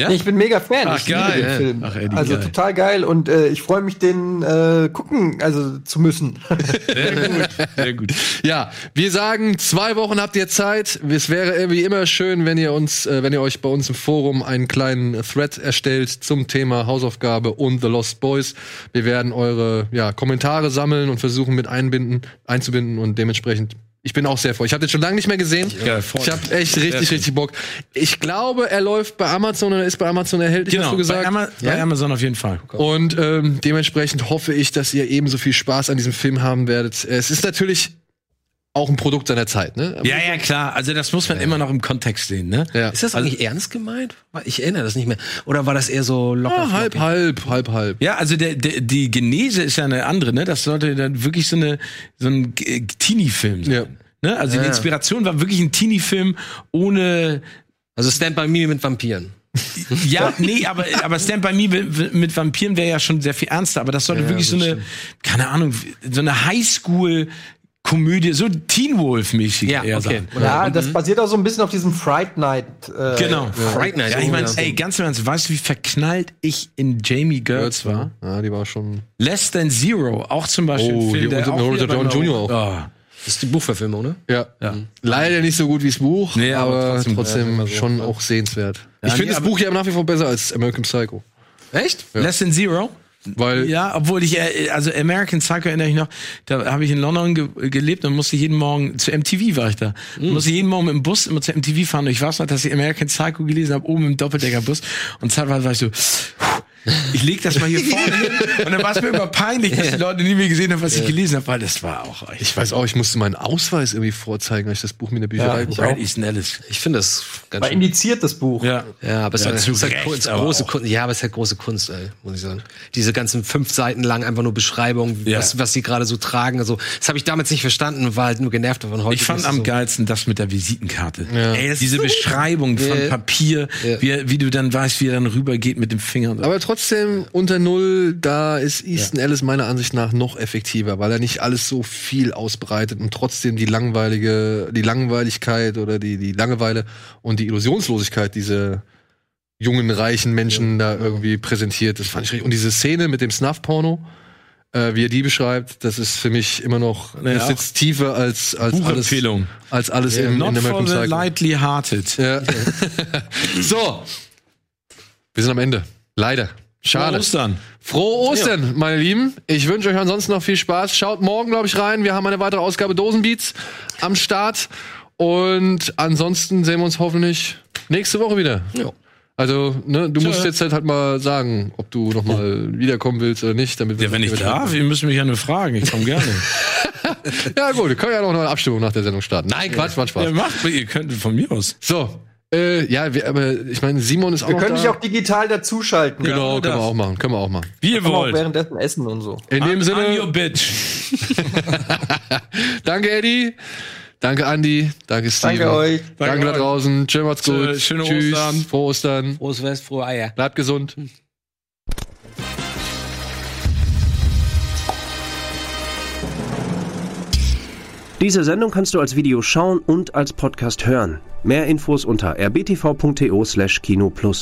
[SPEAKER 2] Ja?
[SPEAKER 4] Ich bin mega Fan.
[SPEAKER 2] Ach,
[SPEAKER 4] ich
[SPEAKER 2] geil.
[SPEAKER 4] liebe den Film.
[SPEAKER 2] Ach, Eddie,
[SPEAKER 4] also
[SPEAKER 2] geil.
[SPEAKER 4] total geil und äh, ich freue mich, den äh, gucken, also zu müssen.
[SPEAKER 2] Sehr gut, sehr gut.
[SPEAKER 1] Ja, wir sagen, zwei Wochen habt ihr Zeit. Es wäre wie immer schön, wenn ihr uns, äh, wenn ihr euch bei uns im Forum einen kleinen Thread erstellt zum Thema Hausaufgabe und The Lost Boys. Wir werden eure ja, Kommentare sammeln und versuchen mit einbinden, einzubinden und dementsprechend. Ich bin auch sehr froh. Ich habe den schon lange nicht mehr gesehen.
[SPEAKER 2] Ja, voll.
[SPEAKER 1] ich habe echt richtig, richtig Bock. Ich glaube, er läuft bei Amazon oder ist bei Amazon erhältlich,
[SPEAKER 2] Genau,
[SPEAKER 1] hast du gesagt.
[SPEAKER 2] Bei, Ama
[SPEAKER 1] Ja?
[SPEAKER 2] bei Amazon auf jeden Fall.
[SPEAKER 1] Und ähm, dementsprechend hoffe ich, dass ihr ebenso viel Spaß an diesem Film haben werdet. Es ist natürlich auch ein Produkt seiner Zeit, ne?
[SPEAKER 2] Ja, ja, klar. Also das muss man immer noch im Kontext sehen, ne?
[SPEAKER 1] Ja.
[SPEAKER 3] Ist das eigentlich ernst gemeint? Ich erinnere das nicht mehr. Oder war das eher so locker?
[SPEAKER 1] Ah, halb, halb, halb, halb.
[SPEAKER 2] Ja, also der, der, die Genese ist ja eine andere, ne? Das sollte dann wirklich so eine so ein äh, Teenie-Film sein.
[SPEAKER 1] Ja.
[SPEAKER 2] Ne? Also die Inspiration war wirklich ein Teenie-Film ohne
[SPEAKER 3] Also Stand by Me mit Vampiren.
[SPEAKER 2] ja, nee, aber, aber Stand by Me wi- wi- mit Vampiren wäre ja schon sehr viel ernster, aber das sollte wirklich so eine, keine Ahnung, so eine Highschool-Komödie, so Teen Wolf-mäßig
[SPEAKER 3] Ja,
[SPEAKER 2] eher
[SPEAKER 3] okay.
[SPEAKER 2] sein.
[SPEAKER 4] ja, das basiert auch so ein bisschen auf diesem Fright Night. Äh,
[SPEAKER 2] mhm. Genau.
[SPEAKER 3] Fright Night.
[SPEAKER 2] Ja, ich meine,
[SPEAKER 3] Ja.
[SPEAKER 2] ey, ganz im Ernst, weißt du, wie verknallt ich in Jamie Gertz war?
[SPEAKER 1] Ja, die war schon.
[SPEAKER 2] Less Than Zero, auch zum Beispiel.
[SPEAKER 1] Oh,
[SPEAKER 2] ein
[SPEAKER 1] hier
[SPEAKER 2] Film, der
[SPEAKER 1] unten
[SPEAKER 2] auch
[SPEAKER 1] Robert
[SPEAKER 2] wieder
[SPEAKER 1] Downey
[SPEAKER 2] bei mir-
[SPEAKER 1] Jr. auch.
[SPEAKER 2] Oh.
[SPEAKER 3] Das ist die Buchverfilmung, ne? oder?
[SPEAKER 1] Ja. Mhm. Leider nicht so gut wie das Buch,
[SPEAKER 2] Nee, aber
[SPEAKER 1] aber trotzdem,
[SPEAKER 2] trotzdem, ja,
[SPEAKER 1] schon auch sehenswert. ich
[SPEAKER 2] nee,
[SPEAKER 1] finde das
[SPEAKER 2] aber-
[SPEAKER 1] Buch ja nach wie vor besser als American Psycho.
[SPEAKER 3] Echt?
[SPEAKER 2] Less Than Zero?
[SPEAKER 1] Weil
[SPEAKER 2] Ja, obwohl ich, äh, also American Psycho erinnere ich noch, da habe ich in London ge gelebt und musste jeden Morgen, zu MTV war ich da, musste jeden Morgen mit dem Bus immer zu MTV fahren und ich weiß noch, dass ich American Psycho gelesen habe, oben im Doppeldeckerbus und zeitweise war ich so, ich leg das mal hier vorne hin und dann war es mir immer peinlich, dass die Leute nie mehr gesehen haben, was ich gelesen habe, weil das war auch
[SPEAKER 1] ich weiß auch, ich musste meinen Ausweis irgendwie vorzeigen, als ich das Buch mit der Bücherei
[SPEAKER 4] Ja, ich
[SPEAKER 1] gekauft
[SPEAKER 2] Brad Easton Ellis.
[SPEAKER 3] Ich finde das ganz
[SPEAKER 4] War
[SPEAKER 3] schön.
[SPEAKER 4] indiziert das Buch.
[SPEAKER 2] Ja.
[SPEAKER 3] Ja, aber es
[SPEAKER 2] Ja,
[SPEAKER 3] ist,
[SPEAKER 2] zu
[SPEAKER 3] ist halt
[SPEAKER 2] Recht,
[SPEAKER 3] Kunst,
[SPEAKER 2] aber
[SPEAKER 3] große
[SPEAKER 2] auch.
[SPEAKER 3] Kunst. Ja, aber es ist halt große Kunst, ey, muss ich sagen. Diese ganzen fünf Seiten lang einfach nur Beschreibungen,
[SPEAKER 2] Ja.
[SPEAKER 3] was, was sie gerade so tragen. Also, das habe ich damals nicht verstanden und war halt nur genervt davon. Heute
[SPEAKER 2] Ich fand
[SPEAKER 3] ist es
[SPEAKER 2] am
[SPEAKER 3] so,
[SPEAKER 2] geilsten das mit der Visitenkarte.
[SPEAKER 1] Ja.
[SPEAKER 2] Ey, das Diese Beschreibung von
[SPEAKER 3] Ja.
[SPEAKER 2] Papier,
[SPEAKER 3] Ja.
[SPEAKER 2] wie, wie du dann weißt, wie er dann rübergeht mit dem Finger. Und so.
[SPEAKER 1] Aber trotzdem unter Null, da ist Easton Ellis meiner Ansicht nach noch effektiver, weil er nicht alles so viel ausbreitet und trotzdem die langweilige, die Langweiligkeit oder die, die Langeweile und die Illusionslosigkeit dieser jungen, reichen Menschen da irgendwie präsentiert. Das fand ich richtig. Und diese Szene mit dem Snuff-Porno, äh, wie er die beschreibt, das ist für mich immer noch,
[SPEAKER 2] Naja,
[SPEAKER 1] das sitzt tiefer als, als alles,
[SPEAKER 2] Buchempfehlung.
[SPEAKER 1] als alles in, in
[SPEAKER 2] Not for
[SPEAKER 1] American
[SPEAKER 2] the
[SPEAKER 1] Psycho.
[SPEAKER 2] lightly hearted.
[SPEAKER 1] Ja. so. Wir sind am Ende. Leider. Schade.
[SPEAKER 2] Frohe Ostern.
[SPEAKER 1] Frohe Ostern, meine Lieben. Ich wünsche euch ansonsten noch viel Spaß. Schaut morgen, glaube ich, rein. Wir haben eine weitere Ausgabe Dosenbeats am Start. Und ansonsten sehen wir uns hoffentlich nächste Woche wieder.
[SPEAKER 3] Ja.
[SPEAKER 1] Also, ne, du musst jetzt halt, halt mal sagen, ob du noch mal wiederkommen willst oder nicht, damit wir
[SPEAKER 2] Ja, wenn ich
[SPEAKER 1] damit-
[SPEAKER 2] darf, ihr müsst mich ja nur fragen. Ich komme gerne.
[SPEAKER 1] Ja, gut, wir können ja noch eine Abstimmung nach der Sendung starten. Nein, Quatsch, Quatsch, Spaß.
[SPEAKER 2] ja, macht, ihr könnt von mir aus.
[SPEAKER 1] So, äh, ja, wir, aber ich meine, Simon ist auch
[SPEAKER 4] Wir
[SPEAKER 1] noch
[SPEAKER 4] können
[SPEAKER 1] da.
[SPEAKER 4] dich auch digital dazuschalten.
[SPEAKER 1] genau,
[SPEAKER 2] Ja,
[SPEAKER 1] können wir
[SPEAKER 2] das.
[SPEAKER 1] auch machen, können wir auch machen.
[SPEAKER 2] Wie ihr
[SPEAKER 4] Kann man auch
[SPEAKER 2] wollt.
[SPEAKER 4] währenddessen essen und so.
[SPEAKER 1] In dem Sinne,
[SPEAKER 2] I'm your bitch.
[SPEAKER 1] Danke, Eddie. Danke, Andi. Danke, Steven.
[SPEAKER 4] Danke euch.
[SPEAKER 1] Danke,
[SPEAKER 2] Danke
[SPEAKER 1] da
[SPEAKER 2] euch.
[SPEAKER 1] draußen. Tschö, macht's
[SPEAKER 2] Tschö,
[SPEAKER 1] gut.
[SPEAKER 2] schöne
[SPEAKER 1] Tschüss.
[SPEAKER 2] Ostern.
[SPEAKER 1] Frohe Ostern.
[SPEAKER 6] Frohes West, frohe Eier.
[SPEAKER 1] Bleibt gesund.
[SPEAKER 7] Diese Sendung kannst du als Video schauen und als Podcast hören. Mehr Infos unter rbtv.to/kinoplus.